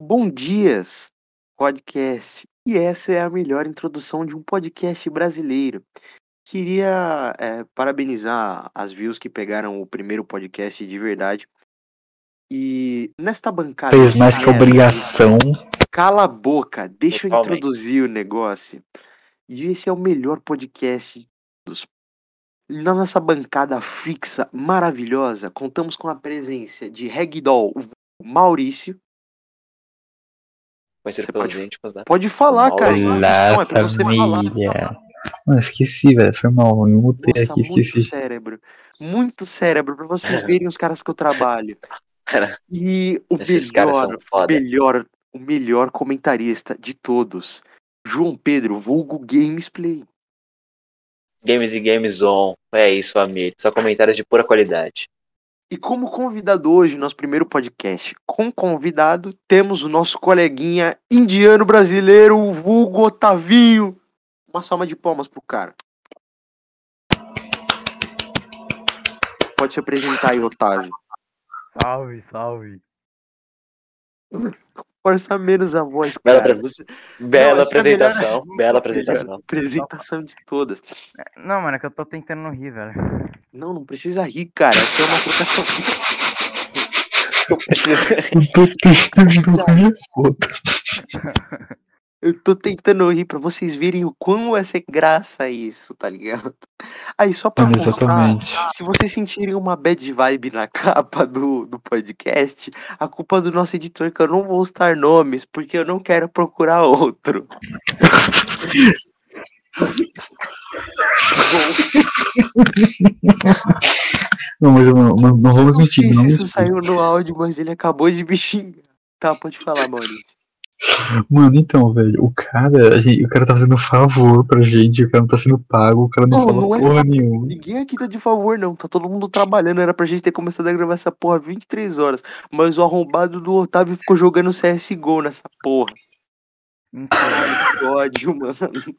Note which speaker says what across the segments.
Speaker 1: Bom dias, podcast. E essa é a melhor introdução de um podcast brasileiro. Queria é, parabenizar as views que pegaram o primeiro podcast de verdade. E nesta bancada.
Speaker 2: Fez mais que
Speaker 1: de merda,
Speaker 2: obrigação.
Speaker 1: Cala a boca, deixa eu
Speaker 3: Totalmente.
Speaker 1: introduzir o negócio. E esse é o melhor podcast dos. Na nossa bancada fixa, maravilhosa, contamos com a presença de Ragdoll, o Maurício.
Speaker 3: Conhecido
Speaker 1: Você
Speaker 3: pelos
Speaker 1: pode-
Speaker 3: íntimos, né?
Speaker 1: Pode falar, cara. isso é uma missão,
Speaker 2: Olá,
Speaker 1: é pra você falar.
Speaker 2: família. Mano, esqueci, velho. Foi mal. Me mutei
Speaker 1: Nossa,
Speaker 2: aqui,
Speaker 1: muito
Speaker 2: esqueci.
Speaker 1: cérebro. Muito cérebro, pra vocês verem os caras que eu trabalho.
Speaker 3: É. Cara,
Speaker 1: E o
Speaker 3: esses caras
Speaker 1: melhor,
Speaker 3: são foda.
Speaker 1: melhor, o melhor comentarista de todos. João Pedro, vulgo Gamesplay.
Speaker 3: Games e Games On. É isso, família. Só comentários de pura qualidade.
Speaker 1: E como convidado hoje, nosso primeiro podcast com convidado, temos o nosso coleguinha indiano brasileiro, o vulgo Otavinho. Uma salva de palmas pro cara. Pode se apresentar aí, Otávio.
Speaker 4: Salve, salve.
Speaker 1: Força menos a voz,
Speaker 3: Bela
Speaker 1: cara.
Speaker 3: apresen-
Speaker 1: Você-
Speaker 3: Bela
Speaker 1: Não, essa é a
Speaker 3: apresentação.
Speaker 1: melhor-
Speaker 3: Bela
Speaker 1: Melhor
Speaker 3: apresentação.
Speaker 1: apresentação de todas.
Speaker 4: Não, mano, é que eu tô tentando não rir, velho.
Speaker 1: Não, não precisa rir, cara. Essa é uma trocação.
Speaker 2: Eu tô tentando me foda.
Speaker 1: Eu tô tentando rir pra vocês verem o quão é ser graça isso, tá ligado? Aí, só pra
Speaker 2: Mano,
Speaker 1: constar,
Speaker 2: É, exatamente.
Speaker 1: se vocês sentirem uma bad vibe na capa do, do podcast, a culpa é do nosso editor que eu não vou usar nomes, porque eu não quero procurar outro.
Speaker 2: Não, mas mano, mano, não vamos
Speaker 1: Não sei
Speaker 2: mentir. Não
Speaker 1: se assim isso
Speaker 2: vamos mentir.
Speaker 1: saiu no áudio, mas ele acabou de me xingar. Tá, pode falar, Maurício.
Speaker 2: Mano, então, velho. O cara, a gente, o cara tá fazendo um favor pra gente. O cara não tá sendo pago. O cara não,
Speaker 1: Não,
Speaker 2: fala
Speaker 1: não é
Speaker 2: porra nenhuma.
Speaker 1: Ninguém aqui tá de favor, não. Tá todo mundo trabalhando. Era pra gente ter começado a gravar essa porra 23 horas. Mas o arrombado do Otávio ficou jogando CSGO nessa porra.
Speaker 4: Mentira.
Speaker 1: Que ódio, mano.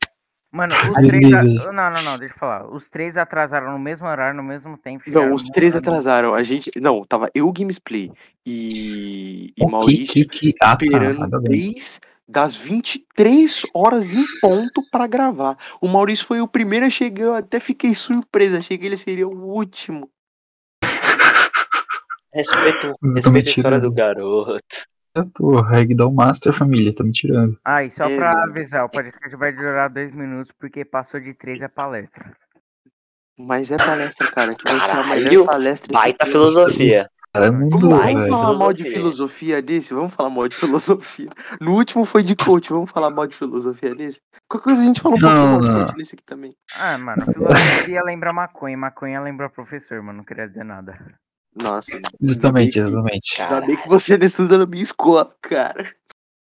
Speaker 4: Mano,
Speaker 2: Às
Speaker 4: os três. a-
Speaker 2: vezes.
Speaker 4: Não, não, não, deixa eu falar. Os três atrasaram no mesmo horário, no mesmo tempo. chegaram
Speaker 1: Não, os
Speaker 4: no
Speaker 1: três
Speaker 4: mesmo horário.
Speaker 1: atrasaram. A gente. Não, tava eu, Gamesplay e. E
Speaker 2: O que
Speaker 1: Maurício
Speaker 2: que que. Ah, tá.
Speaker 1: esperando
Speaker 2: tá bem.
Speaker 1: desde das 23 horas em ponto pra gravar. O Maurício foi o primeiro a chegar, eu até fiquei surpresa, achei que ele seria o último.
Speaker 3: Respeito,
Speaker 2: Não tô
Speaker 3: respeito
Speaker 2: mentindo,
Speaker 3: a
Speaker 2: né?
Speaker 3: história do
Speaker 2: não.
Speaker 3: garoto.
Speaker 2: Pô, Ragdoll Master, família. Tá me tirando.
Speaker 4: Ah, e só
Speaker 1: É,
Speaker 4: pra
Speaker 1: mano.
Speaker 4: avisar, o podcast vai durar dois minutos, porque passou de três a palestra.
Speaker 1: Mas é palestra, cara, que vai ser a melhor
Speaker 3: Caralho,
Speaker 1: palestra.
Speaker 3: Baita
Speaker 1: que-
Speaker 3: filosofia.
Speaker 2: O cara
Speaker 1: Vamos,
Speaker 2: mudou,
Speaker 3: Vai,
Speaker 1: vamos
Speaker 2: velho.
Speaker 1: falar mal de
Speaker 3: filosofia.
Speaker 1: filosofia desse? Vamos falar mal de filosofia. No último foi de coach, vamos falar mal de filosofia desse? Qualquer coisa a gente fala um
Speaker 2: Não,
Speaker 1: pouquinho mal de
Speaker 2: não.
Speaker 1: coach nesse aqui também.
Speaker 4: Ah, mano, filosofia lembra maconha, maconha lembra professor, mano, não queria dizer nada.
Speaker 1: Nossa, ainda bem
Speaker 2: Exatamente,
Speaker 1: que-
Speaker 2: exatamente.
Speaker 1: Ainda bem que você não estuda na minha escola, cara.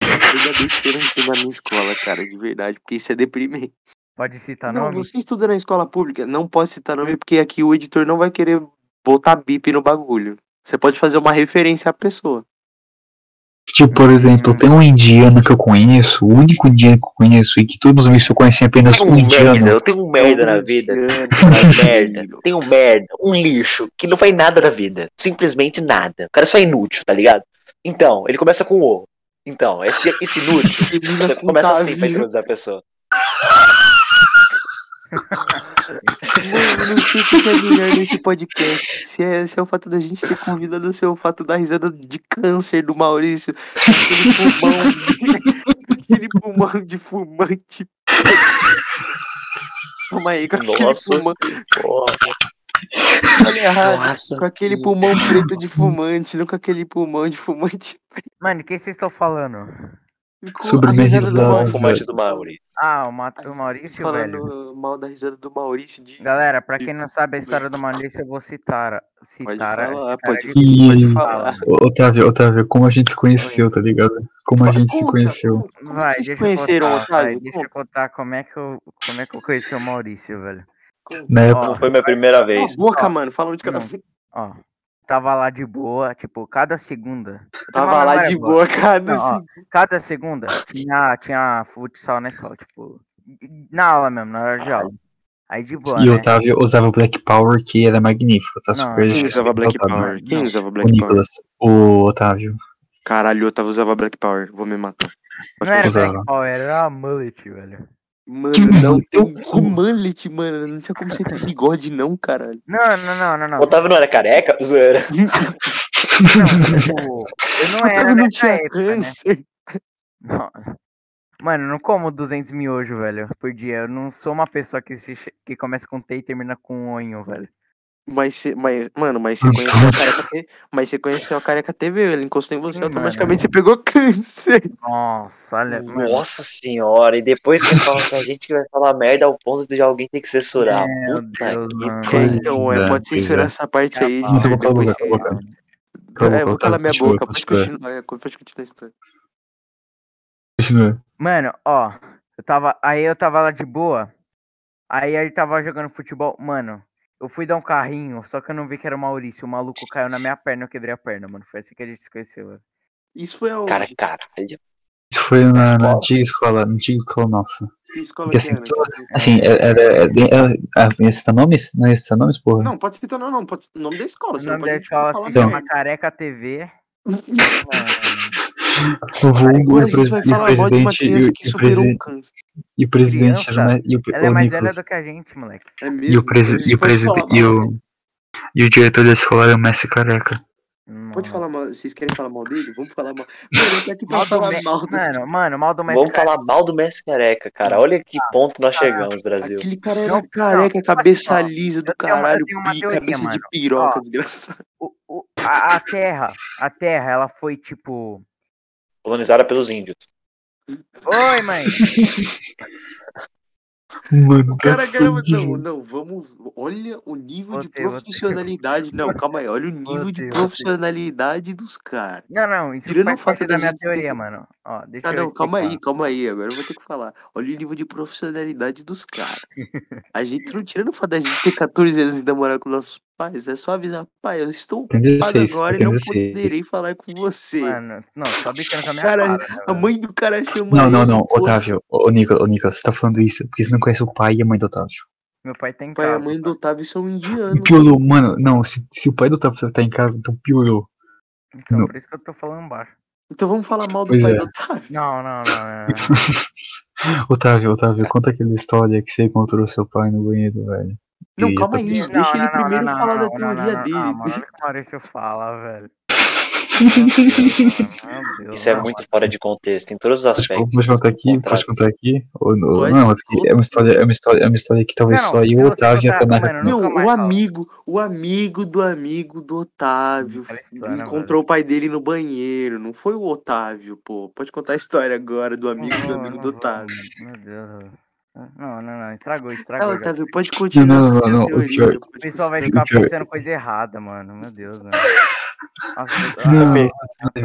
Speaker 1: Ainda bem que você não estuda na minha escola, cara, de verdade, porque isso é deprimente.
Speaker 4: Pode citar
Speaker 1: não,
Speaker 4: Tá nome?
Speaker 1: você estuda na escola pública, não pode citar nome, porque aqui o editor não vai querer botar bip no bagulho. Você pode fazer uma referência à pessoa.
Speaker 2: Tipo, por exemplo, tem um indiano que eu conheço, o único indiano que eu conheço, e que todos os eu conhecem apenas
Speaker 3: Tem
Speaker 2: um
Speaker 3: um merda,
Speaker 2: indiano.
Speaker 3: eu tenho um merda na vida. Mas merda, tem um merda, um lixo, que não faz nada da vida. Simplesmente nada. O cara só é inútil, tá ligado? Então, ele começa com o. Então, esse, esse inútil, você começa assim pra introduzir a pessoa.
Speaker 1: Mano, eu não sei o que que é melhor nesse podcast. Se é, se é o fato da gente ter convidado, se é o fato da risada de câncer do Maurício. Aquele pulmão, aquele pulmão de fumante. Calma aí, com aquele
Speaker 3: Nossa
Speaker 1: pulmão.
Speaker 3: senhora.
Speaker 1: Falei errado.
Speaker 3: Nossa
Speaker 1: Com aquele
Speaker 3: senhora.
Speaker 1: pulmão preto de fumante, não com aquele pulmão de fumante.
Speaker 4: Mano, o que vocês estão falando?
Speaker 1: Com
Speaker 2: Sobre
Speaker 1: a
Speaker 2: minha
Speaker 1: risada do
Speaker 2: risada.
Speaker 1: Maurício.
Speaker 3: Fumante do Mauri.
Speaker 4: Ah, o, Ma- o Maurício, velho.
Speaker 1: Falando mal da risada do Maurício de.
Speaker 4: Galera, pra quem não sabe a história do Maurício, eu vou citar. Citar.
Speaker 1: Pode falar,
Speaker 4: citar
Speaker 1: pode,
Speaker 4: ele.
Speaker 1: pode
Speaker 2: E-
Speaker 1: falar.
Speaker 2: Ô, Otávio, Otávio, como a gente se conheceu, tá ligado? Como a gente se
Speaker 1: Conta,
Speaker 2: conheceu.
Speaker 1: conta, como
Speaker 4: Vai,
Speaker 1: vocês
Speaker 4: deixa
Speaker 1: conheceram,
Speaker 4: eu contar, vai,
Speaker 1: Otávio?
Speaker 4: deixa eu contar como é que eu, como é que eu conheci o Maurício, velho.
Speaker 1: Conta.
Speaker 2: Na época,
Speaker 3: Não foi minha primeira
Speaker 1: Cala
Speaker 3: vez.
Speaker 1: a boca, mano. Fala um de cada
Speaker 4: Não. Ó, tava lá de boa, tipo, cada segunda. eu tenho
Speaker 1: Tava
Speaker 4: uma
Speaker 1: lá
Speaker 4: memória
Speaker 1: de boa, cara.
Speaker 4: Não, ó, cada segunda tinha, tinha futsal na escola, tipo, na aula mesmo, na hora de aula. Aí de boa,
Speaker 2: e
Speaker 4: né?
Speaker 2: Otávio usava Black Power, que era magnífico, tá
Speaker 4: Não,
Speaker 2: super
Speaker 4: eu
Speaker 1: Quem usava Black
Speaker 2: exaltado.
Speaker 1: Power? Quem usava
Speaker 2: O
Speaker 1: Black Power?
Speaker 2: Nicolas, o Otávio.
Speaker 1: Caralho, eu tava usava Black Power, vou me matar.
Speaker 4: Não era
Speaker 2: usava.
Speaker 4: Black Power, era uma mullet, velho.
Speaker 1: Mano,
Speaker 2: Que
Speaker 1: não
Speaker 2: mullet?
Speaker 1: tem como mullet, mano. Não tinha como você ter bigode, não, caralho.
Speaker 4: Não, não, não, não, não.
Speaker 3: O Otávio não era careca? Zoeira.
Speaker 4: Não, tipo, eu não
Speaker 1: Eu
Speaker 4: era
Speaker 1: não
Speaker 4: nessa
Speaker 1: tinha
Speaker 4: época, né?
Speaker 1: câncer.
Speaker 4: Não. Mano, eu não como 200 miojo, velho, por dia. Eu não sou uma pessoa que, se che- que começa com T e termina com onho, velho.
Speaker 1: Mas, cê, mas, mano, mas você conheceu a careca TV. Mas você conheceu a careca TV, ele encostou em você,
Speaker 4: Mano.
Speaker 1: automaticamente você pegou câncer.
Speaker 4: Nossa, olha. mano.
Speaker 3: Nossa senhora, e depois que fala pra gente que vai falar merda ao ponto de alguém ter que censurar.
Speaker 4: Meu
Speaker 3: Puta
Speaker 4: Deus,
Speaker 3: que
Speaker 4: mano.
Speaker 2: pariu.
Speaker 1: Então, é,
Speaker 2: Exato,
Speaker 1: pode censurar essa parte aí.
Speaker 4: Não,
Speaker 1: gente,
Speaker 2: vou
Speaker 1: depois
Speaker 2: colocar,
Speaker 1: você-
Speaker 2: vou colocar.
Speaker 1: É, eu vou calar
Speaker 2: Vou colocar,
Speaker 1: minha
Speaker 2: continua,
Speaker 1: boca, pode
Speaker 2: continua.
Speaker 1: continuar, é, pode continuar a história.
Speaker 2: Continua.
Speaker 4: Mano, ó, eu tava. Aí eu tava lá de boa. Aí ele tava jogando futebol. Mano, eu fui dar um carrinho, só que eu não vi que era o Maurício. O maluco caiu na minha perna, eu quebrei a perna, mano. Foi assim que a gente se conheceu. velho.
Speaker 1: Isso foi a
Speaker 3: Cara, caralho.
Speaker 2: Isso foi na, na
Speaker 3: Escola.
Speaker 2: antiga escola, na antiga escola nossa.
Speaker 1: que escola né?
Speaker 2: Porque
Speaker 1: que era?
Speaker 2: assim, toda- Assim, era. era, era- ah, ia citar nomes? Não ia citar nomes, porra?
Speaker 1: Não, pode citar, não, não, pode o nome da escola.
Speaker 4: O
Speaker 1: você não pode
Speaker 4: nome da escola é
Speaker 1: falar
Speaker 4: se
Speaker 2: Então.
Speaker 1: nome.
Speaker 4: chama Careca TV. Mano,
Speaker 2: O vulgo
Speaker 1: Agora
Speaker 2: e
Speaker 1: a
Speaker 2: o
Speaker 1: gente
Speaker 2: presi-
Speaker 1: vai
Speaker 2: e o
Speaker 1: falar mal de uma
Speaker 2: presidente. E
Speaker 1: criança
Speaker 2: o,
Speaker 1: que
Speaker 2: e o
Speaker 1: superou um
Speaker 2: presi-
Speaker 1: câncer.
Speaker 2: e o presidente.
Speaker 4: Criança?
Speaker 2: era mais- E o,
Speaker 4: Ela é
Speaker 2: o
Speaker 4: mais
Speaker 2: Nicolas.
Speaker 4: velha do que a gente, moleque.
Speaker 1: É
Speaker 2: E
Speaker 1: mesmo?
Speaker 2: o, presi e,
Speaker 1: Pode
Speaker 2: o presi
Speaker 1: falar
Speaker 2: e,
Speaker 1: mal.
Speaker 2: o, e o diretor da escola era o Messi Careca.
Speaker 1: Pode falar mal, vocês querem falar mal dele? Vamos falar mal. Mano, eu tô aqui pra
Speaker 4: Mal do
Speaker 1: falar
Speaker 4: Me-
Speaker 1: mal desse
Speaker 4: Mano, mano, mal do Messi.
Speaker 3: Vamos falar mal do Messi careca, cara. Olha que
Speaker 4: Ah,
Speaker 3: ponto nós chegamos, Brasil.
Speaker 1: Aquele cara
Speaker 4: Não,
Speaker 1: era
Speaker 4: não,
Speaker 1: careca,
Speaker 4: tipo
Speaker 1: cabeça
Speaker 4: assim, ó,
Speaker 1: lisa do
Speaker 4: eu tenho uma- eu
Speaker 1: caralho,
Speaker 4: tenho uma
Speaker 1: pi,
Speaker 4: teoria,
Speaker 1: cabeça de
Speaker 4: mano.
Speaker 1: piroca,
Speaker 4: Ó.
Speaker 1: desgraçado.
Speaker 4: O, o, a, a Terra, a Terra, ela foi tipo.
Speaker 3: Colonizada pelos índios.
Speaker 4: Oi, mãe!
Speaker 2: Mano,
Speaker 1: O cara ganhou. Não,
Speaker 2: fudido.
Speaker 1: não, vamos. Olha o nível de
Speaker 4: Voltei, voltei.
Speaker 1: profissionalidade. Não, calma aí. Olha o nível de
Speaker 4: Voltei, voltei.
Speaker 1: profissionalidade dos caras.
Speaker 4: Não, não, isso
Speaker 1: Tirando
Speaker 4: faz
Speaker 1: o fato
Speaker 4: parte
Speaker 1: da
Speaker 4: da minha
Speaker 1: gente ter
Speaker 4: teoria,
Speaker 1: que-
Speaker 4: mano. Ó, deixa
Speaker 1: Ah,
Speaker 4: eu
Speaker 1: não, calma aí,
Speaker 4: explicar.
Speaker 1: calma aí. Agora eu vou ter que falar. Olha o nível de profissionalidade dos caras. A gente não tirando o fato da gente ter 14 anos e namorar com nossos pais, é só avisar, pai, eu estou
Speaker 2: Tem
Speaker 1: ocupado
Speaker 2: 16.
Speaker 1: agora e
Speaker 2: Tem
Speaker 1: não
Speaker 2: 16.
Speaker 1: poderei falar com você.
Speaker 4: Mano, não, só brincando com a minha
Speaker 1: Cara,
Speaker 4: cara. né,
Speaker 1: A
Speaker 4: velho?
Speaker 1: mãe do cara chama
Speaker 2: Não, não,
Speaker 1: ele,
Speaker 2: não,
Speaker 1: pô,
Speaker 2: Otávio, ô ô, Nicolas, ô Nicolas, você tá falando isso porque você não conhece o pai e a mãe do Otávio.
Speaker 4: Meu pai tá em
Speaker 1: Pai e
Speaker 4: casa.
Speaker 1: a mãe do Otávio são indianos.
Speaker 2: E piorou, mano, não, se, se o pai do Otávio tá em casa, então piorou.
Speaker 4: Então,
Speaker 2: Não.
Speaker 4: por isso que eu tô falando baixo.
Speaker 1: Então vamos falar mal do
Speaker 2: Pois
Speaker 1: pai
Speaker 2: é.
Speaker 1: do Otávio.
Speaker 4: Não, não, não, não, não.
Speaker 2: Otávio, Otávio, conta aquela história que você encontrou seu pai no banheiro, velho.
Speaker 1: Não,
Speaker 2: E
Speaker 1: calma
Speaker 2: eu tô-
Speaker 1: aí.
Speaker 4: não.
Speaker 1: deixa ele
Speaker 4: Não, não, não,
Speaker 1: primeiro
Speaker 4: não,
Speaker 1: falar
Speaker 4: não,
Speaker 1: da
Speaker 4: não,
Speaker 1: teoria
Speaker 4: não, não,
Speaker 1: dele.
Speaker 4: Não, mano, olha o que o Maurício fala, velho. Meu Deus, mano, meu Deus,
Speaker 3: Isso é
Speaker 4: não,
Speaker 3: muito
Speaker 4: mano.
Speaker 3: fora de contexto, em todos os
Speaker 2: Posso,
Speaker 3: aspectos.
Speaker 2: posso contar aqui?
Speaker 3: Contrato.
Speaker 2: Posso contar aqui? Ou, não-
Speaker 1: Pode,
Speaker 2: não, é porque
Speaker 1: conta.
Speaker 2: é uma história, é uma história, é uma história que talvez
Speaker 4: Não,
Speaker 2: só aí
Speaker 4: se
Speaker 2: o
Speaker 4: você
Speaker 2: Otávio ia
Speaker 4: contar-
Speaker 2: estar na
Speaker 4: mano,
Speaker 1: Não,
Speaker 4: nunca mais
Speaker 1: o
Speaker 4: fala.
Speaker 1: amigo, o amigo do amigo do Otávio
Speaker 4: Aquela história, né,
Speaker 1: encontrou o pai dele no banheiro. Não foi o Otávio, pô. Pode contar a história agora do amigo do
Speaker 4: Não,
Speaker 1: amigo
Speaker 4: não
Speaker 1: do
Speaker 4: vou,
Speaker 1: Otávio.
Speaker 4: mano, Meu Deus. Não, não, não. Estragou,
Speaker 1: Ah,
Speaker 4: estragou. já.
Speaker 1: Otávio, pode continuar
Speaker 2: não,
Speaker 1: com
Speaker 2: não,
Speaker 1: essa
Speaker 2: não, o
Speaker 1: teoria.
Speaker 2: pior-
Speaker 4: O
Speaker 1: pode
Speaker 4: pessoal vai
Speaker 1: continuar.
Speaker 4: ficar
Speaker 2: Eu quero-
Speaker 4: pensando coisa errada, mano. Meu Deus, mano. Nossa,
Speaker 2: Não,
Speaker 4: ah,
Speaker 2: velho,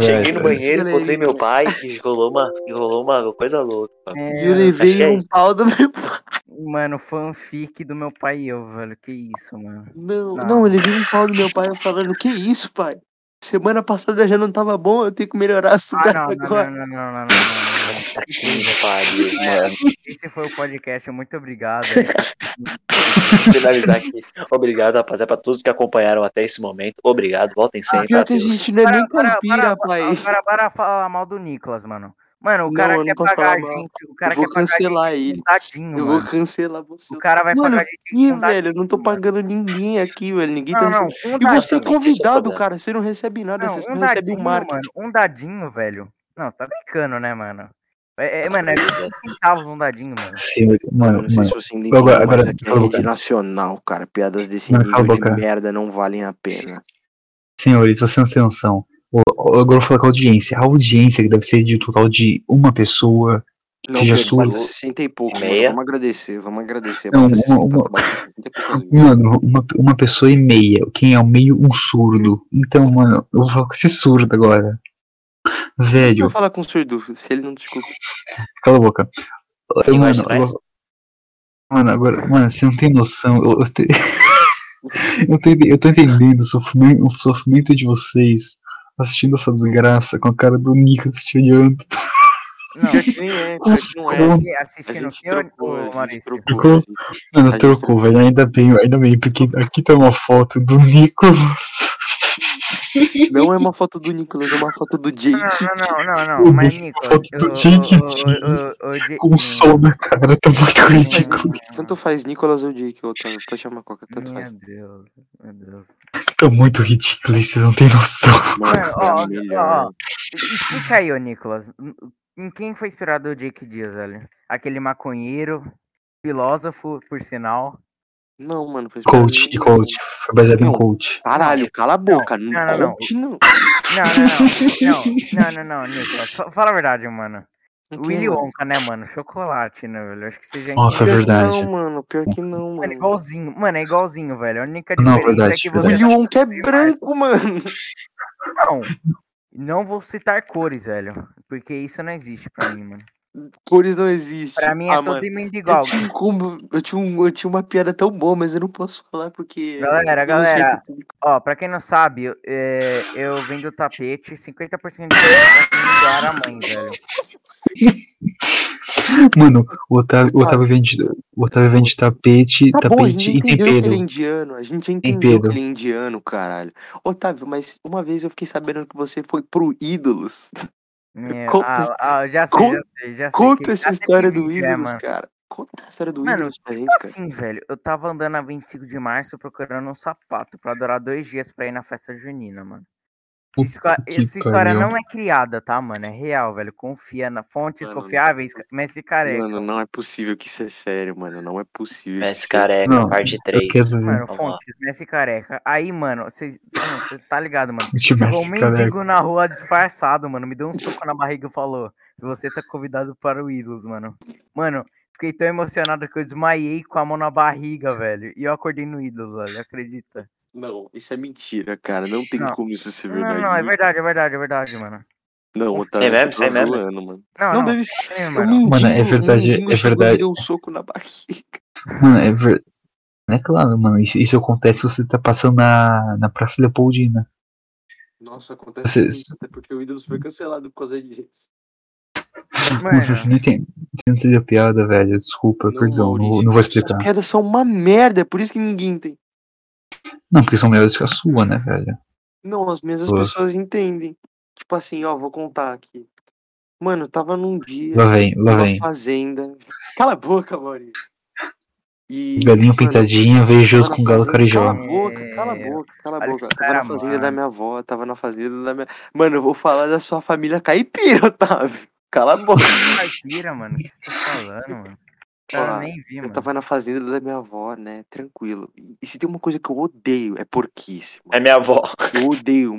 Speaker 3: Cheguei no
Speaker 2: velho.
Speaker 3: banheiro, encontrei meu pai e rolou uma, e rolou uma coisa louca.
Speaker 1: E eu
Speaker 4: é,
Speaker 1: levei
Speaker 3: achei.
Speaker 1: um pau do meu pai.
Speaker 4: mano, fanfic do meu pai e eu, velho. Que isso, mano.
Speaker 1: Não,
Speaker 4: Não.
Speaker 1: não, eu levei um pau do meu pai falando, que isso, pai? Semana passada já não tava bom, eu tenho que melhorar a
Speaker 4: Ah,
Speaker 1: sugar
Speaker 4: não, não,
Speaker 1: tá agora.
Speaker 4: não, não, não, não, não, não, não.
Speaker 3: Puta que me pariu, mano.
Speaker 4: Esse foi o podcast, muito obrigado. hein.
Speaker 3: Vou finalizar aqui. Obrigado, rapaziada, pra todos que acompanharam até esse momento. Obrigado, voltem sempre.
Speaker 1: Pior que a
Speaker 3: adeus.
Speaker 1: gente não é nem caipira, pai.
Speaker 4: para, para, para falar mal do Nicolas, mano. Mano, o
Speaker 1: Não,
Speaker 4: cara
Speaker 1: eu não
Speaker 4: quer
Speaker 1: posso
Speaker 4: pagar a
Speaker 1: falar mal.
Speaker 4: gente. O cara
Speaker 1: eu vou
Speaker 4: quer pagar a
Speaker 1: cancelar
Speaker 4: gente
Speaker 1: ele.
Speaker 4: com dadinho,
Speaker 1: Eu
Speaker 4: mano.
Speaker 1: vou cancelar você.
Speaker 4: O cara vai
Speaker 1: Mano,
Speaker 4: pagar a gente
Speaker 1: Ih,
Speaker 4: com dadinho.
Speaker 1: velho, eu não tô
Speaker 4: mano.
Speaker 1: pagando ninguém aqui, velho. Ninguém tá
Speaker 4: Não,
Speaker 1: recebendo.
Speaker 4: não, um
Speaker 1: E você é
Speaker 4: dadinho.
Speaker 1: convidado,
Speaker 3: Isso é
Speaker 1: cara. Você não recebe nada,
Speaker 4: Não,
Speaker 1: você só
Speaker 4: um
Speaker 1: recebe
Speaker 4: dadinho,
Speaker 1: o marketing.
Speaker 4: mano. Um dadinho, velho. Não, você tá brincando, né, mano? É, é, mano, é 20
Speaker 1: assim
Speaker 4: centavos um dadinho, mano.
Speaker 2: Sim, mano,
Speaker 1: Mano, vocês
Speaker 2: mano,
Speaker 1: fossem entender,
Speaker 2: agora-
Speaker 1: mas
Speaker 2: agora-
Speaker 1: aqui é
Speaker 2: cala a
Speaker 1: rede
Speaker 2: boca.
Speaker 1: nacional, cara. Piadas desse
Speaker 2: Mano,
Speaker 1: nível
Speaker 2: cala a
Speaker 1: de
Speaker 2: boca.
Speaker 1: merda não valem a pena.
Speaker 2: senhores, vocês não têm noção. O- o- Agora eu vou falar com a audiência. A audiência que deve ser de um total de uma pessoa.
Speaker 1: Não,
Speaker 2: Seja
Speaker 1: Pedro,
Speaker 2: sua.
Speaker 1: bateu 60 e pouco,
Speaker 3: E
Speaker 1: mano.
Speaker 3: meia.
Speaker 1: Vamos agradecer, vamos agradecer.
Speaker 2: Não, Um
Speaker 1: Bateu 60,
Speaker 2: uma-
Speaker 1: tá batendo 60 e poucas vezes.
Speaker 2: Mano, uma, uma pessoa e meia. Quem é o meio? Um surdo. Então, mano, eu vou falar com esse surdo agora.
Speaker 1: Você não
Speaker 2: Velho,
Speaker 1: fala com o surdo, se ele não te escuta.
Speaker 2: cala a boca. Eu,
Speaker 3: Quem mais
Speaker 2: mano,
Speaker 3: traz?
Speaker 2: eu- mano, agora, mano, você não tem noção. Eu, eu, te- eu, tô, ente- eu tô entendendo o sofrimento, o sofrimento de vocês assistindo essa desgraça com a cara do Nico te olhando.
Speaker 4: Não,
Speaker 1: Pior que nem é, pior que não é.
Speaker 2: Como?
Speaker 4: e
Speaker 1: A
Speaker 4: assistindo o
Speaker 1: gente
Speaker 4: senhor,
Speaker 1: trocou, a gente
Speaker 4: Maurício.
Speaker 1: trocou. a gente-
Speaker 2: Mano,
Speaker 1: gente
Speaker 2: trocou, velho. Ainda bem, ainda bem, porque aqui tá uma foto do Nico.
Speaker 1: Não é uma foto do Nicolas, é uma foto do Jake.
Speaker 4: Não, não, não, não, não. Mas, Nicolas,
Speaker 2: Foto do Jake Com
Speaker 4: hum,
Speaker 2: o sol na cara, tá muito ridículo.
Speaker 1: Tanto faz Nicolas ou Jake, ou tanto, pode chamar Coca, tanto faz.
Speaker 4: Meu Deus, meu Deus.
Speaker 2: Tá muito ridículo, vocês não tem noção.
Speaker 4: Mano, ó,
Speaker 1: é
Speaker 4: ó,
Speaker 1: melhor.
Speaker 4: ó, explica aí, ô Nicolas. hum, Em quem foi inspirado o Jake Dias, velho? Aquele maconheiro, filósofo, por sinal.
Speaker 1: Não, mano, foi
Speaker 2: Coach e coach. Foi baseado em coach.
Speaker 1: Caralho, cala a boca. Não,
Speaker 4: não, não, não.
Speaker 1: coach não.
Speaker 4: Não, não, não, não, não, não, não Nicolas. fa- Fala a verdade, mano.
Speaker 1: Não tem,
Speaker 4: Willy
Speaker 1: mano.
Speaker 4: Wonka, né, mano? Chocolate, né, velho? Acho que você já
Speaker 2: Nossa, é
Speaker 1: Pior
Speaker 4: entendeu.
Speaker 1: que
Speaker 2: verdade.
Speaker 1: Não, mano, pior que não,
Speaker 4: Mano, é
Speaker 1: mano.
Speaker 4: igualzinho, mano, é igualzinho, velho. A única
Speaker 2: Não,
Speaker 4: diferença é
Speaker 2: verdade,
Speaker 4: que
Speaker 1: O
Speaker 4: você.
Speaker 2: verdade.
Speaker 1: Leon que é branco, mano.
Speaker 4: Não! Não vou citar cores, velho. Porque isso não existe pra mim, mano.
Speaker 1: Cores não existem.
Speaker 4: Pra mim é
Speaker 1: Ah,
Speaker 4: todo
Speaker 1: mano,
Speaker 4: mundo
Speaker 1: Eu
Speaker 4: igual.
Speaker 1: tinha, um combo- eu, tinha um- eu tinha uma piada tão boa, mas eu não posso falar porque.
Speaker 4: Galera,
Speaker 1: eu não sei
Speaker 4: galera.
Speaker 1: pro público.
Speaker 4: Ó, pra quem não sabe, eu, é, eu vendo tapete, 50% de doar a mãe, velho.
Speaker 2: Mano, o Otávio, o Otávio, vende, o Otávio vende tapete,
Speaker 1: Tá bom, a gente
Speaker 2: tapete
Speaker 1: já
Speaker 2: e
Speaker 1: entendeu que ele é
Speaker 2: tempero.
Speaker 1: indiano. A gente já entendeu que
Speaker 2: Tempero.
Speaker 1: ele é indiano, caralho. Otávio, mas uma vez eu fiquei sabendo que você foi pro Ídolos.
Speaker 4: Meu,
Speaker 1: Conta
Speaker 4: ah,
Speaker 1: esse-
Speaker 4: ah, já sei,
Speaker 1: con-
Speaker 4: já sei, já sei.
Speaker 1: Conta
Speaker 4: é que-
Speaker 1: essa
Speaker 4: até
Speaker 1: história
Speaker 4: que
Speaker 1: do
Speaker 4: vídeo é,
Speaker 1: Ídolos,
Speaker 4: mano.
Speaker 1: cara. Conta a história do
Speaker 4: Mano,
Speaker 1: Ídolos pra gente,
Speaker 4: Tipo
Speaker 1: cara.
Speaker 4: assim, velho, eu tava andando a 25 de março procurando um sapato pra durar dois dias pra ir na festa junina, mano. Essa
Speaker 2: Puta
Speaker 4: história-
Speaker 2: que
Speaker 4: Essa história
Speaker 2: pariu.
Speaker 4: não é criada, tá, mano? É real, velho. Confia na fontes
Speaker 1: Mano.
Speaker 4: confiáveis, Messi careca.
Speaker 1: Mano, não é possível que isso é sério, mano. Não é possível. que
Speaker 3: Messi
Speaker 1: isso é
Speaker 3: careca,
Speaker 2: Não,
Speaker 3: parte
Speaker 2: Eu
Speaker 3: 3.
Speaker 2: quero ver.
Speaker 4: Mano,
Speaker 3: Vamos lá.
Speaker 4: fontes, Messi careca. Aí, mano, vocês cê tá ligado, mano?
Speaker 2: Eu te
Speaker 4: Chegou um
Speaker 2: Messi careca.
Speaker 4: mendigo na rua disfarçado, mano. Me deu um soco na barriga e falou: Você tá convidado para o Ídolos, mano. Mano, fiquei tão emocionado que eu desmaiei com a mão na barriga, velho. E eu acordei no Ídolos, velho. Acredita?
Speaker 1: Não, isso é mentira, cara. Não tem
Speaker 4: Não.
Speaker 1: como isso ser
Speaker 4: Não,
Speaker 1: verdade.
Speaker 4: não, não, é verdade, é verdade, é verdade, mano.
Speaker 1: Não,
Speaker 4: É
Speaker 1: Otávio,
Speaker 3: mesmo?
Speaker 1: você tá
Speaker 3: É mesmo?
Speaker 1: zoando, mano.
Speaker 4: Não,
Speaker 1: Não
Speaker 4: não,
Speaker 1: deve ser,
Speaker 4: é,
Speaker 1: mano.
Speaker 4: mano.
Speaker 2: Mano, é verdade, é verdade.
Speaker 1: deu um soco na barriga.
Speaker 2: Mano, é ver... É claro, mano, isso, isso acontece se você tá passando na, na Praça Leopoldina.
Speaker 1: Nossa,
Speaker 2: Você-
Speaker 1: acontece isso, até porque o Ídolos foi cancelado por causa disso.
Speaker 4: Mano,
Speaker 2: Nossa, você não entende, você não entendeu a piada, velho. Desculpa,
Speaker 1: Não,
Speaker 2: perdão, não, vou-
Speaker 1: Maurício,
Speaker 2: não vou
Speaker 1: Essas
Speaker 2: explicar.
Speaker 1: piadas são uma merda, é por isso que ninguém tem.
Speaker 2: Não, porque são melhores que a sua, né, velho?
Speaker 1: Não, as mesmas
Speaker 2: Nossa.
Speaker 1: pessoas entendem. Tipo assim, ó, vou contar aqui. Mano, eu tava num dia
Speaker 2: Lá vem, lá
Speaker 1: numa
Speaker 2: vem.
Speaker 1: fazenda. Cala a boca, Maurício. E.
Speaker 2: Galinho
Speaker 1: mano,
Speaker 2: pintadinho, vejoso
Speaker 1: tava na
Speaker 2: com galo
Speaker 1: fazenda- Cala
Speaker 2: carijó.
Speaker 1: a boca, cala a
Speaker 4: É,
Speaker 1: boca, cala a
Speaker 4: olha
Speaker 1: boca.
Speaker 4: que
Speaker 1: Tava na
Speaker 4: cara,
Speaker 1: fazenda
Speaker 4: mano.
Speaker 1: da minha avó, tava na fazenda da minha. Mano, eu vou falar da sua família caipira, Otávio. Cala a boca.
Speaker 4: Caipira, mano. O que você tá falando, mano? Cara,
Speaker 1: Ó,
Speaker 4: eu nem vi,
Speaker 1: Eu
Speaker 4: mano.
Speaker 1: tava na fazenda da minha avó, né? Tranquilo. E, e se tem uma coisa que eu odeio, é porquice.
Speaker 3: É
Speaker 1: Mano.
Speaker 3: minha avó.
Speaker 1: Eu odeio,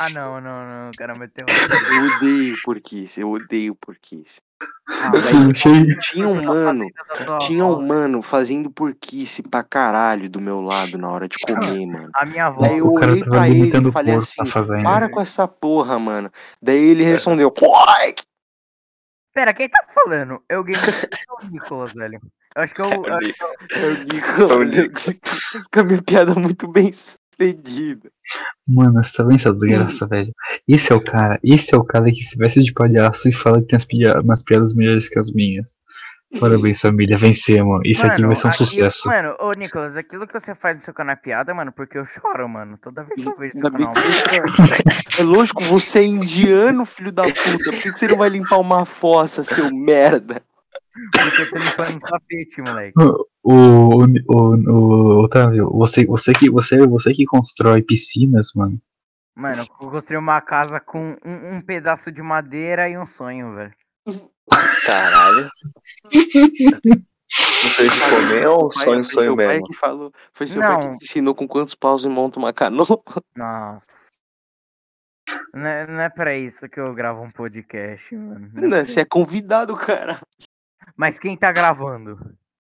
Speaker 4: Ah, não, não, não. O cara meteu.
Speaker 1: eu odeio porquice, eu odeio porquice.
Speaker 4: Ah,
Speaker 2: Eu achei.
Speaker 1: Tinha um mano,
Speaker 4: Só,
Speaker 1: tinha um mano fazendo porquice pra caralho do meu lado na hora de comer, mano.
Speaker 4: A minha avó.
Speaker 1: Daí eu
Speaker 2: O cara
Speaker 1: olhei
Speaker 2: tava
Speaker 1: pra ele
Speaker 2: limitando
Speaker 1: e
Speaker 2: o
Speaker 1: falei
Speaker 2: porco
Speaker 1: assim,
Speaker 2: na fazenda. né?" É.
Speaker 1: para com essa porra, mano. Daí ele respondeu, "Ai, que
Speaker 4: Pera, quem tá falando? Eu game o Nicolas, velho. Eu acho que eu. eu acho que eu-
Speaker 1: eu digo, mas eu digo, mas com a minha piada muito bem sucedida.
Speaker 2: Mano, você tá vendo essa desgraça, velho? Esse é o cara, esse é o cara que se veste de palhaço e fala que tem as pilha- umas piadas melhores que as minhas. Parabéns, família, vencemos. Isso aqui vai ser um
Speaker 4: aqui-
Speaker 2: sucesso.
Speaker 4: Mano, ô Nicolas, aquilo que você faz no seu canal é piada, mano, porque eu choro, mano. Toda vez que eu vejo
Speaker 1: Ainda
Speaker 4: seu
Speaker 1: bem
Speaker 4: canal.
Speaker 1: que- É lógico, você é indiano, filho da puta. Por que que você não vai limpar uma fossa, seu merda?
Speaker 4: Porque eu tô limpando um tapete, moleque.
Speaker 2: O, o, o, o- Otávio, você, você, que, você, você que constrói piscinas, mano.
Speaker 4: Mano, eu construí uma casa com um, um pedaço de madeira e um sonho, velho.
Speaker 3: Caralho. Não sei o que comer ou um
Speaker 1: Seu pai- foi seu
Speaker 3: sonho, sonho
Speaker 1: pai
Speaker 3: mesmo.
Speaker 1: que falou, foi seu pai
Speaker 4: Não. Uhum.
Speaker 1: que te ensinou com quantos paus e monta uma canoa.
Speaker 4: Nossa. Não é, não é pra isso que eu gravo um podcast, mano. Não é
Speaker 1: Não, Você é convidado, cara.
Speaker 4: Mas quem tá gravando?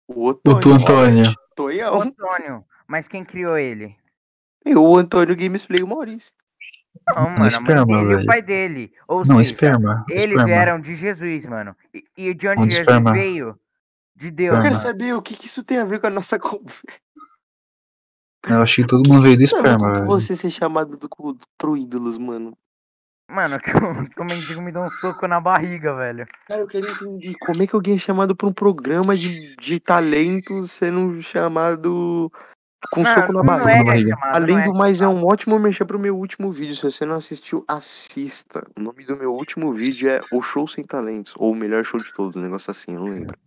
Speaker 1: O
Speaker 2: O tu,
Speaker 1: Otônio.
Speaker 2: Antônio.
Speaker 4: O
Speaker 1: Tonhão.
Speaker 4: Antônio. Mas quem criou ele?
Speaker 1: E o Antônio Gamesplay e o Maurício.
Speaker 4: Não, mano, a mãe
Speaker 2: esperma,
Speaker 4: dele e o
Speaker 2: velho.
Speaker 4: pai dele. Ou
Speaker 2: Não,
Speaker 4: seja,
Speaker 2: esperma.
Speaker 4: eles
Speaker 2: Esperma.
Speaker 4: vieram de Jesus, mano. E, e de onde
Speaker 2: Onde
Speaker 4: Jesus
Speaker 2: esperma?
Speaker 4: veio? De Deus.
Speaker 1: Eu quero
Speaker 2: Esperma.
Speaker 4: mano.
Speaker 1: saber o que, que isso tem a ver com a nossa conversa.
Speaker 2: Eu acho que todo mundo veio do
Speaker 1: Não, mas
Speaker 2: esperma,
Speaker 1: por que
Speaker 2: velho.
Speaker 1: você ser chamado do, cu- pro ídolos, mano.
Speaker 4: Mano, que o, que o mendigo me deu um soco na barriga, velho.
Speaker 1: Cara, eu quero entender como é que alguém é chamado pra um programa de, de talento sendo chamado Com
Speaker 4: Não,
Speaker 1: soco na
Speaker 4: não
Speaker 1: barriga.
Speaker 4: é
Speaker 2: Na barriga.
Speaker 4: chamado, não
Speaker 1: Além
Speaker 4: é
Speaker 1: do mais, é
Speaker 4: chamado.
Speaker 1: um ótimo mexer pro meu último vídeo. Se você não assistiu, assista. O nome do meu último vídeo é O Show Sem Talentos, ou o melhor show de todos, um negócio assim, eu não lembro.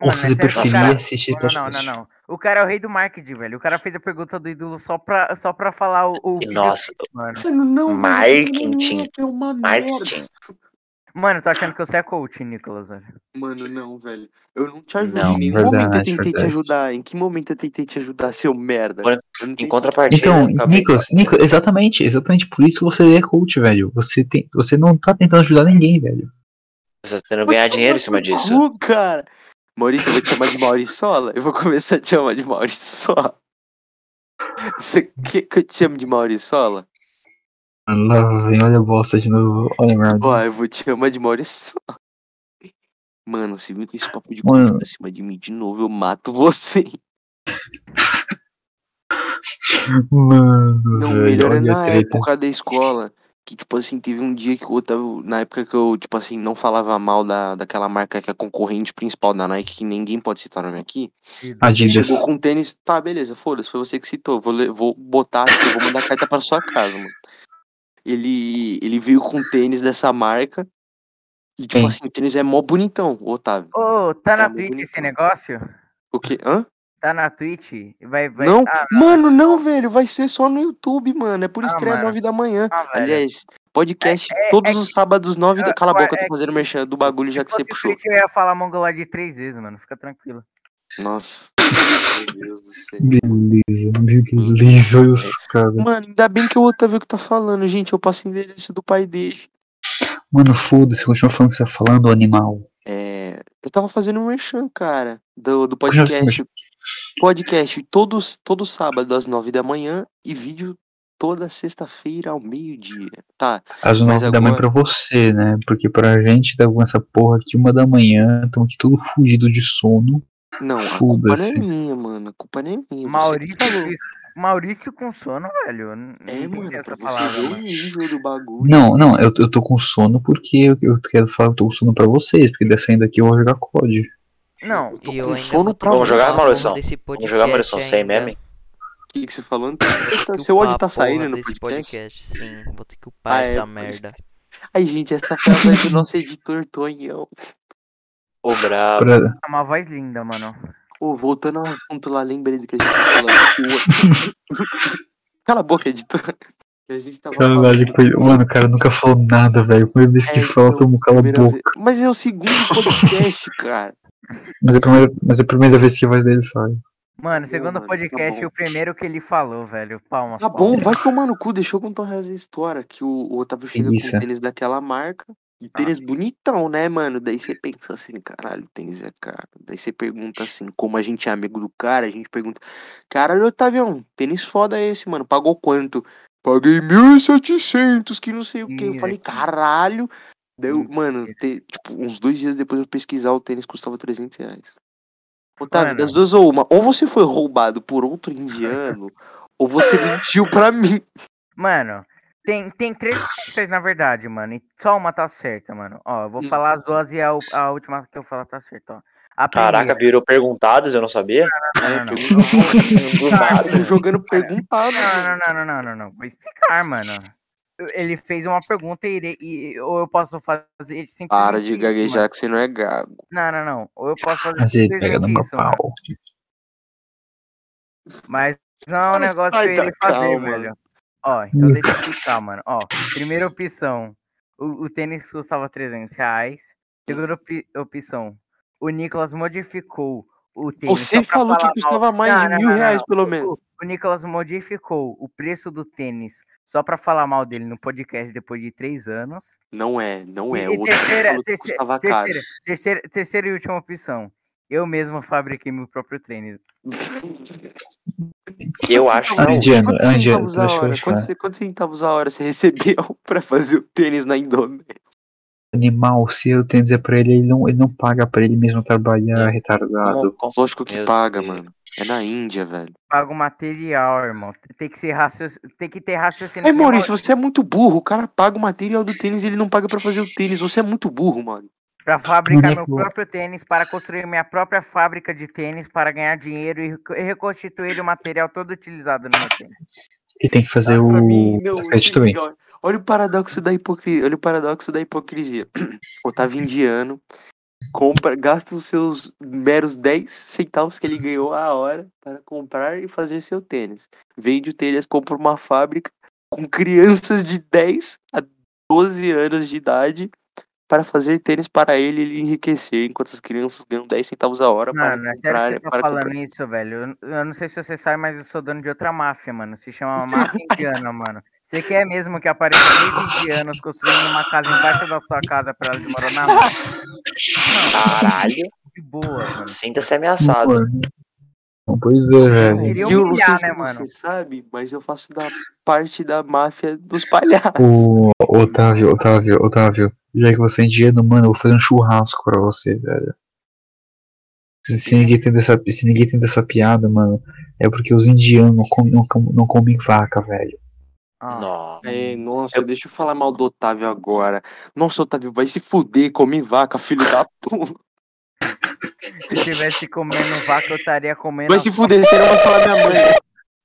Speaker 2: Ou
Speaker 4: Mano,
Speaker 2: se
Speaker 4: é
Speaker 2: ele
Speaker 4: sério,
Speaker 2: preferir
Speaker 4: cara.
Speaker 2: assistir
Speaker 4: Não, não, não, não, não. O cara é o rei do marketing, velho. O cara fez a pergunta do ídolo só pra, só pra falar o, o vídeo,
Speaker 3: Nossa,
Speaker 4: mano.
Speaker 1: Mano, não.
Speaker 3: velho, aquele Marketing. moleque
Speaker 1: É uma
Speaker 3: Marketing. merda.
Speaker 4: Mano, tô achando que você é coach, Nicolas, velho.
Speaker 1: Mano, não, velho. Eu não te ajudo.
Speaker 3: Não,
Speaker 1: em nenhum
Speaker 2: verdade,
Speaker 1: momento eu tentei te
Speaker 2: verdade.
Speaker 1: ajudar. Em que momento eu tentei te ajudar, seu merda?
Speaker 3: Agora,
Speaker 1: Eu não
Speaker 3: em
Speaker 1: tentei.
Speaker 3: contrapartida.
Speaker 2: Então,
Speaker 3: eu acabei-
Speaker 2: Nicolas, Nicolas, exatamente, exatamente por isso que você é coach, velho. Você, tem, você não tá tentando ajudar ninguém, velho.
Speaker 3: Você tá tentando ganhar dinheiro em cima disso.
Speaker 1: Cu, cara. Maurício, eu vou te chamar de Mauriçola. Eu vou começar a te chamar de Mauriçola. Você quer que eu te chame de Mauriçola?
Speaker 2: Lá vem, olha a bosta de novo, olha a merda.
Speaker 1: Ó, eu vou te chamar de Mauriçola. Mano, se vir com esse papo de
Speaker 2: Mano.
Speaker 1: cu pra cima de mim de novo, eu mato você.
Speaker 2: Mano,
Speaker 1: Não,
Speaker 2: velho,
Speaker 1: melhor é
Speaker 2: olha a
Speaker 1: na
Speaker 2: treta.
Speaker 1: época da escola. Que, tipo assim, teve um dia que o Otávio, na época que eu, tipo assim, não falava mal da, daquela marca que é a concorrente principal da Nike, que ninguém pode citar o nome aqui.
Speaker 2: Adidas.
Speaker 1: Chegou com um tênis, tá, beleza, foda-se, foi você que citou, vou, le- vou botar aqui, vou mandar carta pra sua casa, mano. Ele, ele veio com um tênis dessa marca, e tipo
Speaker 2: Quem?
Speaker 1: assim, o tênis é mó bonitão, o Otávio.
Speaker 4: Ô, tá na
Speaker 1: Tá
Speaker 4: Twitch esse
Speaker 1: bonito.
Speaker 4: negócio?
Speaker 1: O quê? Hã?
Speaker 4: Tá na Twitch? Vai, vai.
Speaker 1: não?
Speaker 4: Ah,
Speaker 1: Mano, não, velho, vai ser só no YouTube, mano, é por
Speaker 4: Ah,
Speaker 1: estreia
Speaker 4: mano.
Speaker 1: nove da manhã.
Speaker 4: ah, velho.
Speaker 1: Aliás, podcast
Speaker 4: É- é-
Speaker 1: todos
Speaker 4: é
Speaker 1: os sábados nove da...
Speaker 4: é-
Speaker 1: Cala a boca, eu
Speaker 4: é
Speaker 1: tô fazendo merchan do bagulho já que
Speaker 4: Se
Speaker 1: você
Speaker 4: fosse
Speaker 1: puxou.
Speaker 4: Twitch, eu ia falar mongolade três vezes, mano. Fica tranquilo.
Speaker 1: Nossa. Meu Deus do céu.
Speaker 2: Beleza, beleza, olha os caras.
Speaker 1: Mano, ainda bem que o Otávio que tá falando, gente, eu passo o endereço do pai dele.
Speaker 2: Mano, foda-se, continua falando o que você tá falando, animal.
Speaker 1: É, eu tava fazendo um merchan, cara, do, do
Speaker 2: Continua esse
Speaker 1: podcast. Podcast todos, todo sábado às nove da manhã e vídeo toda sexta-feira ao meio-dia. Tá,
Speaker 2: Às
Speaker 1: Mas
Speaker 2: nove da manhã pra
Speaker 1: agora-
Speaker 2: você, né? Porque pra gente tá com essa porra aqui uma da manhã, tamo aqui todo fudido de sono.
Speaker 1: não, a culpa não é
Speaker 2: Foda-se.
Speaker 1: minha, mano. A culpa não é minha. você que
Speaker 4: Maurício,
Speaker 1: falou.
Speaker 4: Maurício com sono, velho. eu Não
Speaker 1: É,
Speaker 4: entendi
Speaker 1: mano, pra
Speaker 4: essa
Speaker 1: você
Speaker 4: palavra,
Speaker 1: ver o
Speaker 4: mano.
Speaker 1: nível do bagulho.
Speaker 2: Não, não, eu, eu tô com sono porque eu, eu quero falar que eu tô com sono pra vocês, porque saindo daqui eu vou jogar COD.
Speaker 4: Não,
Speaker 1: tô
Speaker 5: E eu
Speaker 1: com
Speaker 5: ainda
Speaker 1: sono
Speaker 5: vou
Speaker 1: pra-
Speaker 5: tomar
Speaker 1: Vamos
Speaker 3: jogar,
Speaker 5: uma porra
Speaker 3: Maurício?
Speaker 5: desse
Speaker 3: Vamos jogar
Speaker 4: é
Speaker 5: podcast
Speaker 3: Maração sem
Speaker 5: ainda.
Speaker 3: meme?
Speaker 1: O que, que você falou? Então, você tá-
Speaker 5: Vou ter É que
Speaker 1: seu áudio
Speaker 5: upar
Speaker 1: tá
Speaker 5: a
Speaker 1: saindo
Speaker 5: porra
Speaker 1: no
Speaker 5: desse
Speaker 1: podcast?
Speaker 5: podcast? Sim, vou ter que upar
Speaker 1: Ah, é,
Speaker 5: essa
Speaker 1: por isso
Speaker 5: merda.
Speaker 1: Ai, gente, essa foi a voz do nosso editor Tonhão.
Speaker 3: Ô, brabo.
Speaker 2: Pra...
Speaker 4: É uma voz linda, mano.
Speaker 1: Ô, voltando ao assunto lá, lembrei do que a gente tava falando. Cala a boca, editor. Que a gente tava
Speaker 2: Caralho,
Speaker 1: falando.
Speaker 2: coelho. Mano, o cara nunca falou nada, velho. Primeira vez que
Speaker 1: tá É,
Speaker 2: fala,
Speaker 1: então,
Speaker 2: todo mundo cala a
Speaker 1: primeira
Speaker 2: boca.
Speaker 1: vez. Mas é o segundo podcast, cara.
Speaker 2: Mas é, a primeira, mas é a primeira vez que a voz dele sai.
Speaker 4: Mano,
Speaker 1: Não,
Speaker 4: segundo
Speaker 1: mano, tá
Speaker 4: podcast,
Speaker 1: bom.
Speaker 4: o primeiro que ele falou, velho. Palmas.
Speaker 1: Tá bom,
Speaker 4: palmas.
Speaker 1: vai tomar no cu. Deixa eu contar essa história. Que o, o Otávio chega com
Speaker 2: Delícia.
Speaker 1: um tênis daquela marca. E tênis bonitão, né, mano? Daí você pensa assim, caralho, o tênis é caro. Daí você pergunta assim, como a gente é amigo do cara, a gente pergunta, caralho, Otavião, tênis foda é esse, mano? Pagou quanto? Paguei 1.700, que não sei o quê. Eu
Speaker 4: Ih,
Speaker 1: falei,
Speaker 4: velho.
Speaker 1: caralho. Daí, eu,
Speaker 4: Hum.
Speaker 1: mano, te- tipo, uns dois dias depois eu pesquisar, o tênis custava 300 reais. Otávio,
Speaker 4: Mano.
Speaker 1: das duas ou uma, ou você foi roubado por outro indiano, ou você mentiu pra mim.
Speaker 4: Mano, tem, tem três opções, na verdade, mano. E só uma tá certa, mano. Ó, eu vou
Speaker 1: Hum.
Speaker 4: falar as duas e a, u- a última que eu falar tá certa, ó. A
Speaker 3: Caraca,
Speaker 4: primeira-
Speaker 3: virou perguntados, eu não sabia.
Speaker 4: não, não, não.
Speaker 3: Do nada.
Speaker 1: Tô jogando perguntado.
Speaker 4: Não, não, não, não, não, não, não. Vou explicar, mano. Eu- Ele fez uma pergunta e, ele- e- ou eu posso fazer simplesmente
Speaker 1: Para de
Speaker 4: isso,
Speaker 1: gaguejar que você não é gago.
Speaker 4: mano. Não, não, não. Ou eu posso fazer
Speaker 2: Mas ele pega no
Speaker 4: simplesmente
Speaker 2: meu
Speaker 4: isso, mano.
Speaker 2: pau.
Speaker 4: Mas não é um
Speaker 1: Mas
Speaker 4: negócio
Speaker 1: sai
Speaker 4: que eu
Speaker 1: da
Speaker 4: irei fazer,
Speaker 1: calma.
Speaker 4: velho. Ó, então deixa eu explicar, mano. Ó, primeira opção, o, o tênis custava 300 reais. Segunda opi- opção, o Nicolas modificou o tênis. só
Speaker 1: Você
Speaker 4: pra
Speaker 1: falou
Speaker 4: falar
Speaker 1: que
Speaker 4: mal-
Speaker 1: custava mais
Speaker 4: Não,
Speaker 1: de
Speaker 4: não,
Speaker 1: mil
Speaker 4: não, não,
Speaker 1: reais,
Speaker 4: não.
Speaker 1: pelo
Speaker 4: O-
Speaker 1: menos.
Speaker 4: O Nicolas modificou o preço do tênis só pra falar mal dele no podcast depois de três anos.
Speaker 1: Não é, não
Speaker 4: E-
Speaker 1: é.
Speaker 4: e
Speaker 1: O outro falou que
Speaker 4: terceira-
Speaker 1: custava caro.
Speaker 4: terceira, terceira, terceira e última opção. Eu mesmo fabriquei meu próprio tênis.
Speaker 3: Eu
Speaker 1: Quantos
Speaker 3: acho
Speaker 1: centavos-
Speaker 2: É um indiano,
Speaker 1: quantos
Speaker 2: é um indiano,
Speaker 1: centavos a
Speaker 2: deixa eu
Speaker 1: hora?
Speaker 2: achar.
Speaker 1: Quantos, quantos centavos a hora você recebeu pra fazer o tênis na Indonésia?
Speaker 2: Animal, se eu tenho que dizer pra ele, ele não, ele não paga pra ele mesmo
Speaker 1: É.
Speaker 2: trabalhar retardado.
Speaker 3: Como- como-
Speaker 1: Lógico que
Speaker 3: Meu
Speaker 1: paga,
Speaker 3: Deus.
Speaker 1: mano. É na Índia, velho.
Speaker 4: Paga o material, irmão. Tem que, ser racioc... Tem que ter raciocínio.
Speaker 1: É,
Speaker 4: que nem
Speaker 1: Maurício, você é muito burro. O cara paga o material do tênis e ele não paga pra fazer o tênis. Você é muito burro, mano.
Speaker 4: Pra fabricar meu
Speaker 2: Boneco.
Speaker 4: próprio tênis, para construir minha própria fábrica de tênis, para ganhar dinheiro e reco- e reconstituir o material todo utilizado no meu tênis.
Speaker 2: E tem que fazer
Speaker 1: Ah, Pra mim,
Speaker 2: o
Speaker 1: não,
Speaker 2: tapete
Speaker 1: se
Speaker 2: também.
Speaker 1: liga, olha- Olha o paradoxo da hipocrisia. Olha o paradoxo da hipocrisia. Otávio Indiano compra, gasta os seus meros 10 centavos que ele ganhou a hora para comprar e fazer seu tênis. Vende o tênis, compra uma fábrica com crianças de 10 a 12 anos de idade para fazer tênis para ele e ele enriquecer, enquanto as crianças ganham 10 centavos a hora para
Speaker 4: Mano, é sério
Speaker 1: comprar.
Speaker 4: que você tá
Speaker 1: para
Speaker 4: falando
Speaker 1: comprar.
Speaker 4: isso, velho. Eu n- Eu não sei se você sabe, mas eu sou dono de outra máfia, mano. Se chama Máfia Indiana, mano. Você quer mesmo que apareça dois indianos construindo uma casa embaixo da sua casa pra elas desmoronar? mano?
Speaker 3: Caralho,
Speaker 4: De boa, mano.
Speaker 3: sinta-se ameaçado.
Speaker 2: Mano. Bom, Pois é, velho.
Speaker 4: Queria
Speaker 1: Eu não sei
Speaker 4: humilhar,
Speaker 1: se
Speaker 4: né,
Speaker 1: você
Speaker 4: mano?
Speaker 1: sabe, mas eu faço da parte da máfia dos palhaços.
Speaker 2: O Tipo, Otávio, Otávio, Otávio, já que você é indiano, mano, eu vou fazer um churrasco pra você, velho. Se, se ninguém tem dessa, se ninguém tem dessa piada, mano, é porque os indianos não comem, não, com- não comem vaca, velho.
Speaker 4: Nossa.
Speaker 3: Não.
Speaker 1: É, nossa, deixa eu falar mal do Otávio agora. Nossa, Otávio, vai se fuder, come vaca, filho da puta.
Speaker 4: Se tivesse comendo vaca, eu estaria comendo.
Speaker 1: Vai se fuder, você não vai falar minha mãe.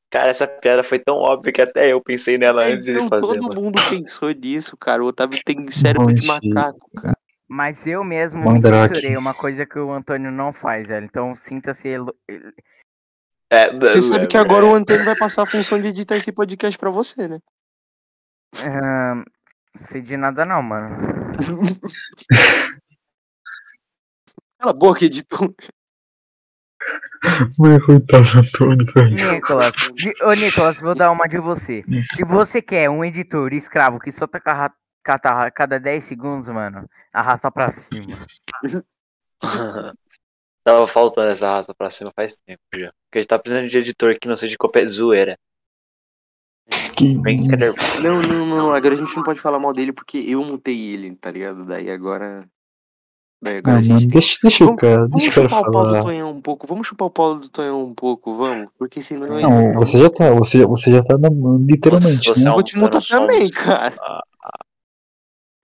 Speaker 3: Cara, essa piada foi tão óbvia que até eu pensei nela antes
Speaker 1: Então,
Speaker 3: de fazer,
Speaker 1: todo
Speaker 3: mano.
Speaker 1: mundo pensou nisso, cara. O Otávio tem cérebro de
Speaker 2: Nossa.
Speaker 1: macaco, cara.
Speaker 4: Mas eu mesmo me
Speaker 2: Mandrake.
Speaker 4: censurei, uma coisa que o Antônio não faz, velho. Então sinta-se. elo-
Speaker 3: É,
Speaker 1: Você sabe que agora o Antônio vai passar a função de editar esse podcast pra você, né?
Speaker 4: Ahn, sei de nada, não, mano.
Speaker 1: Cala a boca, editor.
Speaker 2: Mano, coitado do Antônio, velho.
Speaker 4: Nicolas, de- ô Nicolas, vou dar uma de você.
Speaker 1: Hum.
Speaker 4: Se você quer um editor escravo que só tá carra- catarra cada 10 segundos, mano, arrasta pra cima.
Speaker 3: Tava faltando essa raça pra cima faz tempo já. Porque a gente tá precisando de editor que não seja de qualquer zoeira.
Speaker 2: Que
Speaker 3: Brincadeira.
Speaker 1: Não, não, não. Agora a gente não pode falar mal dele porque eu mutei ele, tá ligado? Daí agora. Daí agora
Speaker 2: Ah,
Speaker 1: a
Speaker 2: mano,
Speaker 1: gente
Speaker 2: deixa, deixa o cara,
Speaker 1: Vamos
Speaker 2: deixa o cara
Speaker 1: chupar o pau do
Speaker 2: falar.
Speaker 1: Tonhão um pouco, vamos chupar o pau do Tonhão um pouco, vamos, porque senão ele
Speaker 2: Não, você já tá, você, você já tá na, literalmente,
Speaker 3: Você- você
Speaker 2: né?
Speaker 3: é um-
Speaker 1: vou te multar
Speaker 3: nós somos-
Speaker 1: também, cara.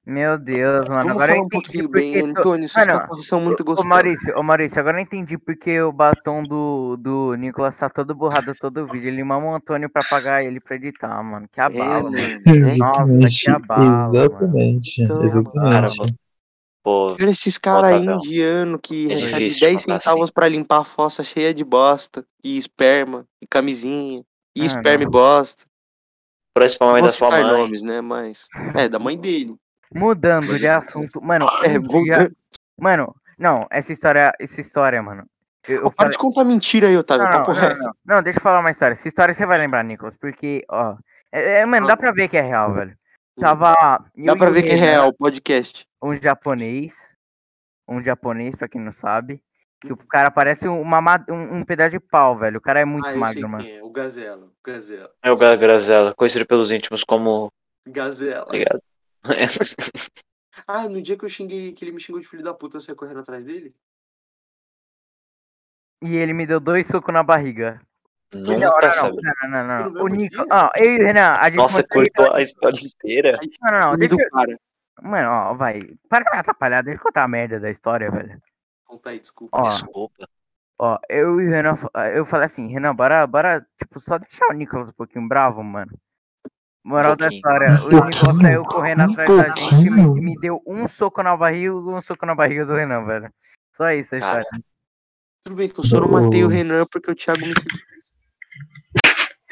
Speaker 4: Meu Deus, mano.
Speaker 1: vamos
Speaker 4: agora
Speaker 1: falar
Speaker 4: eu
Speaker 1: um
Speaker 4: entendi
Speaker 1: pouquinho
Speaker 4: porque
Speaker 1: bem,
Speaker 4: to-
Speaker 1: Antônio, seus
Speaker 4: Mano,
Speaker 1: cachorros são muito
Speaker 4: Ô
Speaker 1: gostosos.
Speaker 4: Maurício, ô Maurício, agora eu entendi porque o batom do, do Nicolas tá todo borrado todo o vídeo. Ele mama o Antônio pra pagar ele pra editar, mano. Que
Speaker 1: é,
Speaker 4: abalo, mano.
Speaker 2: Uhum.
Speaker 1: mano, é.
Speaker 2: Exatamente,
Speaker 4: Nossa, que abala, mano.
Speaker 2: exatamente,
Speaker 1: Então,
Speaker 2: exatamente.
Speaker 3: cara, Pô,
Speaker 1: Olha esses caras aí
Speaker 3: Botadão.
Speaker 1: indiano que
Speaker 3: É
Speaker 1: recebem
Speaker 3: difícil
Speaker 1: 10
Speaker 4: assim.
Speaker 3: comprar
Speaker 1: centavos pra limpar a fossa cheia de bosta, e esperma, e camisinha, e
Speaker 4: Ah,
Speaker 1: esperma e
Speaker 4: não.
Speaker 1: bosta.
Speaker 3: principalmente
Speaker 1: Não vou
Speaker 3: da sua
Speaker 1: citar
Speaker 3: mãe.
Speaker 1: nomes, né, mas... É, da mãe dele.
Speaker 4: Mudando de assunto, mano.
Speaker 1: É,
Speaker 4: um dia-
Speaker 1: voltando.
Speaker 4: Mano, não, essa história, essa história, mano. Eu, eu
Speaker 1: Para
Speaker 4: falei-
Speaker 1: de contar mentira Tá aí, Otávio,
Speaker 4: Não, não, é,
Speaker 1: papo
Speaker 4: não,
Speaker 1: reto.
Speaker 4: não, não, deixa eu falar uma história. Essa história você vai lembrar, Nicolas, porque, ó. é- é, mano, dá pra ver que é real, velho. Tava.
Speaker 1: Hum. Dá
Speaker 4: eu
Speaker 1: pra
Speaker 4: e o
Speaker 1: ver que é
Speaker 4: Renan,
Speaker 1: real, podcast.
Speaker 4: um japonês, um japonês, pra quem não sabe, que o cara parece uma, ma- um, um pedaço de pau, velho. O cara é muito
Speaker 1: ah, eu sei
Speaker 4: magro,
Speaker 1: quem
Speaker 4: mano.
Speaker 1: é, o Gazela, o Gazela,
Speaker 3: É o Bela Grazela, conhecido pelos íntimos como.
Speaker 1: Gazela.
Speaker 3: Obrigado.
Speaker 1: Ah, no dia que eu xinguei, que ele me xingou de filho da puta, eu saí correndo atrás dele?
Speaker 4: E ele me deu dois socos na barriga. Não, não,
Speaker 1: tá
Speaker 3: Nunca
Speaker 4: não,
Speaker 3: sabe.
Speaker 4: não, não, não,
Speaker 1: Foi
Speaker 4: não.
Speaker 1: no
Speaker 4: O
Speaker 1: mesmo
Speaker 4: Nico,
Speaker 1: dia?
Speaker 4: ó, eu e o Renan, a gente
Speaker 3: Nossa,
Speaker 4: mostrou-
Speaker 3: cortou
Speaker 1: tá
Speaker 3: a história inteira.
Speaker 4: Não, não, não,
Speaker 1: Filho do
Speaker 4: Ah, deixa eu...
Speaker 1: cara.
Speaker 4: Mano, ó, vai. Para de me atrapalhar, deixa eu contar a merda da história, velho.
Speaker 1: Conta aí, desculpa.
Speaker 4: Ó,
Speaker 3: Desculpa.
Speaker 4: ó, eu e o Renan, fa- eu falei assim, Renan, bora, bora, tipo, só deixar o Nicolas um pouquinho bravo, mano. Moral da
Speaker 3: pouquinho.
Speaker 4: história, o
Speaker 2: Um
Speaker 4: Nicolas saiu
Speaker 2: pouquinho,
Speaker 4: correndo
Speaker 2: um
Speaker 4: atrás da gente e me-
Speaker 2: pouquinho.
Speaker 4: me deu um soco na barriga e um soco na barriga do Renan, velho. Só isso a história.
Speaker 1: Tudo bem que eu só não matei o Renan porque o Thiago me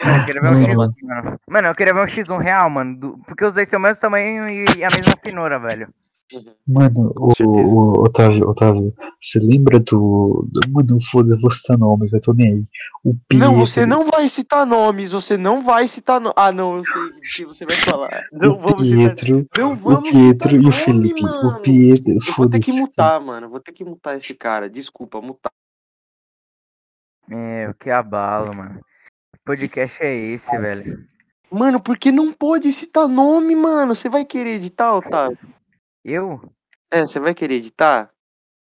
Speaker 4: Mano, eu queria ver um
Speaker 2: Mano,
Speaker 4: X1, mano. Mano, eu queria ver um X1 real, mano. do- Porque os dois têm o mesmo tamanho e e a mesma finura, velho.
Speaker 2: Mano,
Speaker 1: Com
Speaker 2: o,
Speaker 1: certeza.
Speaker 2: o Otávio, Otávio, você lembra do. do mano, foda-se, vou citar nomes, eu tô nem aí. O Pietro.
Speaker 1: Não, você não vai citar nomes, você não vai citar nomes. Ah, não, eu sei o que você vai falar. Não
Speaker 2: O
Speaker 1: vamos citar.
Speaker 2: Pietro.
Speaker 1: Não
Speaker 2: O
Speaker 1: vamos
Speaker 2: Pietro
Speaker 1: citar
Speaker 2: e o
Speaker 1: nome,
Speaker 2: Felipe.
Speaker 1: mano.
Speaker 2: O Pietro,
Speaker 1: Eu vou ter que
Speaker 2: foda-se.
Speaker 1: mutar, mano. eu Vou ter que mutar esse cara. Desculpa, mutar.
Speaker 4: Meu, que abalo, mano. Que podcast é esse, velho?
Speaker 1: Mano, porque não pode citar nome, mano. Você vai querer editar, Otávio?
Speaker 4: Eu?
Speaker 1: É, você vai querer editar?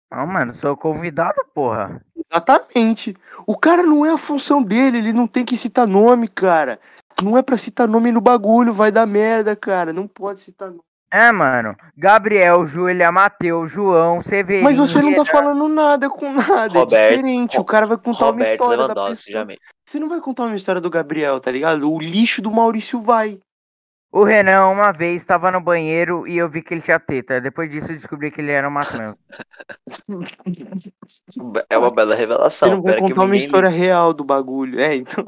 Speaker 4: Ah, mano, sou convidado, porra.
Speaker 1: Exatamente. O cara não é a função dele, ele não tem que citar nome, cara. Não é pra citar nome no bagulho, vai dar merda, cara. Não pode citar nome.
Speaker 4: É, mano. Gabriel, Joelha, Matheus, João, Severino.
Speaker 1: Mas você não
Speaker 4: é.
Speaker 1: tá falando nada com nada, é
Speaker 3: Roberto-
Speaker 1: diferente. O cara vai contar uma
Speaker 3: Roberto
Speaker 1: história da
Speaker 3: Lewandowski,
Speaker 1: pessoa.
Speaker 3: jamais.
Speaker 1: Você não vai contar uma história do Gabriel, tá ligado? O lixo do Maurício vai.
Speaker 4: O Renan, uma vez, estava no banheiro e eu vi que ele tinha teta. Depois disso, eu descobri que ele era um uma trans.
Speaker 3: É uma bela revelação.
Speaker 1: Você não vai
Speaker 3: pera que
Speaker 1: contar uma
Speaker 3: ninguém-
Speaker 1: história real do bagulho. É, então.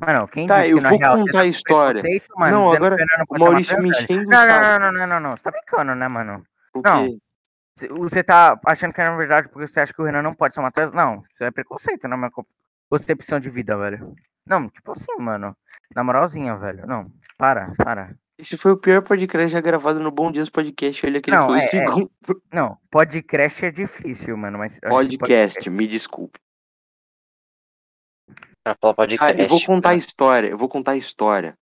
Speaker 4: Mano, quem
Speaker 1: Tá,
Speaker 4: disse
Speaker 1: eu
Speaker 4: que na
Speaker 1: vou
Speaker 4: real,
Speaker 1: contar a
Speaker 4: teta é
Speaker 1: história.
Speaker 4: preconceito, mano?
Speaker 1: Não,
Speaker 4: Dizendo
Speaker 1: agora
Speaker 4: que Renan não
Speaker 1: O
Speaker 4: pode ser uma
Speaker 1: Maurício me
Speaker 4: trans, velho?
Speaker 1: enchendo o
Speaker 4: Não, não,
Speaker 1: saco.
Speaker 4: não, não, não, não, não. Você tá brincando, né, mano?
Speaker 1: Porque
Speaker 4: não. Se- Você tá achando que é na verdade porque você acha que o Renan não pode ser uma trans? Não, isso é preconceito na minha co- concepção de vida, velho. Não, tipo assim, mano. Na moralzinha, velho. Não, para, para.
Speaker 1: esse foi o pior podcast já gravado no Bom Dias Podcast. Olha que ele
Speaker 4: Não,
Speaker 1: foi
Speaker 4: é,
Speaker 1: o
Speaker 4: é.
Speaker 1: segundo
Speaker 4: Não, podcast é difícil, mano, mas... acho que
Speaker 1: podcast. Me desculpe.
Speaker 3: Pra falar podcast,
Speaker 1: Ah, eu vou contar a
Speaker 3: né?
Speaker 1: história. Eu vou contar a história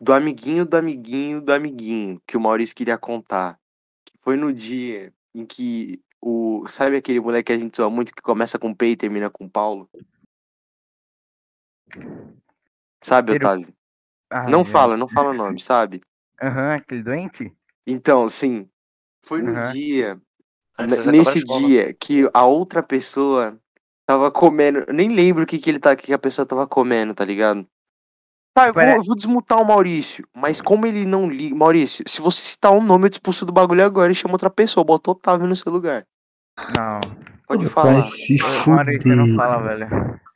Speaker 1: do amiguinho, do amiguinho, do amiguinho que o Maurício queria contar. Que foi no dia em que o. Sabe aquele moleque que a gente zoa muito que começa com P e termina com Paulo? Sabe,
Speaker 4: Pedro-
Speaker 1: Otávio?
Speaker 4: Ah,
Speaker 1: Não
Speaker 4: já-
Speaker 1: fala, não fala o nome, sabe?
Speaker 4: Aham, aquele doente?
Speaker 1: Então, sim. Foi no
Speaker 4: Aham.
Speaker 1: dia,
Speaker 3: Antes
Speaker 1: n-
Speaker 3: você
Speaker 1: nesse
Speaker 3: acaba de falar.
Speaker 1: dia, que a outra pessoa tava comendo. Eu nem lembro o que, que ele tá, que a pessoa tava comendo, tá ligado? Tá, eu vou,
Speaker 4: Pera-
Speaker 1: eu vou desmutar o Maurício. Mas como ele não liga. Maurício, se você citar um nome, eu te expulso do bagulho agora e chamo outra pessoa. Bota o Otávio no seu lugar.
Speaker 4: Não.
Speaker 1: Pode
Speaker 2: Vai
Speaker 1: falar.
Speaker 2: se
Speaker 4: Maurício, você não
Speaker 2: fuder.
Speaker 4: fala, velho.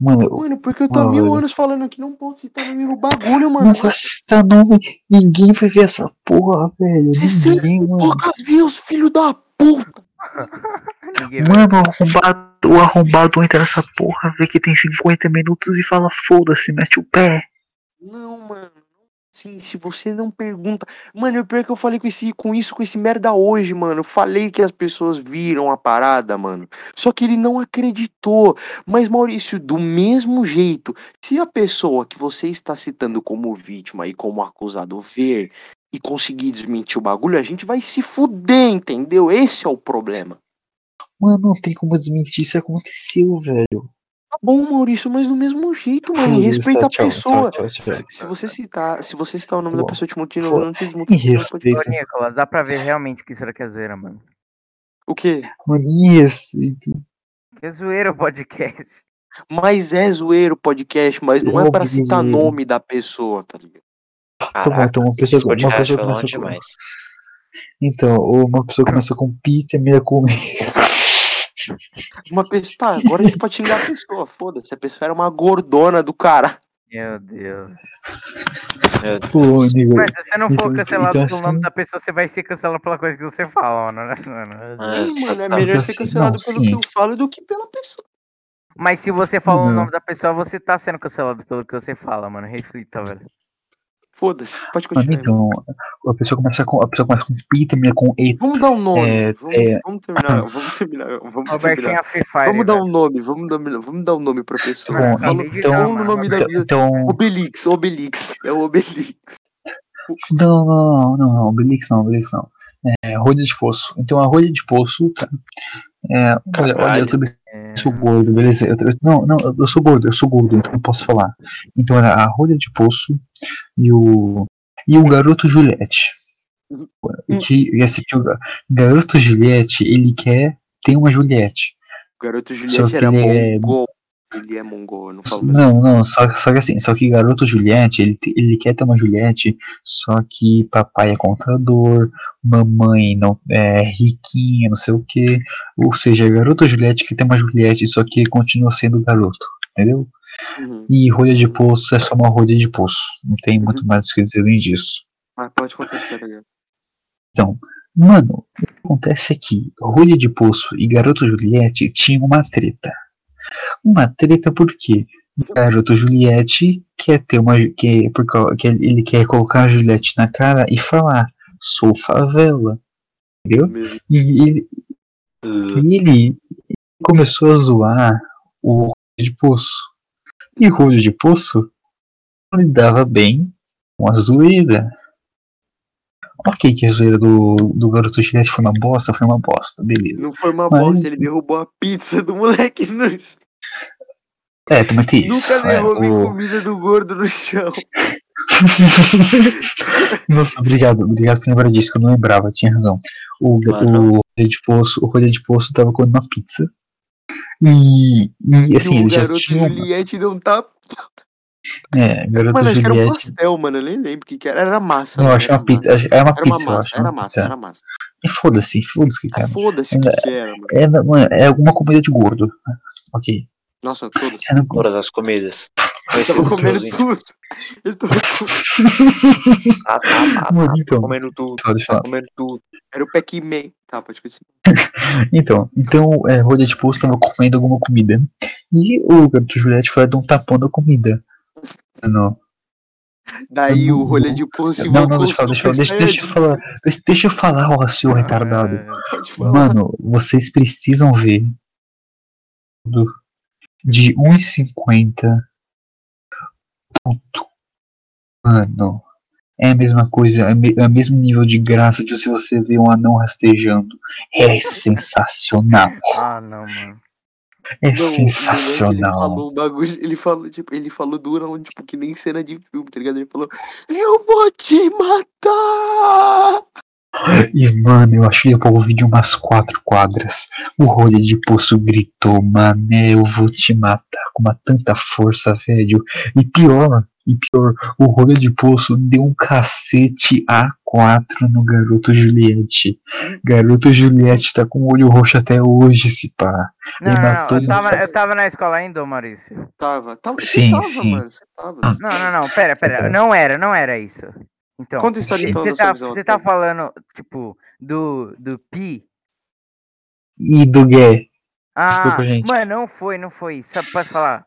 Speaker 2: Mano, eu
Speaker 1: Mano, porque eu tô há mil
Speaker 2: Olha.
Speaker 1: anos falando que não posso citar nome no bagulho,
Speaker 2: não
Speaker 1: mano.
Speaker 2: vou citar nome. Ninguém vai ver essa porra, velho.
Speaker 1: Você sempre
Speaker 2: Ninguém, mano.
Speaker 1: Poucas views, filho da puta.
Speaker 4: Ninguém vai-
Speaker 2: Mano, o arrombado, o arrombado entra nessa porra, vê que tem 50 minutos e fala foda-se, mete o pé.
Speaker 1: Não, mano. Sim, se você não pergunta. Mano, o pior é que eu falei com, esse, com isso, com esse merda hoje, mano. Eu falei que as pessoas viram a parada, mano. Só que ele não acreditou. Mas, Maurício, do mesmo jeito, se a pessoa que você está citando como vítima e como acusado ver e conseguir desmentir o bagulho, a gente vai se fuder, entendeu? Esse é o problema.
Speaker 2: Mano, não tem como desmentir isso aconteceu, velho.
Speaker 1: Tá bom, Maurício, mas do mesmo jeito, mano. E
Speaker 2: Foda-se,
Speaker 1: respeita a
Speaker 2: tchau,
Speaker 1: pessoa.
Speaker 2: tchau, tchau, tchau.
Speaker 1: Se, se você citar, se você citar o nome
Speaker 2: Tá
Speaker 1: da
Speaker 2: bom.
Speaker 1: pessoa, eu te multo de novo, eu não te desmonto.
Speaker 2: Em respeito,
Speaker 4: Ô, Nicolas, dá pra ver realmente que isso era que é zoeira, mano.
Speaker 1: O quê?
Speaker 2: mano, em respeito.
Speaker 4: Que é zoeira o podcast.
Speaker 1: Mas é zoeiro o podcast, mas não é
Speaker 2: Óbvio
Speaker 1: pra
Speaker 2: que é
Speaker 1: citar
Speaker 2: zoeiro.
Speaker 1: nome da pessoa, tá ligado?
Speaker 2: Tá bom,
Speaker 3: Caraca,
Speaker 2: então uma pessoa,
Speaker 3: esse
Speaker 2: uma
Speaker 3: podcast
Speaker 2: pessoa
Speaker 3: foi longe
Speaker 2: começa com...
Speaker 3: demais.
Speaker 2: Então, ou uma pessoa começa com P e termina com
Speaker 1: Uma pessoa, tá, agora a gente pode xingar a pessoa, foda-se, a pessoa era uma gordona do cara.
Speaker 4: Meu Deus.
Speaker 3: Meu Deus.
Speaker 2: Pô, nego.
Speaker 4: Mas se você não for
Speaker 2: Então,
Speaker 4: cancelado
Speaker 2: então
Speaker 4: pelo nome
Speaker 2: assim-
Speaker 4: da pessoa, você vai ser cancelado pela coisa que você fala, mano. né, mano?
Speaker 3: Ah,
Speaker 1: Ih, mano, é
Speaker 3: tá.
Speaker 1: melhor
Speaker 2: Assim,
Speaker 1: ser cancelado
Speaker 2: não,
Speaker 1: pelo
Speaker 2: sim.
Speaker 1: que eu falo do que pela pessoa.
Speaker 4: Mas se você falou o
Speaker 2: Não.
Speaker 4: nome da pessoa, você tá sendo cancelado pelo que você fala, mano. Reflita, velho.
Speaker 1: Foda-se, pode
Speaker 2: Mano,
Speaker 1: continuar.
Speaker 2: então, a pessoa começa com, a pessoa começa com P e termina com E.
Speaker 1: Vamos dar um nome,
Speaker 2: É,
Speaker 1: vamos,
Speaker 2: é.
Speaker 1: vamos terminar, vamos terminar, vamos terminar.
Speaker 4: Robertinho é Free Fire.
Speaker 1: é Vamos dar
Speaker 4: velho.
Speaker 1: um nome, vamos dar, vamos dar um nome pra pessoa.
Speaker 4: Mano,
Speaker 2: Bom,
Speaker 4: acabei de
Speaker 2: então-
Speaker 4: dar,
Speaker 1: Vamos no
Speaker 4: mano.
Speaker 1: nome da
Speaker 2: Então,
Speaker 1: vida.
Speaker 2: então
Speaker 1: Obelix, Obelix, é o Obelix.
Speaker 2: então, Não, não, não, não, não, Obelix não, Obelix não. É, rolha de poço. Então a rolha de poço, tá? É, olha, olha, eu
Speaker 3: Caralho.
Speaker 2: também
Speaker 4: É,
Speaker 2: sou gordo, beleza? Eu, eu- não, não, eu sou gordo, eu sou gordo, então eu posso falar. Então era a rolha de poço e o. E o garoto Juliette. Que, esse aqui, o ga- garoto Juliette, ele quer ter uma Juliette.
Speaker 1: O garoto Juliette
Speaker 2: que
Speaker 1: era
Speaker 2: ele é-
Speaker 1: mongol. Ele é mongol, eu não falo mais.
Speaker 2: Não, não, só, só que assim, só que garoto Juliette, ele, te- ele quer ter uma Juliette, só que papai é contador, mamãe não é riquinha, não sei o que. Ou seja, garoto Juliette quer ter uma Juliette, só que continua sendo garoto, entendeu?
Speaker 1: Uhum.
Speaker 2: E rolha de poço é só uma rolha de poço, não tem muito mais o que dizer além disso.
Speaker 1: Mas pode contestar, tá ligado?
Speaker 2: Mano, o que acontece é que Rolha de Poço e Garoto Juliette tinham uma treta. Uma treta porque Garoto Juliette quer ter uma. ju- Que, porque ó, que ele quer colocar a Juliette na cara e falar: sou favela. Entendeu?
Speaker 1: Mesmo.
Speaker 2: E ele,
Speaker 1: Uhum.
Speaker 2: e ele começou a zoar o Rolha de Poço. E Rolha de Poço lidava bem com a zoeira. Ok, que a zoeira do, do garoto chinês foi uma bosta, foi uma bosta, beleza.
Speaker 1: Não foi uma
Speaker 2: Mas-
Speaker 1: bosta, ele derrubou a pizza do moleque no
Speaker 2: É, também tem isso.
Speaker 1: Nunca
Speaker 2: né?
Speaker 1: derrubei
Speaker 2: O-
Speaker 1: comida do gordo no chão.
Speaker 2: Nossa, obrigado, obrigado por lembrar disso, que eu não lembrava, tinha razão. O,
Speaker 1: Mano.
Speaker 2: o rolê de poço, o rolê de poço tava comendo uma pizza. E, e assim,
Speaker 1: e o
Speaker 2: ele já
Speaker 1: garoto
Speaker 2: tinha. Uma,
Speaker 1: Juliette não tá.
Speaker 2: é, garoto
Speaker 1: Mano, acho que era um
Speaker 2: Juliette.
Speaker 1: pastel, mano. Eu nem lembro o que, que era. Era massa.
Speaker 2: Não,
Speaker 1: mano,
Speaker 2: acho que é uma
Speaker 1: era massa.
Speaker 2: pizza. acho- Era uma
Speaker 1: Era uma
Speaker 2: pizza, eu
Speaker 1: massa,
Speaker 2: acho.
Speaker 1: era
Speaker 2: uma
Speaker 1: massa,
Speaker 2: pizza.
Speaker 1: era massa.
Speaker 2: E foda-se, foda-se que
Speaker 1: Ah,
Speaker 2: cara.
Speaker 1: foda-se o que, que era, mano.
Speaker 2: É, mano, é alguma comida de gordo. né? Ok.
Speaker 1: Nossa, todos.
Speaker 2: Era um-
Speaker 3: Todas as comidas.
Speaker 1: Ele
Speaker 3: Conhecido
Speaker 1: tava
Speaker 3: como
Speaker 1: comendo
Speaker 3: Joãozinho.
Speaker 1: tudo. Ele tava com-
Speaker 3: Ah, tá, tá, tá,
Speaker 2: Mano,
Speaker 3: tá,
Speaker 2: então.
Speaker 3: comendo tudo,
Speaker 2: Tá, deixa eu falar.
Speaker 3: comendo tudo.
Speaker 1: Era o Pac-Man. Tá, pode continuar.
Speaker 2: Então, então é, Rolha de Poço tava comendo alguma comida. E o garoto Juliette foi dar um tapão na comida. Não.
Speaker 1: Daí
Speaker 2: Não,
Speaker 1: o rolê
Speaker 2: não,
Speaker 1: de pulso
Speaker 2: Não,
Speaker 1: invocou
Speaker 2: não,
Speaker 1: o
Speaker 2: deixa eu falar, deixa
Speaker 1: Super
Speaker 2: eu falar, deixa, deixa eu
Speaker 1: Saiyajin.
Speaker 2: falar. Deixa, deixa eu falar, ó, seu retardado.
Speaker 4: Ah,
Speaker 1: Pode falar.
Speaker 2: Mano, vocês precisam ver. Do- De 1,50. Puto. Mano. É a mesma coisa, é, me- é o mesmo nível de graça de se você ver um anão rastejando. É sensacional.
Speaker 4: ah, não, mano.
Speaker 2: É
Speaker 1: Não, o moleque, Ele
Speaker 2: sensacional.
Speaker 1: falou um bagulho, ele falou, tipo, ele falou durão, tipo, que nem cena de filme, tá ligado? Ele falou, eu vou te matar!
Speaker 2: E, mano, eu achei o vídeo umas quatro quadras. O rolê de poço gritou, mané, eu vou te matar com uma tanta força, velho. E pior, e pior, o rolê de poço deu um cacete A4 no garoto Juliette. Garoto Juliette tá com o olho roxo até hoje, se pá.
Speaker 4: Não,
Speaker 2: Ele
Speaker 4: não,
Speaker 2: matou
Speaker 4: não, eu
Speaker 2: ele.
Speaker 4: tava, eu tava na escola ainda, ô Maurício.
Speaker 1: Tava, tava,
Speaker 2: Sim,
Speaker 1: você tava,
Speaker 2: sim.
Speaker 1: mano, você tava.
Speaker 4: Não, não, não, pera,
Speaker 2: Tá.
Speaker 4: pera. Não era, não era isso. Então,
Speaker 1: Conta a história
Speaker 2: Sim.
Speaker 1: então, na
Speaker 4: você
Speaker 1: sua
Speaker 4: tá,
Speaker 1: visão.
Speaker 4: você tá
Speaker 1: Antônio.
Speaker 4: falando, tipo, do, do Pi?
Speaker 2: E do Gué.
Speaker 4: Ah,
Speaker 2: com a gente.
Speaker 4: mano, não foi, não foi. Sabe, posso falar?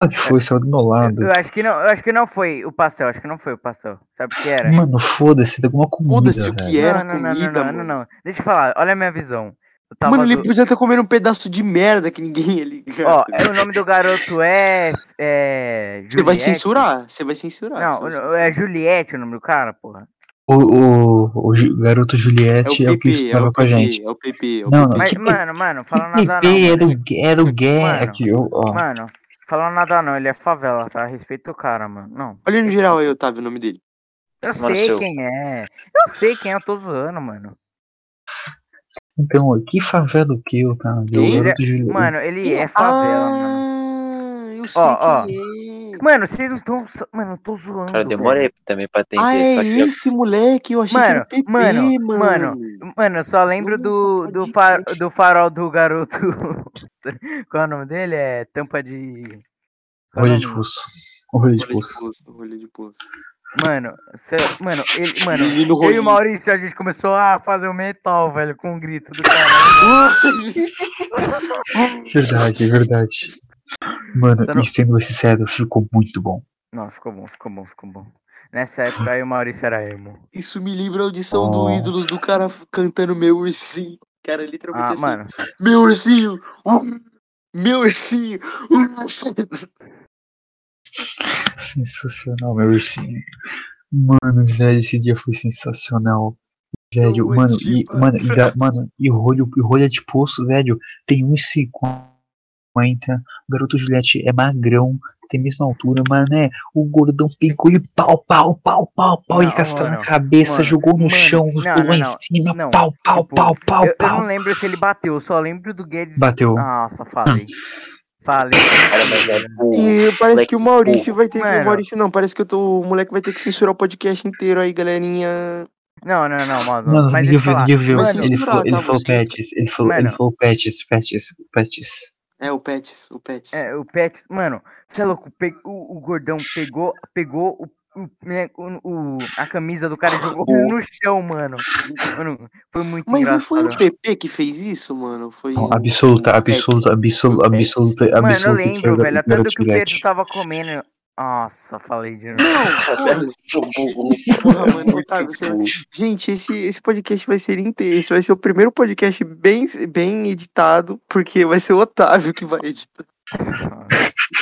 Speaker 2: Ah, Foi, saiu do meu
Speaker 1: Ah,
Speaker 2: lado.
Speaker 4: Eu acho que não, eu acho que não foi o pastel, acho que não foi o pastel. Sabe o que era?
Speaker 2: Mano, foda-se, deu alguma comida.
Speaker 1: Foda-se o
Speaker 2: velho.
Speaker 1: que era
Speaker 4: não, não,
Speaker 1: comida,
Speaker 4: não, não,
Speaker 1: mano.
Speaker 4: não, não. Deixa eu falar, olha a minha visão. Eu tava
Speaker 1: Mano, ele
Speaker 4: do-
Speaker 1: podia estar comendo um pedaço de merda que ninguém ia ligar. tá
Speaker 4: Ó,
Speaker 1: ligado?
Speaker 4: é, o nome do garoto é. é
Speaker 1: você vai
Speaker 4: Juliette?
Speaker 1: censurar, você vai censurar.
Speaker 4: Não,
Speaker 1: você vai
Speaker 4: o- é Juliette o nome do cara, porra.
Speaker 2: O, o, o Ju- garoto Juliette é o,
Speaker 1: censurar.
Speaker 2: que estava com a gente.
Speaker 1: é o PP, é o PP.
Speaker 2: Não, não.
Speaker 4: Mas,
Speaker 2: que-
Speaker 4: mano, mano, fala
Speaker 2: PP
Speaker 4: nada não.
Speaker 2: era o, era o Gué
Speaker 4: Mano.
Speaker 2: é aqui, ó, ó.
Speaker 4: Mano, falando nada não, ele é favela, tá? Respeita o cara, mano. Não.
Speaker 1: Olha no geral aí, Otávio, o nome dele.
Speaker 4: Eu
Speaker 3: Mano,
Speaker 4: sei
Speaker 3: seu-
Speaker 4: quem é. Eu sei quem é, eu tô zoando, mano.
Speaker 2: Então, ó, que favela o que eu tava vendo?
Speaker 1: Ele-
Speaker 2: O garoto Juliette.
Speaker 4: Mano, ele é favela, mano.
Speaker 1: Ah, eu sei
Speaker 4: Ó,
Speaker 1: quem é.
Speaker 4: Mano, vocês não estão. Mano, eu tô zoando.
Speaker 3: Cara, eu demorei também pra entender.
Speaker 1: Tá Ah, é
Speaker 3: só que eu-
Speaker 1: esse moleque, eu achei que era o
Speaker 4: Mano,
Speaker 1: PP,
Speaker 4: mano,
Speaker 1: mano.
Speaker 4: mano, Mano, eu só lembro do,
Speaker 1: Nossa,
Speaker 4: do,
Speaker 1: pode
Speaker 4: fa- do farol do garoto. Qual é o nome dele? É tampa de. qual é o
Speaker 2: Olho de
Speaker 4: nome?
Speaker 2: pulso. Olho de
Speaker 1: Olho de
Speaker 2: pulso.
Speaker 1: poço, olho de poço. Mano,
Speaker 4: Mano, cê- mano, ele, mano,
Speaker 1: Menino
Speaker 4: eu e
Speaker 1: rolista.
Speaker 4: o Maurício, a gente começou a fazer o metal, velho, com o grito do cara.
Speaker 2: Verdade, é verdade. Mano,
Speaker 4: Você não-
Speaker 2: e sendo sincero, ficou muito bom.
Speaker 4: Não, ficou bom, ficou bom, ficou bom. Nessa época aí o Maurício era emo.
Speaker 1: Isso me lembra a audição
Speaker 2: Oh.
Speaker 1: do Ídolos do cara cantando Meu Ursinho. Cara, literalmente
Speaker 4: Ah,
Speaker 1: assim.
Speaker 4: mano,
Speaker 1: Meu ursinho! hum, Meu ursinho! hum."
Speaker 2: Sensacional, meu ursinho. Mano, velho, esse dia foi sensacional. Velho,
Speaker 1: vou
Speaker 2: mano,
Speaker 1: te
Speaker 2: e, mano, e, ga- mano, e rolho, e rolha de poço, velho, tem 1,50. Garoto Juliette é magrão, tem a mesma altura, mané. O gordão pegou ele pau, pau, pau, pau, pau. Ele
Speaker 4: Não,
Speaker 2: castou na
Speaker 4: mano,
Speaker 2: cabeça,
Speaker 4: mano,
Speaker 2: jogou no
Speaker 4: mano,
Speaker 2: chão,
Speaker 4: não,
Speaker 2: jogou
Speaker 4: não,
Speaker 2: em
Speaker 4: não,
Speaker 2: cima,
Speaker 4: não,
Speaker 2: pau, pau,
Speaker 4: tipo,
Speaker 2: pau, pau,
Speaker 4: eu, eu
Speaker 2: pau.
Speaker 4: não lembro se ele bateu, eu só lembro do Guedes.
Speaker 2: Bateu. Ah.
Speaker 4: Nossa, falei. Falei.
Speaker 3: Cara, mas é burro.
Speaker 1: E parece que o Maurício vai ter que.
Speaker 4: Mano.
Speaker 1: O Maurício não, parece que eu tô, o moleque vai ter que censurar o podcast inteiro aí, galerinha.
Speaker 4: Não, não, não, mano.
Speaker 2: Mano,
Speaker 4: mas
Speaker 2: ninguém
Speaker 4: deixa
Speaker 2: viu,
Speaker 4: eu falar.
Speaker 2: ninguém viu.
Speaker 1: Mas
Speaker 2: Ele
Speaker 1: censurar,
Speaker 2: falou, ele
Speaker 1: tá,
Speaker 2: falou
Speaker 1: você?
Speaker 2: patches, ele falou, ele
Speaker 4: Mano.
Speaker 2: falou patches, patches, patches.
Speaker 1: É, o Pets, o Pets.
Speaker 4: É, o Pet, mano, você é louco, pe- o, o gordão pegou, pegou o, o- né, o- o- a camisa do cara e jogou no chão, mano. Mano, foi muito
Speaker 1: Mas não
Speaker 4: engraçado.
Speaker 1: foi um o PP que fez isso, mano? Foi.
Speaker 2: Não,
Speaker 1: o-
Speaker 2: absoluta,
Speaker 1: o
Speaker 2: absoluta,
Speaker 1: Pets.
Speaker 2: absoluta, absoluta, absoluta.
Speaker 4: mano, eu
Speaker 2: que
Speaker 4: lembro,
Speaker 2: era
Speaker 4: velho,
Speaker 2: o
Speaker 4: até do
Speaker 2: garoto
Speaker 4: que o Pedro tá-
Speaker 2: Juliette.
Speaker 4: tava comendo. Nossa, falei de novo.
Speaker 1: Não, tá
Speaker 3: Você é
Speaker 1: porra,
Speaker 3: muito burro.
Speaker 1: Porra, mano,
Speaker 3: Muito
Speaker 1: Otávio, você-
Speaker 3: burro.
Speaker 1: Gente, esse, esse podcast vai ser inteiro. Esse vai ser o primeiro podcast bem, bem editado, porque vai ser o Otávio que vai editar.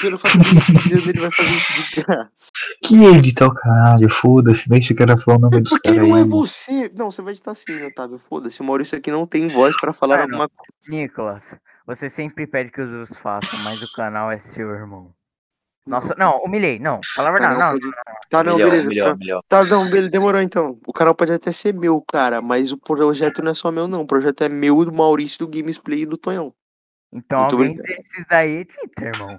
Speaker 1: Pelo fato de ele ser Deus, ele vai fazer isso de graça.
Speaker 2: Que editar o caralho, foda-se, deixa o cara falar o nome dos
Speaker 1: Porque
Speaker 2: caras
Speaker 1: não é
Speaker 2: aí.
Speaker 1: você. Não, você vai editar sim, Otávio. Foda-se. O Maurício aqui não tem voz pra falar
Speaker 4: Ah, não.
Speaker 1: alguma coisa.
Speaker 4: Nicolas, você sempre pede que os outros façam, mas o canal é seu, irmão. Nossa, não, humilhei. Não, fala a verdade.
Speaker 1: Canal
Speaker 4: Não,
Speaker 1: pode- Tá, não,
Speaker 3: melhor,
Speaker 1: beleza.
Speaker 3: melhor,
Speaker 1: tá-
Speaker 3: melhor.
Speaker 1: Tá, não, beleza, demorou então. O canal pode até ser meu, cara, mas o projeto não é só meu, não. O projeto é meu, do Maurício, do Gamesplay e do Tonhão.
Speaker 4: Então
Speaker 1: Muito
Speaker 4: alguém desses daí é Twitter, irmão.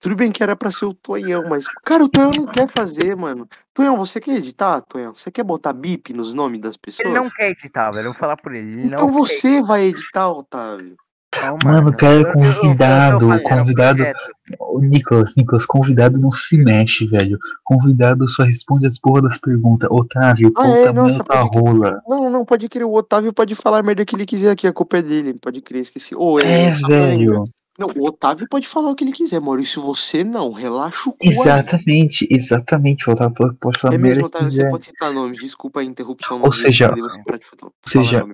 Speaker 1: Tudo bem que era pra ser o Tonhão, mas. Cara, o Tonhão não quer fazer, mano. Tonhão, você quer editar, Tonhão? Você quer botar bip nos nomes das pessoas?
Speaker 4: Ele não quer editar, velho. Eu vou falar por ele. ele
Speaker 1: então
Speaker 4: não
Speaker 1: você vai editar, Otávio.
Speaker 4: quer, não,
Speaker 2: Mano, o cara é
Speaker 4: Eu- eu- eu- eu- eu- eu-
Speaker 2: convidado,
Speaker 4: eu- eu- eu- eu- eu-
Speaker 2: convidado.
Speaker 4: projeto.
Speaker 2: Ô, Nicolas, Nicolas, convidado não se mexe, velho. Convidado só responde as porra das perguntas. Otávio,
Speaker 1: Ah,
Speaker 2: qual
Speaker 1: é?
Speaker 2: o tamanho
Speaker 1: Nossa,
Speaker 2: da
Speaker 1: pode-
Speaker 2: rola?
Speaker 1: Não, não, pode crer. O Otávio pode falar a merda que ele quiser aqui, a culpa é dele. Pode crer, esqueci. Ô,
Speaker 2: É,
Speaker 1: essa merda.
Speaker 2: velho.
Speaker 1: Não, o Otávio pode falar o que ele quiser, Maurício. Você não, relaxa o cu. aí.
Speaker 2: Exatamente, exatamente. O Otávio falou que pode falar
Speaker 1: É
Speaker 2: merda
Speaker 1: mesmo,
Speaker 2: que
Speaker 1: Otávio,
Speaker 2: quiser.
Speaker 1: você pode citar nomes. Desculpa a interrupção.
Speaker 2: Ou seja-
Speaker 1: ou
Speaker 2: Ou seja,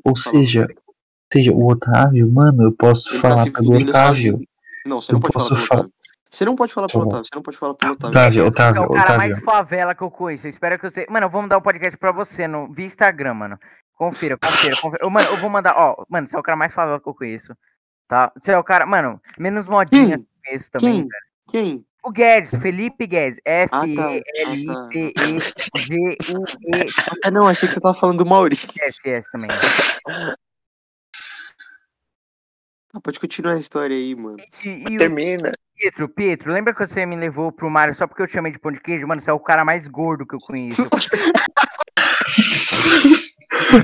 Speaker 2: ou seja, ou seja, o Otávio, mano, eu posso
Speaker 1: tá
Speaker 2: falar pelo Otávio.
Speaker 1: Não, você não
Speaker 2: Eu
Speaker 1: pode falar
Speaker 2: posso
Speaker 1: pelo
Speaker 2: falar-
Speaker 1: Otávio. Você não pode falar pelo
Speaker 2: Tá bom. Tá.
Speaker 1: Otávio, você não pode falar pelo Otávio.
Speaker 2: Otávio,
Speaker 4: Você é
Speaker 2: Otávio,
Speaker 4: o cara
Speaker 2: Otávio.
Speaker 4: mais favela que eu conheço. Eu espero que você. Mano, vamos dar o podcast pra você no... via Instagram, mano. Confira, confira, confira. Ô, Mano, eu vou mandar. Ó, mano, você é o cara mais favela que eu conheço. Tá? Você é o cara. Mano, menos modinha que
Speaker 1: Quem?
Speaker 4: eu conheço também.
Speaker 3: né?
Speaker 1: Quem? Quem?
Speaker 4: O Guedes, Felipe Guedes.
Speaker 1: Ah, tá. Ah, tá.
Speaker 4: F-E-L-I-P-E-G-U-E-S-S
Speaker 1: Ah, não, achei que você tava falando do Maurício.
Speaker 4: também.
Speaker 1: Ah, pode continuar a história aí, mano.
Speaker 4: E, e o
Speaker 3: Termina.
Speaker 4: Pietro, Pietro, lembra que você me levou pro Mario só porque eu te chamei de pão de queijo? Mano, você é o cara mais gordo que eu conheço.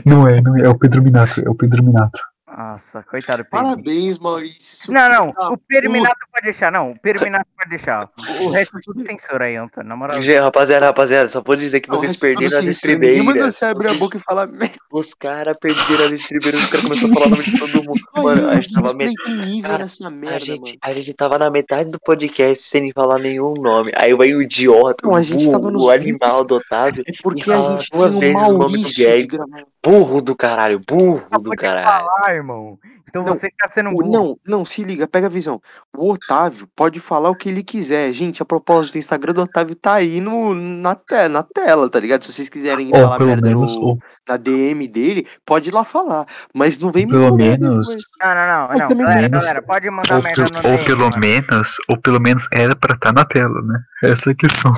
Speaker 2: Não é, não é, é o Pedro Minato, é o Pedro Minato.
Speaker 4: Nossa, coitado, Pedro.
Speaker 1: Parabéns, Maurício.
Speaker 4: Não, não,
Speaker 1: Ah,
Speaker 4: o Perminato pode deixar, não. O Perminato pode deixar. O- O resto é tudo censura aí, Antônio. Na moral.
Speaker 3: Gente, rapaziada, rapaziada, só vou dizer que
Speaker 1: O
Speaker 3: vocês
Speaker 1: resto tudo
Speaker 3: perderam as
Speaker 1: censura. assim, Ninguém é manda
Speaker 3: estribeiras.
Speaker 1: você abrir a
Speaker 3: Vocês-
Speaker 1: boca e falar merda.
Speaker 3: Os caras perderam as estribeiras, os caras começaram a falar o nome de todo mundo. Mano, a gente tava
Speaker 1: Ninguém tem nível
Speaker 3: Cara,
Speaker 1: nessa
Speaker 3: A
Speaker 1: merda,
Speaker 3: gente,
Speaker 1: mano.
Speaker 3: a gente tava na metade do podcast sem falar nenhum nome. Aí vai o idiota,
Speaker 1: Não,
Speaker 3: o,
Speaker 1: a gente
Speaker 3: burro,
Speaker 1: tava nos
Speaker 3: o animal do Otávio,
Speaker 1: É porque
Speaker 3: e
Speaker 1: a
Speaker 3: fala
Speaker 1: gente
Speaker 3: duas
Speaker 1: tem o
Speaker 3: vezes o nome do
Speaker 1: Maurício de
Speaker 3: Guedes.
Speaker 1: gravar.
Speaker 3: burro do caralho, burro do
Speaker 4: pode
Speaker 3: caralho.
Speaker 4: falar, irmão. Então
Speaker 1: Não,
Speaker 4: você tá sendo um
Speaker 1: O-
Speaker 4: burro.
Speaker 1: Não, não, se liga, pega a visão. O Otávio pode falar o que ele quiser. Gente, a propósito, o Instagram do Otávio tá aí no, na, te- na tela, tá ligado? Se vocês quiserem
Speaker 2: Ou
Speaker 1: falar
Speaker 2: pelo
Speaker 1: merda
Speaker 2: menos,
Speaker 1: no-
Speaker 2: ou
Speaker 1: na DM dele, pode ir lá falar. Mas não vem me
Speaker 2: pelo
Speaker 1: cobrar
Speaker 2: menos,
Speaker 1: depois.
Speaker 4: Não, não, não,
Speaker 1: Mas
Speaker 4: não.
Speaker 1: também
Speaker 4: Galera,
Speaker 2: menos-
Speaker 4: galera, pode mandar
Speaker 2: ou,
Speaker 4: merda no
Speaker 2: pelo- ou
Speaker 4: DM,
Speaker 2: pelo
Speaker 4: mano.
Speaker 2: menos, ou pelo menos era pra estar na tela, né? Essa é a questão.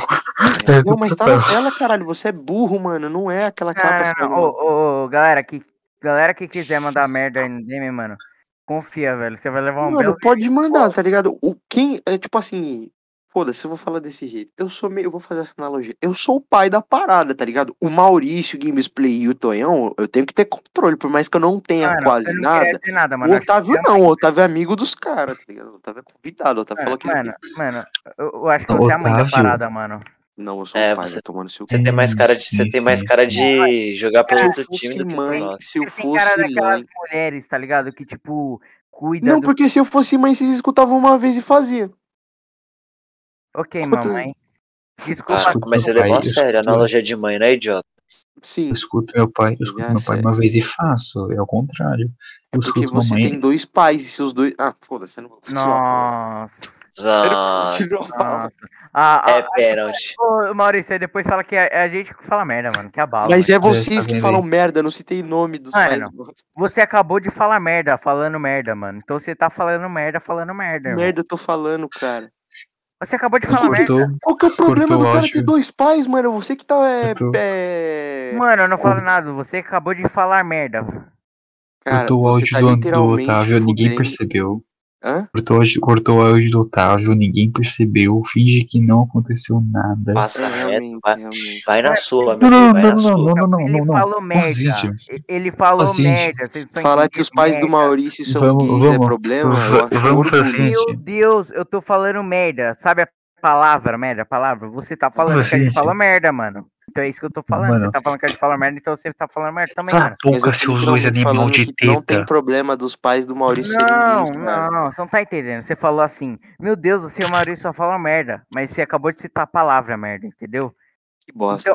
Speaker 2: Era
Speaker 1: Não, mas
Speaker 2: pra
Speaker 1: tá na
Speaker 2: tá.
Speaker 1: tela, caralho. Você é burro, mano. Não é aquela
Speaker 4: Não,
Speaker 1: capa
Speaker 4: não,
Speaker 1: saindo.
Speaker 4: não. Ô, ô, ô, galera, que, galera que quiser mandar merda aí no DM, mano, confia, velho. Você vai levar um
Speaker 1: Mano,
Speaker 4: belo.
Speaker 1: pode mandar, tá ligado? O quem é tipo assim, foda-se, eu vou falar desse jeito. Eu sou meio, eu vou fazer essa analogia. Eu sou o pai da parada, tá ligado? O Maurício, o Gamesplay e o Tonhão, eu tenho que ter controle, por mais que eu não tenha
Speaker 4: Mano,
Speaker 1: quase
Speaker 4: eu não queria
Speaker 1: nada.
Speaker 4: dizer nada, mano.
Speaker 1: O
Speaker 4: eu acho que
Speaker 1: Otávio
Speaker 4: você é
Speaker 1: não, o Otávio é amigo dos caras, tá ligado? O Otávio é convidado, o Otávio falou
Speaker 4: Mano,
Speaker 1: que
Speaker 4: mano, mano, eu, eu acho que
Speaker 2: Ô,
Speaker 4: você é a mãe da
Speaker 2: Otávio.
Speaker 4: parada, mano.
Speaker 1: não, eu sou
Speaker 3: É,
Speaker 1: o pai,
Speaker 3: você-
Speaker 1: vai tomando seu
Speaker 3: Você tem mais cara de, você
Speaker 2: Sim, sim.
Speaker 3: tem mais cara de jogar
Speaker 1: Se
Speaker 3: pelo
Speaker 1: eu
Speaker 3: outro time
Speaker 1: fosse
Speaker 3: do que pro
Speaker 1: mãe,
Speaker 3: nosso.
Speaker 1: se eu
Speaker 4: Você tem cara
Speaker 1: fosse
Speaker 4: daquelas
Speaker 1: mãe.
Speaker 4: mulheres, tá ligado? Que, tipo, cuida
Speaker 1: Não,
Speaker 4: do...
Speaker 1: porque se eu fosse mãe, vocês escutavam uma vez e fazia.
Speaker 4: Ok,
Speaker 1: Quantas-
Speaker 4: mamãe. Desculpa.
Speaker 3: Ah,
Speaker 2: Escuta,
Speaker 3: mas você
Speaker 2: pai,
Speaker 3: levou a
Speaker 2: escuta.
Speaker 3: sério a analogia de mãe, né, idiota?
Speaker 1: Sim.
Speaker 2: Eu escuto meu pai, eu escuto
Speaker 1: Já
Speaker 2: meu pai
Speaker 1: sei.
Speaker 2: uma vez e faço, é o contrário. Eu
Speaker 1: Ah, é Porque
Speaker 2: escuto
Speaker 1: você
Speaker 2: mamãe.
Speaker 1: tem dois pais e seus dois. Ah, foda-se, eu não vou continuar.
Speaker 4: Nossa,
Speaker 3: Ah,
Speaker 2: tá.
Speaker 1: Continuar.
Speaker 4: nossa. Ah, ah,
Speaker 3: é pênalti.
Speaker 4: ô, Maurício, aí depois fala que é é a gente que fala merda, mano. Que abala.
Speaker 1: Mas é
Speaker 2: tá
Speaker 1: vocês que
Speaker 2: vendo
Speaker 1: falam merda, eu não citei nome dos
Speaker 4: Ah, é,
Speaker 1: pais.
Speaker 4: não.
Speaker 1: mano.
Speaker 4: Você acabou de falar merda, falando merda, mano. Então você tá falando merda, falando merda, irmão.
Speaker 1: Merda, eu tô falando, cara.
Speaker 4: Você acabou de
Speaker 2: Eu
Speaker 4: falar merda.
Speaker 2: escuto-
Speaker 1: Qual que é o problema
Speaker 2: Cortou o
Speaker 1: do cara
Speaker 2: áudio.
Speaker 1: ter dois pais, mano? Você que tá. É,
Speaker 2: Cortou.
Speaker 1: é-
Speaker 4: Mano, eu não falo nada. Você acabou de falar merda.
Speaker 1: Cara,
Speaker 2: cortou o
Speaker 1: você
Speaker 2: áudio
Speaker 1: tá
Speaker 2: do, do
Speaker 1: literalmente
Speaker 2: Otávio, ninguém
Speaker 1: fudendo-
Speaker 2: percebeu.
Speaker 1: Hã?
Speaker 2: Cortou, o áudio- cortou o áudio do Otávio, ninguém percebeu. Finge que não aconteceu nada.
Speaker 1: É,
Speaker 3: Passa reto,
Speaker 1: realmente,
Speaker 3: vai,
Speaker 1: realmente.
Speaker 3: vai na sua, meu
Speaker 2: Não, não,
Speaker 3: filho, vai
Speaker 2: não,
Speaker 3: na
Speaker 2: não, não,
Speaker 3: sua.
Speaker 2: não, não,
Speaker 4: Ele
Speaker 2: não, não.
Speaker 4: falou merda.
Speaker 2: Consente.
Speaker 4: E- Ele falou
Speaker 2: Consente.
Speaker 4: merda. Vocês estão
Speaker 1: Falar que os
Speaker 4: entendendo
Speaker 1: pais do
Speaker 4: Tá merda?
Speaker 1: Maurício são
Speaker 2: Vamos-
Speaker 1: gays é
Speaker 2: vamos-
Speaker 1: problema? Eu
Speaker 2: va-
Speaker 1: acho
Speaker 2: vamos
Speaker 1: orgulho.
Speaker 2: fazer assim, Gente.
Speaker 4: Meu Deus, eu tô falando merda. Sabe a palavra, merda? A palavra? Você tá falando que a gente
Speaker 2: assim, Gente.
Speaker 4: falou merda, mano. Então é isso que eu tô falando. Você
Speaker 2: Mano. Ah,
Speaker 4: tá falando que a gente falou merda, então você tá falando merda também,
Speaker 2: Cala
Speaker 4: mano.
Speaker 2: a
Speaker 1: Mas eu
Speaker 2: boca,
Speaker 1: tô
Speaker 2: seus dois
Speaker 1: literalmente
Speaker 2: animal
Speaker 1: falando
Speaker 2: de
Speaker 1: que Não tem
Speaker 2: teta.
Speaker 1: problema dos pais do Maurício serem
Speaker 4: Não,
Speaker 1: gays, é cara.
Speaker 4: não, você não tá entendendo. Você falou assim, meu Deus, o seu Maurício só fala merda. Mas você acabou de citar a palavra merda, entendeu?
Speaker 1: Que bosta.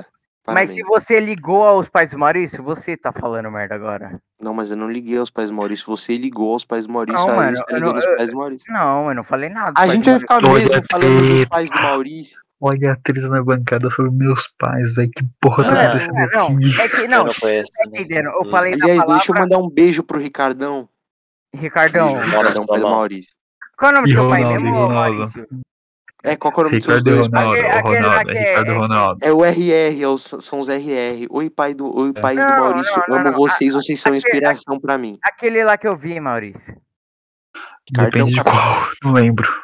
Speaker 4: Mas se
Speaker 1: Parabéns.
Speaker 4: você ligou aos pais do Maurício, você tá falando merda agora.
Speaker 1: Não, mas eu não liguei aos pais do Maurício. Você ligou aos pais do Maurício.
Speaker 4: Não,
Speaker 1: aí
Speaker 4: mano,
Speaker 1: você
Speaker 4: eu
Speaker 1: ligou
Speaker 4: não-
Speaker 1: aos
Speaker 4: eu-
Speaker 1: pais do Maurício.
Speaker 4: Não, eu não falei nada.
Speaker 1: A
Speaker 4: pais
Speaker 1: gente
Speaker 4: do
Speaker 1: vai
Speaker 4: Maurício.
Speaker 1: ficar
Speaker 2: Olha
Speaker 1: mesmo falando dos
Speaker 2: treta.
Speaker 1: pais do Maurício.
Speaker 2: Olha a atriz na bancada sobre meus pais, velho. Que porra tá
Speaker 3: Mano,
Speaker 2: acontecendo
Speaker 4: é, não,
Speaker 2: aqui?
Speaker 4: é que
Speaker 3: Eu
Speaker 4: não,
Speaker 3: não
Speaker 4: você
Speaker 3: conheço.
Speaker 4: tá entendendo. Eu
Speaker 3: Deus.
Speaker 4: falei da
Speaker 1: Aliás, deixa eu um
Speaker 4: palavra,
Speaker 1: mandar um beijo pro Ricardão.
Speaker 4: Ricardão. Então,
Speaker 1: Beijo, Ricardão,
Speaker 3: Bora,
Speaker 1: pai do
Speaker 3: toma.
Speaker 1: Maurício.
Speaker 4: Qual é o nome do
Speaker 2: E
Speaker 4: seu pai
Speaker 2: Ronaldo,
Speaker 4: mesmo,
Speaker 2: e
Speaker 4: ô
Speaker 2: Ronaldo?
Speaker 4: Maurício?
Speaker 1: É, qual que é o nome dos seus
Speaker 2: Ricardo
Speaker 1: dois?
Speaker 2: Ronaldo,
Speaker 4: Aquele- aquele lá
Speaker 2: Ronaldo,
Speaker 4: que é-
Speaker 2: Ricardo
Speaker 4: é-
Speaker 2: Ronaldo.
Speaker 1: É o RR, é os- são os RR. Oi, pai do, oi,
Speaker 2: É.
Speaker 1: pais do
Speaker 4: Não,
Speaker 1: Maurício,
Speaker 4: não, não,
Speaker 1: amo
Speaker 4: não. Ah, é
Speaker 1: vocês, vocês são
Speaker 4: Aquele-
Speaker 1: inspiração pra mim.
Speaker 4: Aquele lá que eu vi, Maurício.
Speaker 1: Ricardo é
Speaker 2: Depende
Speaker 1: um
Speaker 2: de
Speaker 1: cara-
Speaker 2: qual, não lembro.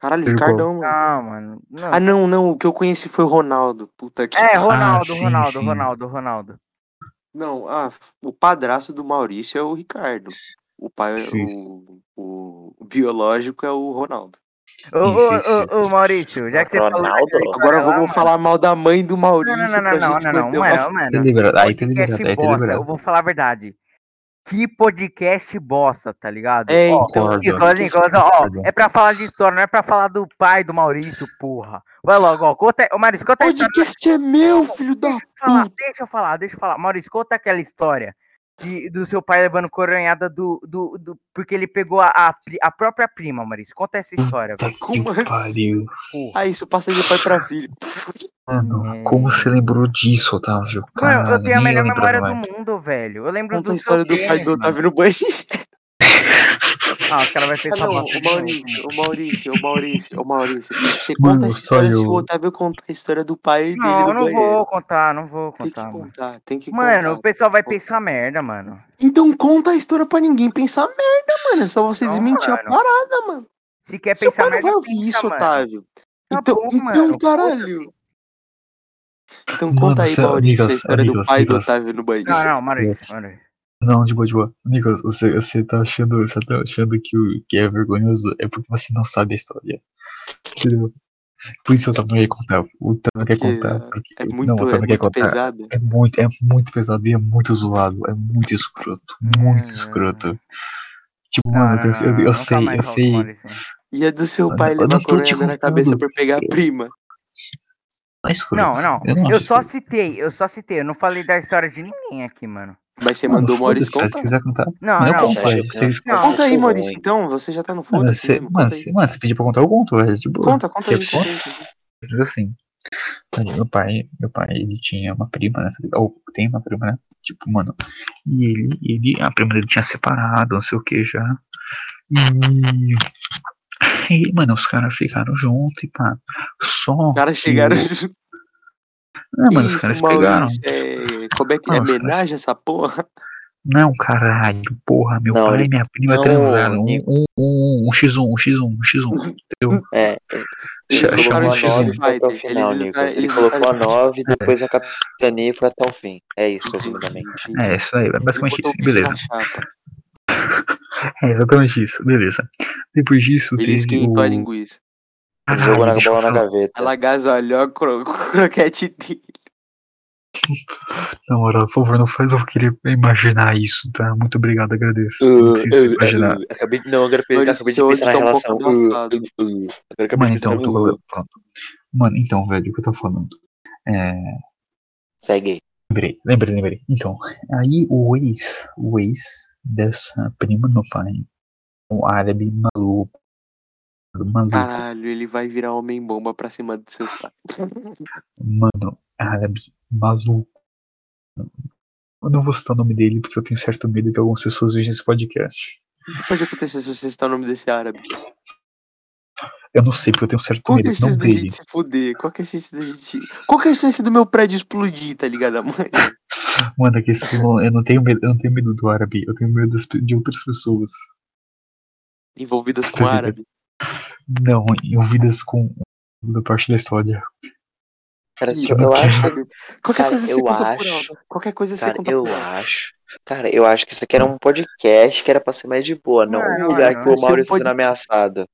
Speaker 1: Caralho,
Speaker 2: Ele
Speaker 1: Ricardão, mano.
Speaker 4: Não, mano. não.
Speaker 1: Ah, não, não, o que eu conheci foi o Ronaldo. Puta que.
Speaker 4: É, Ronaldo,
Speaker 2: Ah, sim,
Speaker 4: Ronaldo,
Speaker 2: sim.
Speaker 4: Ronaldo, Ronaldo.
Speaker 1: Não, ah, o padrasto do Maurício é o Ricardo. O pai,
Speaker 2: Sim.
Speaker 1: o, o, o biológico é o Ronaldo.
Speaker 4: Ô,
Speaker 2: Sim, sim,
Speaker 4: ô, ô, ô, Maurício, já que você falou.
Speaker 3: Ronaldo?
Speaker 4: daquele cara
Speaker 1: Agora
Speaker 4: lá,
Speaker 1: vamos
Speaker 4: mano-
Speaker 1: falar mal da mãe do
Speaker 4: Não,
Speaker 1: Maurício.
Speaker 4: não, não,
Speaker 1: pra
Speaker 4: não,
Speaker 1: gente
Speaker 4: não, é não,
Speaker 1: manter uma-
Speaker 4: mano, mano.
Speaker 2: Tá liberado, aí tá
Speaker 4: podcast
Speaker 2: liberado, aí tá
Speaker 4: bosta, eu
Speaker 2: liberado.
Speaker 4: vou falar a verdade. Que podcast bosta, tá ligado?
Speaker 1: É,
Speaker 4: Ó,
Speaker 1: então.
Speaker 2: Concordo.
Speaker 4: Nicolas, Nicolas, ó,
Speaker 2: Concordo.
Speaker 4: é pra falar de história, não é pra falar do pai do Maurício, porra. Vai logo, ó, conta, ô, Maurício, conta a história.
Speaker 1: Podcast é meu, filho da.
Speaker 4: Deixa eu falar, deixa eu falar, deixa eu falar. Maurício, conta aquela história de, do seu pai levando coronhada do, do, do- Porque ele pegou a, a, pri- a própria prima, Maurício. Conta essa história,
Speaker 2: Puta
Speaker 4: velho.
Speaker 1: Como
Speaker 2: Tá que
Speaker 1: assim?
Speaker 2: pariu.
Speaker 4: porra.
Speaker 1: Ah, isso passa de pai pra filho.
Speaker 2: Mano, como você lembrou disso, Otávio?
Speaker 4: Hum. Mano, eu
Speaker 2: Caralho,
Speaker 4: tenho a
Speaker 2: nem
Speaker 4: melhor
Speaker 2: lembrava
Speaker 4: memória do
Speaker 2: mais.
Speaker 4: mundo, velho. Eu lembro
Speaker 1: Conta
Speaker 4: do
Speaker 1: a história do
Speaker 4: seu
Speaker 1: pai
Speaker 4: tênis,
Speaker 1: do
Speaker 4: mano.
Speaker 1: Otávio no banheiro.
Speaker 4: Ah, o cara vai
Speaker 1: Ah,
Speaker 4: pensar
Speaker 1: não,
Speaker 4: bastante.
Speaker 1: o Maurício, o Maurício, o Maurício, o Maurício. Você
Speaker 2: Mano,
Speaker 1: conta essa
Speaker 2: só
Speaker 1: história se
Speaker 2: eu-
Speaker 1: o Otávio contar a história do pai dele
Speaker 4: Não, eu
Speaker 1: no
Speaker 4: não
Speaker 1: banheiro.
Speaker 4: vou contar, não vou
Speaker 1: Tem que
Speaker 4: contar. Mano,
Speaker 1: contar, tem que
Speaker 4: Mano, o
Speaker 1: contar.
Speaker 4: pessoal vai pensar merda, mano.
Speaker 1: Então conta a história pra ninguém pensar merda, mano. É só você
Speaker 4: Não,
Speaker 1: desmentir a
Speaker 4: mano.
Speaker 1: parada, mano.
Speaker 4: Se quer
Speaker 1: Seu
Speaker 4: pensar
Speaker 1: pai não
Speaker 4: merda,
Speaker 1: vai ouvir
Speaker 4: pensa,
Speaker 1: isso,
Speaker 4: mano.
Speaker 1: Otávio.
Speaker 4: Tá
Speaker 1: Então,
Speaker 4: bom,
Speaker 1: então
Speaker 4: mano,
Speaker 1: caralho. Então
Speaker 2: Mano,
Speaker 1: conta aí,
Speaker 2: sério,
Speaker 1: Maurício, a
Speaker 2: Nicolas,
Speaker 1: história do
Speaker 2: Nicolas,
Speaker 1: pai do
Speaker 2: Nicolas.
Speaker 1: Otávio no banheiro.
Speaker 4: Não, não, Maurício, Maurício.
Speaker 2: Não, de boa, de boa. Nicolas, você, você tá achando, você tá achando que o que é vergonhoso é porque você não sabe a história. Entendeu? Por isso o Otávio não quer contar. O Otávio não quer
Speaker 1: Porque,
Speaker 2: contar.
Speaker 1: ah,
Speaker 2: Porque,
Speaker 1: É
Speaker 2: não, o
Speaker 1: muito,
Speaker 2: Otávio
Speaker 1: é
Speaker 2: não quer
Speaker 1: muito
Speaker 2: contar.
Speaker 1: pesado.
Speaker 2: É muito, é muito pesado e é muito zoado. É muito escroto. Muito
Speaker 4: Hum.
Speaker 2: escroto. Tipo,
Speaker 4: Não,
Speaker 2: mano,
Speaker 4: não,
Speaker 2: eu,
Speaker 4: não,
Speaker 2: eu,
Speaker 4: não,
Speaker 2: eu
Speaker 4: nunca
Speaker 2: sei,
Speaker 4: mais
Speaker 2: eu
Speaker 4: falo com o
Speaker 2: sei.
Speaker 4: Maurício.
Speaker 1: E a do seu
Speaker 2: Eu
Speaker 1: pai
Speaker 2: não- eu
Speaker 1: levar
Speaker 2: não tô te
Speaker 1: coronhada na cabeça
Speaker 2: contando.
Speaker 1: pra pegar a prima.
Speaker 2: Não é escroto.
Speaker 4: Não, não.
Speaker 2: não
Speaker 4: Eu
Speaker 2: acho
Speaker 4: só
Speaker 2: escroto.
Speaker 4: citei, eu só citei. Eu não falei da história de ninguém aqui, mano.
Speaker 1: Mas você
Speaker 2: Mano,
Speaker 1: mandou o Maurício
Speaker 2: foda-se, Se
Speaker 1: contar.
Speaker 2: quiser contar.
Speaker 4: Não,
Speaker 2: Não,
Speaker 4: não.
Speaker 2: conta,
Speaker 3: velho.
Speaker 2: velho. Vocês-
Speaker 4: Não,
Speaker 2: vocês-
Speaker 1: Conta aí,
Speaker 3: Sim.
Speaker 1: Maurício, então. Você já tá no
Speaker 2: Mano,
Speaker 1: foda-se
Speaker 2: você,
Speaker 1: mesmo.
Speaker 2: mano,
Speaker 1: Conta aí.
Speaker 2: você, mano, você pediu pra contar, eu conto, velho. De boa.
Speaker 1: Conta, conta
Speaker 2: Quer
Speaker 1: aí.
Speaker 2: conta?
Speaker 1: conta.
Speaker 2: Mas, assim. olha, Meu pai, meu pai, ele tinha uma prima, né? Ou tem uma prima, né? Tipo, mano. E ele, ele, a prima dele tinha separado, não sei o que já. E. Aí, mano, os caras ficaram juntos e pá. Só.
Speaker 1: Os caras chegaram.
Speaker 2: que- Ah, mano, os caras
Speaker 1: Isso,
Speaker 2: se pegaram.
Speaker 1: Maurício. É... Como é que é?
Speaker 2: Ah,
Speaker 1: Homenagem essa porra?
Speaker 2: Não, caralho, porra, meu
Speaker 3: Não,
Speaker 2: pai
Speaker 3: ele-
Speaker 2: e minha prima
Speaker 3: não,
Speaker 2: transaram. Um,
Speaker 3: Nico.
Speaker 2: um, um, um x1, um x1, um x1. Entendeu?
Speaker 3: É,
Speaker 1: Eles
Speaker 2: Eu
Speaker 1: lutaram
Speaker 2: chamo
Speaker 1: em
Speaker 2: de
Speaker 1: Street
Speaker 2: Jesus.
Speaker 3: Ele colocou a 9 até
Speaker 1: Fighter.
Speaker 3: o
Speaker 1: Eles
Speaker 3: final,
Speaker 1: lutaram,
Speaker 3: Nicolas. Ele
Speaker 1: eles
Speaker 3: colocou a
Speaker 1: lutaram-
Speaker 3: 9, depois a capitania e foi até o fim. É isso, resumidamente.
Speaker 1: Entendi.
Speaker 2: É, isso aí, é
Speaker 1: Ele
Speaker 2: basicamente
Speaker 1: botou
Speaker 2: isso,
Speaker 1: o bicho
Speaker 2: beleza.
Speaker 1: na chapa.
Speaker 2: É exatamente isso, beleza. Depois disso,
Speaker 1: Ele
Speaker 2: teve o...
Speaker 1: esquentou a linguiça.
Speaker 2: Caralho,
Speaker 3: Jogou na
Speaker 2: deixa eu
Speaker 3: bola na
Speaker 2: falar.
Speaker 3: gaveta.
Speaker 1: Ela agasalhou o cro... croquete dele.
Speaker 2: Hum. Na moral, por favor, não faz eu querer imaginar isso, tá? Muito obrigado, agradeço. não
Speaker 3: Uh,
Speaker 2: preciso
Speaker 3: uh,
Speaker 2: imaginar.
Speaker 3: uh, acabei de, não, agora eu
Speaker 1: Maurício,
Speaker 3: acabei de
Speaker 1: seu
Speaker 3: pensar na
Speaker 1: olho tá um
Speaker 3: relação.
Speaker 1: pouco
Speaker 3: Uh,
Speaker 1: embaçado.
Speaker 3: uh, uh. Agora eu acabei
Speaker 2: Mano,
Speaker 3: de pensar
Speaker 2: então,
Speaker 3: na
Speaker 2: eu tô
Speaker 3: relação.
Speaker 2: falando- pronto. Mano, então, velho, o que eu tô falando? É...
Speaker 3: Segue aí.
Speaker 2: Lembrei, lembrei, lembrei. Então, aí o ex, o ex dessa prima do meu pai, um árabe maluco, maluco,
Speaker 1: Caralho, ele vai virar homem-bomba pra cima do seu pai.
Speaker 2: Mano, árabe, maluco. Eu não vou citar o nome dele porque eu tenho certo medo que algumas pessoas vejam esse podcast.
Speaker 1: O que pode acontecer se você citar o nome desse árabe?
Speaker 2: Eu não sei porque eu tenho certo
Speaker 1: Qual que é
Speaker 2: medo,
Speaker 1: a
Speaker 2: não
Speaker 1: chance da
Speaker 2: dele.
Speaker 1: gente se fuder? Qual que é a chance da gente. Qual que é a chance do meu prédio explodir, tá ligado, amor?
Speaker 2: Mano, é que esse- eu não- eu não tenho medo, eu não tenho medo do árabe, eu tenho medo das pe- de outras pessoas.
Speaker 1: Envolvidas com
Speaker 2: Tá ligado?
Speaker 1: árabe.
Speaker 2: Não, envolvidas com da parte da história.
Speaker 3: Cara,
Speaker 1: Ih,
Speaker 3: eu, eu acho.
Speaker 1: sabe? Qualquer
Speaker 3: Cara,
Speaker 1: coisa você
Speaker 3: eu
Speaker 1: conta por
Speaker 3: acho-
Speaker 1: alto. Qualquer coisa você
Speaker 3: Cara,
Speaker 1: conta
Speaker 3: eu
Speaker 1: por alto.
Speaker 3: acho. Cara, eu acho que isso aqui era um podcast que era pra ser mais de boa, não
Speaker 4: Mano,
Speaker 3: um lugar
Speaker 4: mano,
Speaker 3: que o
Speaker 1: esse é um
Speaker 3: Maurício sendo
Speaker 1: podcast.
Speaker 3: ameaçado.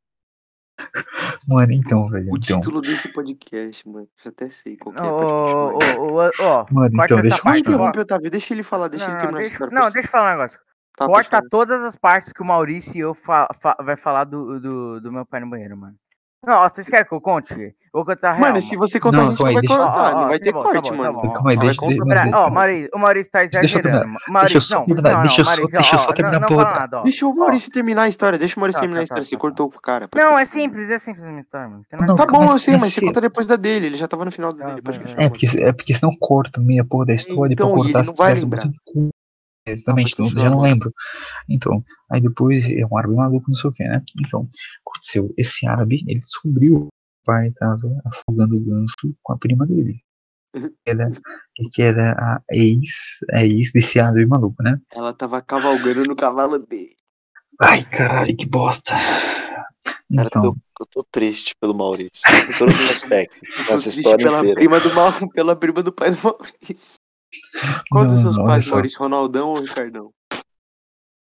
Speaker 2: Mano, então, velho,
Speaker 1: O
Speaker 2: então.
Speaker 1: título desse podcast, mano. Já até sei qual que é.
Speaker 4: Ô,
Speaker 1: podcast,
Speaker 4: ô,
Speaker 1: mano.
Speaker 4: ô, ô, ó,
Speaker 2: Mano, então,
Speaker 4: corta essa
Speaker 2: deixa eu
Speaker 1: Não
Speaker 4: parte.
Speaker 2: continuar.
Speaker 1: interrompe, Otávio. Deixa ele falar, deixa
Speaker 4: Não,
Speaker 1: ele
Speaker 4: não,
Speaker 1: terminar a
Speaker 4: deixa,
Speaker 1: história.
Speaker 4: não,
Speaker 1: por
Speaker 4: deixa eu falar um negócio.
Speaker 1: favor. Tá,
Speaker 4: Corta
Speaker 1: pode
Speaker 4: todas as partes que o Maurício e eu fa- fa- vai falar do, do, do meu pai no banheiro, mano. Não, vocês querem que eu conte? Vou contar a
Speaker 1: falar.
Speaker 4: real.
Speaker 1: Mano, se você contar,
Speaker 2: Não,
Speaker 1: a gente
Speaker 2: calma
Speaker 1: não
Speaker 2: aí,
Speaker 1: vai
Speaker 2: deixa-
Speaker 1: cortar.
Speaker 4: Ó, ó,
Speaker 1: Não vai
Speaker 4: tá
Speaker 1: ter
Speaker 4: bom, tá
Speaker 1: corte,
Speaker 4: bom, tá
Speaker 1: mano.
Speaker 4: bom.
Speaker 2: Calma aí,
Speaker 1: Só vai
Speaker 2: deixa, deixa,
Speaker 1: comprar-
Speaker 2: mano,
Speaker 4: Pera- ó,
Speaker 2: deixa-
Speaker 4: Maurício, o Maurício tá
Speaker 2: Deixa eu só
Speaker 4: exagerando.
Speaker 2: terminar-
Speaker 4: Maurício,
Speaker 2: deixa eu só
Speaker 4: não,
Speaker 2: terminar-
Speaker 4: não,
Speaker 2: deixa eu
Speaker 4: não,
Speaker 2: só-
Speaker 4: Maurício,
Speaker 2: deixa eu
Speaker 4: ó,
Speaker 2: só
Speaker 4: ó,
Speaker 2: terminar
Speaker 4: não,
Speaker 2: pra
Speaker 4: não fala
Speaker 2: outra.
Speaker 4: nada, ó.
Speaker 1: Deixa o Maurício terminar a história. Deixa o Maurício
Speaker 4: Tá,
Speaker 1: terminar a
Speaker 4: tá, tá,
Speaker 1: história. Você
Speaker 4: tá,
Speaker 1: cortou o cara. pode
Speaker 4: Não,
Speaker 1: continuar.
Speaker 4: é simples, é simples a minha história, mano. Tem
Speaker 2: Não,
Speaker 4: nada
Speaker 1: Tá
Speaker 4: a ver.
Speaker 1: bom,
Speaker 2: Mas
Speaker 1: eu sei, mas você
Speaker 2: você-
Speaker 1: conta depois da dele. Ele já tava no final do
Speaker 4: Tá
Speaker 1: dele.
Speaker 4: bom,
Speaker 1: Pode
Speaker 4: é.
Speaker 1: continuar.
Speaker 2: É
Speaker 1: mano.
Speaker 2: porque, é porque senão corta meia porra da história
Speaker 1: Então,
Speaker 2: pra
Speaker 1: e ele
Speaker 2: cortar
Speaker 1: não vai
Speaker 2: certo,
Speaker 1: lembrar.
Speaker 2: bastante coisa. Exatamente,
Speaker 1: Não,
Speaker 2: eu
Speaker 1: mas
Speaker 2: já não
Speaker 1: continua.
Speaker 2: lembro. Então, aí depois é um árabe maluco, não sei o que, né? Então, aconteceu. Esse árabe, ele descobriu pai tava afogando o ganso com a prima dele. Que era, que era a ex, a ex desse e maluco, né?
Speaker 1: Ela tava cavalgando no cavalo dele.
Speaker 2: Ai, caralho, que bosta.
Speaker 3: Cara,
Speaker 2: Então,
Speaker 3: eu, tô, eu tô triste pelo Maurício. Em todos os aspectos.
Speaker 1: Eu tô
Speaker 3: Nessa
Speaker 1: triste
Speaker 3: história
Speaker 1: pela
Speaker 3: inteira.
Speaker 1: prima do Mau- pela prima do pai do Maurício. Qual dos
Speaker 2: Não,
Speaker 1: seus
Speaker 2: olha
Speaker 1: pais,
Speaker 2: só.
Speaker 1: Maurício? Ronaldão ou Ricardão?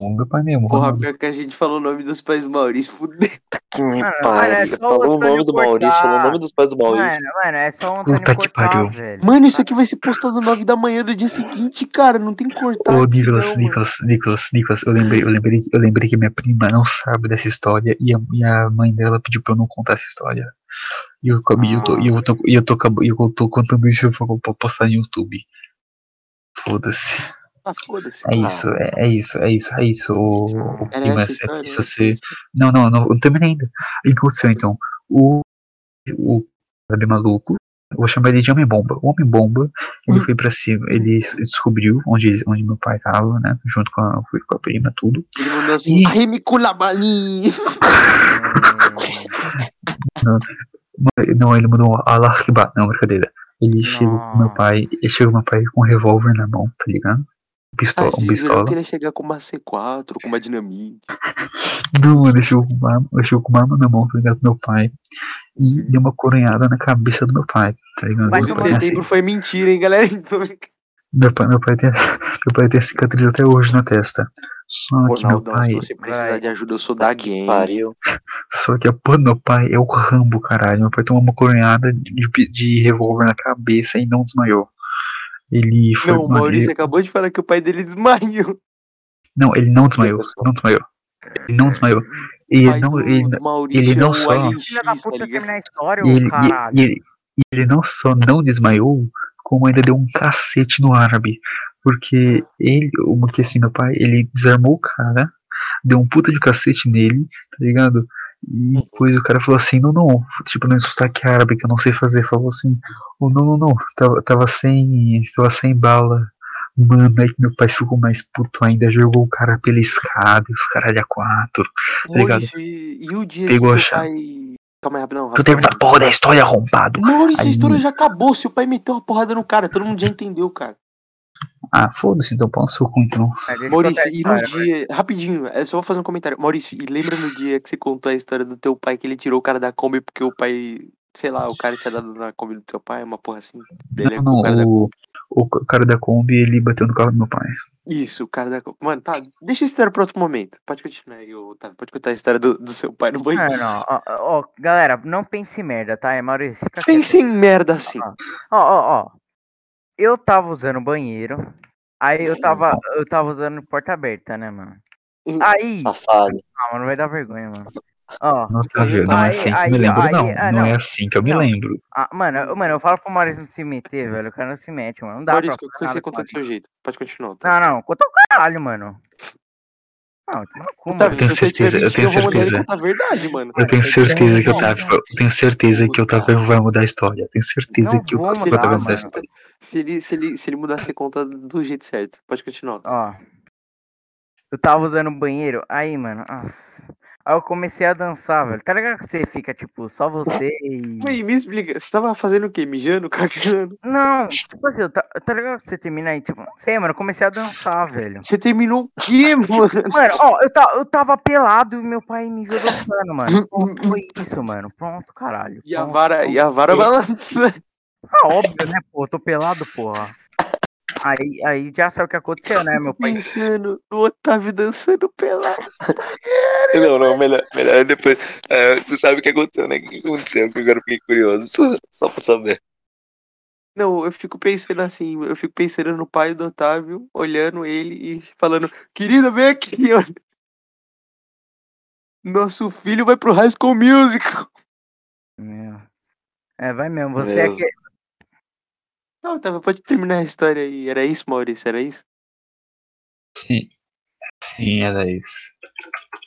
Speaker 2: o meu pai mesmo.
Speaker 1: Porra,
Speaker 2: Ronaldo.
Speaker 1: pior que a gente falou o nome dos pais do Maurício, fudeu.
Speaker 3: Que me
Speaker 4: Cara,
Speaker 3: pariu.
Speaker 4: Ah, olha, só o
Speaker 3: Falou o nome
Speaker 4: Antônio
Speaker 3: do Maurício,
Speaker 4: cortar.
Speaker 3: falou o nome dos pais do Maurício.
Speaker 4: Mano, mano, é só o Antônio
Speaker 2: Puta que
Speaker 4: cortar,
Speaker 2: pariu.
Speaker 4: velho.
Speaker 1: Mano, isso aqui vai ser postado 9 da manhã do dia seguinte, cara. Não tem que cortar.
Speaker 2: Ô,
Speaker 1: aqui,
Speaker 2: Nicolas,
Speaker 1: não, mano.
Speaker 2: Nicolas, Nicolas, Nicolas, eu lembrei, eu lembrei, eu lembrei que minha prima não sabe dessa história e a, e a mãe dela pediu pra eu não contar essa história. E eu, acabei- eu, tô, e eu, tô, e eu, tô, acab- e eu tô contando isso pra, pra postar no YouTube. Foda-se.
Speaker 1: Ah, foda-se.
Speaker 2: É isso, é, é isso, é isso, é isso. O, o
Speaker 1: Era
Speaker 2: prima,
Speaker 1: essa a
Speaker 2: se-
Speaker 1: história? né?
Speaker 2: se você. Não, não, não, eu não terminei ainda. Inclusive, então, o. O cara de maluco, eu vou chamar ele de Homem-Bomba. O Homem-Bomba, ele foi pra cima, ele s- descobriu onde, onde meu pai tava, né? Junto com a, foi com a prima, tudo.
Speaker 1: Ele mandou assim,
Speaker 2: Ih.
Speaker 1: Arremiculabali!
Speaker 2: Mas- Não, ele mandou Alarba, não, brincadeira. Ele chegou com meu pai, ele chegou com meu pai com um revólver na mão, tá ligado? Pistola, um
Speaker 1: Tadinho, eu
Speaker 2: pistola.
Speaker 1: queria chegar com uma C4, com uma dinamite.
Speaker 2: Não, mano, eu chego com uma arma, eu chego com uma arma na mão, tá ligado? Meu pai. E deu uma coronhada na cabeça do meu pai, tá ligado?
Speaker 4: Vai
Speaker 1: Hum. Mas
Speaker 2: Meu
Speaker 1: o
Speaker 2: pai, tem a ci-
Speaker 1: setembro foi mentira, hein, galera? Então,
Speaker 2: meu, pai, meu, pai tem, meu pai tem a cicatriz até hoje na testa. Só que meu
Speaker 1: Ronaldão, se
Speaker 2: pai.
Speaker 1: você precisar
Speaker 4: Vai.
Speaker 1: de ajuda, eu sou da
Speaker 3: Que
Speaker 1: game.
Speaker 3: pariu.
Speaker 2: Só que a porra do meu pai é o Rambo, caralho. Meu pai tomou uma coronhada de, pi- de revólver na cabeça e não desmaiou. Ele foi.
Speaker 1: Não, o
Speaker 2: mano,
Speaker 1: Maurício
Speaker 2: ele-
Speaker 1: acabou de falar que o pai dele desmaiou.
Speaker 2: não, ele não desmaiou.
Speaker 3: pessoal.
Speaker 2: Não desmaiou. Ele não desmaiou. E
Speaker 1: É, O
Speaker 2: ele
Speaker 1: pai
Speaker 2: não.
Speaker 1: do-
Speaker 2: Ele,
Speaker 1: do Maurício
Speaker 2: ele não
Speaker 1: é o
Speaker 2: só-
Speaker 1: LX,
Speaker 4: Filha da
Speaker 1: tá
Speaker 4: puta
Speaker 1: ligado?
Speaker 4: terminar a história,
Speaker 2: E ele,
Speaker 4: ô
Speaker 2: e-
Speaker 4: caralho.
Speaker 2: e ele- e ele não só não desmaiou, como ainda deu um cacete no árabe. Porque ele, o que assim, meu pai, ele desarmou o cara, deu um puta de cacete nele, tá ligado? E depois o cara falou assim, não, não, tipo, não sotaque árabe que eu não sei fazer, falou assim, oh, não, não, não, tava, tava sem. Tava sem bala. Mano, aí que meu pai ficou mais puto ainda, jogou o cara pela escada, e os caralho a quatro. Tá ligado?
Speaker 1: Maurício, e, e o dia
Speaker 2: Pegou a
Speaker 1: que o
Speaker 2: chave.
Speaker 1: pai... Calma aí, rapidão.
Speaker 2: Tu
Speaker 1: rapidão.
Speaker 2: termina a porra da história arrombado.
Speaker 1: Maurício, a
Speaker 2: Aí-
Speaker 1: história já acabou. Se o pai meteu uma porrada no cara, todo mundo já entendeu, cara.
Speaker 2: Ah, foda-se, então pau no seu cu então.
Speaker 4: Ah, deixa eu
Speaker 1: Maurício,
Speaker 4: contar a
Speaker 1: e no
Speaker 4: história,
Speaker 1: dia. Rapidinho, eu só vou fazer um comentário. Maurício, e lembra no dia que você contou a história do teu pai que ele tirou o cara da Kombi porque o pai. Sei lá, o cara tinha dado na Kombi do teu pai, uma porra assim. Daí ele-
Speaker 2: Não, não,
Speaker 1: o cara da-
Speaker 2: o, o ca- cara da Kombi, ele bateu no carro do meu pai.
Speaker 1: Isso, o cara da Kombi. Mano, tá, deixa essa história pra outro momento. Pode continuar aí, ô Otávio. Pode contar a história do, do seu pai
Speaker 2: É,
Speaker 1: no banheiro.
Speaker 4: Mano, ó, ó, ó, galera, não pense em merda, tá? É Maurício, fica quieto.
Speaker 1: Pensa em merda assim.
Speaker 4: Ó, ó, ó. Eu tava usando o banheiro. Aí eu tava, eu tava usando porta aberta, né, mano?
Speaker 1: Hum.
Speaker 4: Aí,
Speaker 3: Safado.
Speaker 4: ah, mano, vai dar vergonha, mano. Ó,
Speaker 2: Não, tá vendo? não é
Speaker 4: Aí,
Speaker 2: assim que eu
Speaker 4: aí,
Speaker 2: me lembro,
Speaker 4: aí,
Speaker 2: não.
Speaker 4: ah,
Speaker 2: Não
Speaker 4: não.
Speaker 2: é assim que eu me
Speaker 4: Não.
Speaker 2: lembro.
Speaker 4: ah, mano, eu- mano, eu falo pro Maurício não se meter, velho. O cara não se mete, mano. Não dá
Speaker 1: Maurício,
Speaker 4: pra
Speaker 1: eu
Speaker 4: fazer
Speaker 1: comecei
Speaker 4: nada
Speaker 1: a
Speaker 4: com
Speaker 1: contar do seu
Speaker 4: Maurício.
Speaker 1: jeito. Pode continuar. Otávio.
Speaker 4: Não, não, conta o caralho, mano. Não, toma no cu, mano.
Speaker 1: Otávio, se
Speaker 2: tenho
Speaker 1: você tiver
Speaker 2: certeza, eu
Speaker 1: mentira, eu,
Speaker 2: tenho
Speaker 1: vou mandar ele
Speaker 2: certeza.
Speaker 1: contar a verdade, mano.
Speaker 2: Eu tenho certeza que o
Speaker 1: não,
Speaker 2: Otávio, eu tenho certeza que o Otávio vai mudar a história. Eu tenho certeza
Speaker 4: Não
Speaker 2: que o
Speaker 4: vou
Speaker 2: Otávio
Speaker 4: mudar,
Speaker 2: vai mudar a
Speaker 4: mano.
Speaker 2: história.
Speaker 1: Se ele, se ele, se ele mudar, você conta do jeito certo. Pode continuar. Otávio.
Speaker 4: Ó. Eu tava usando o banheiro, aí, mano, nossa. Aí eu comecei a dançar, velho. Tá ligado que você fica, tipo, só você e.
Speaker 1: Ui, me explica, você tava fazendo o quê? Mijando, cagando?
Speaker 4: Não, tipo assim, eu tá, tá ligado que você termina aí, tipo, não sei, mano, eu comecei a dançar, velho.
Speaker 1: Você terminou o quê, mano?
Speaker 4: Mano, ó, eu, ta, eu tava pelado e meu pai me viu dançando, mano. Pronto, foi isso, mano. Pronto, caralho.
Speaker 1: E a
Speaker 4: Pronto,
Speaker 1: vara,
Speaker 4: pronto.
Speaker 1: e a vara
Speaker 2: é?
Speaker 1: balançando.
Speaker 4: Ah, óbvio, né, pô, eu tô pelado, porra. Aí, aí já sabe o que aconteceu, né, meu pai?
Speaker 1: Pensando no Otávio dançando pelado.
Speaker 3: Não, não, melhor, melhor é depois. É, tu sabe o que aconteceu, né? O que aconteceu? Que agora eu fiquei curioso. Só, só pra saber.
Speaker 1: Não, eu fico pensando assim, eu fico pensando no pai do Otávio, olhando ele e falando, querido, vem aqui, ó. Nosso filho vai pro High School Musical.
Speaker 4: Meu. É, vai mesmo, você é
Speaker 3: Meu.
Speaker 4: que...
Speaker 1: Não, Otávio, pode terminar a história aí. Era isso, Maurício? Era isso?
Speaker 2: Sim. Sim, era isso.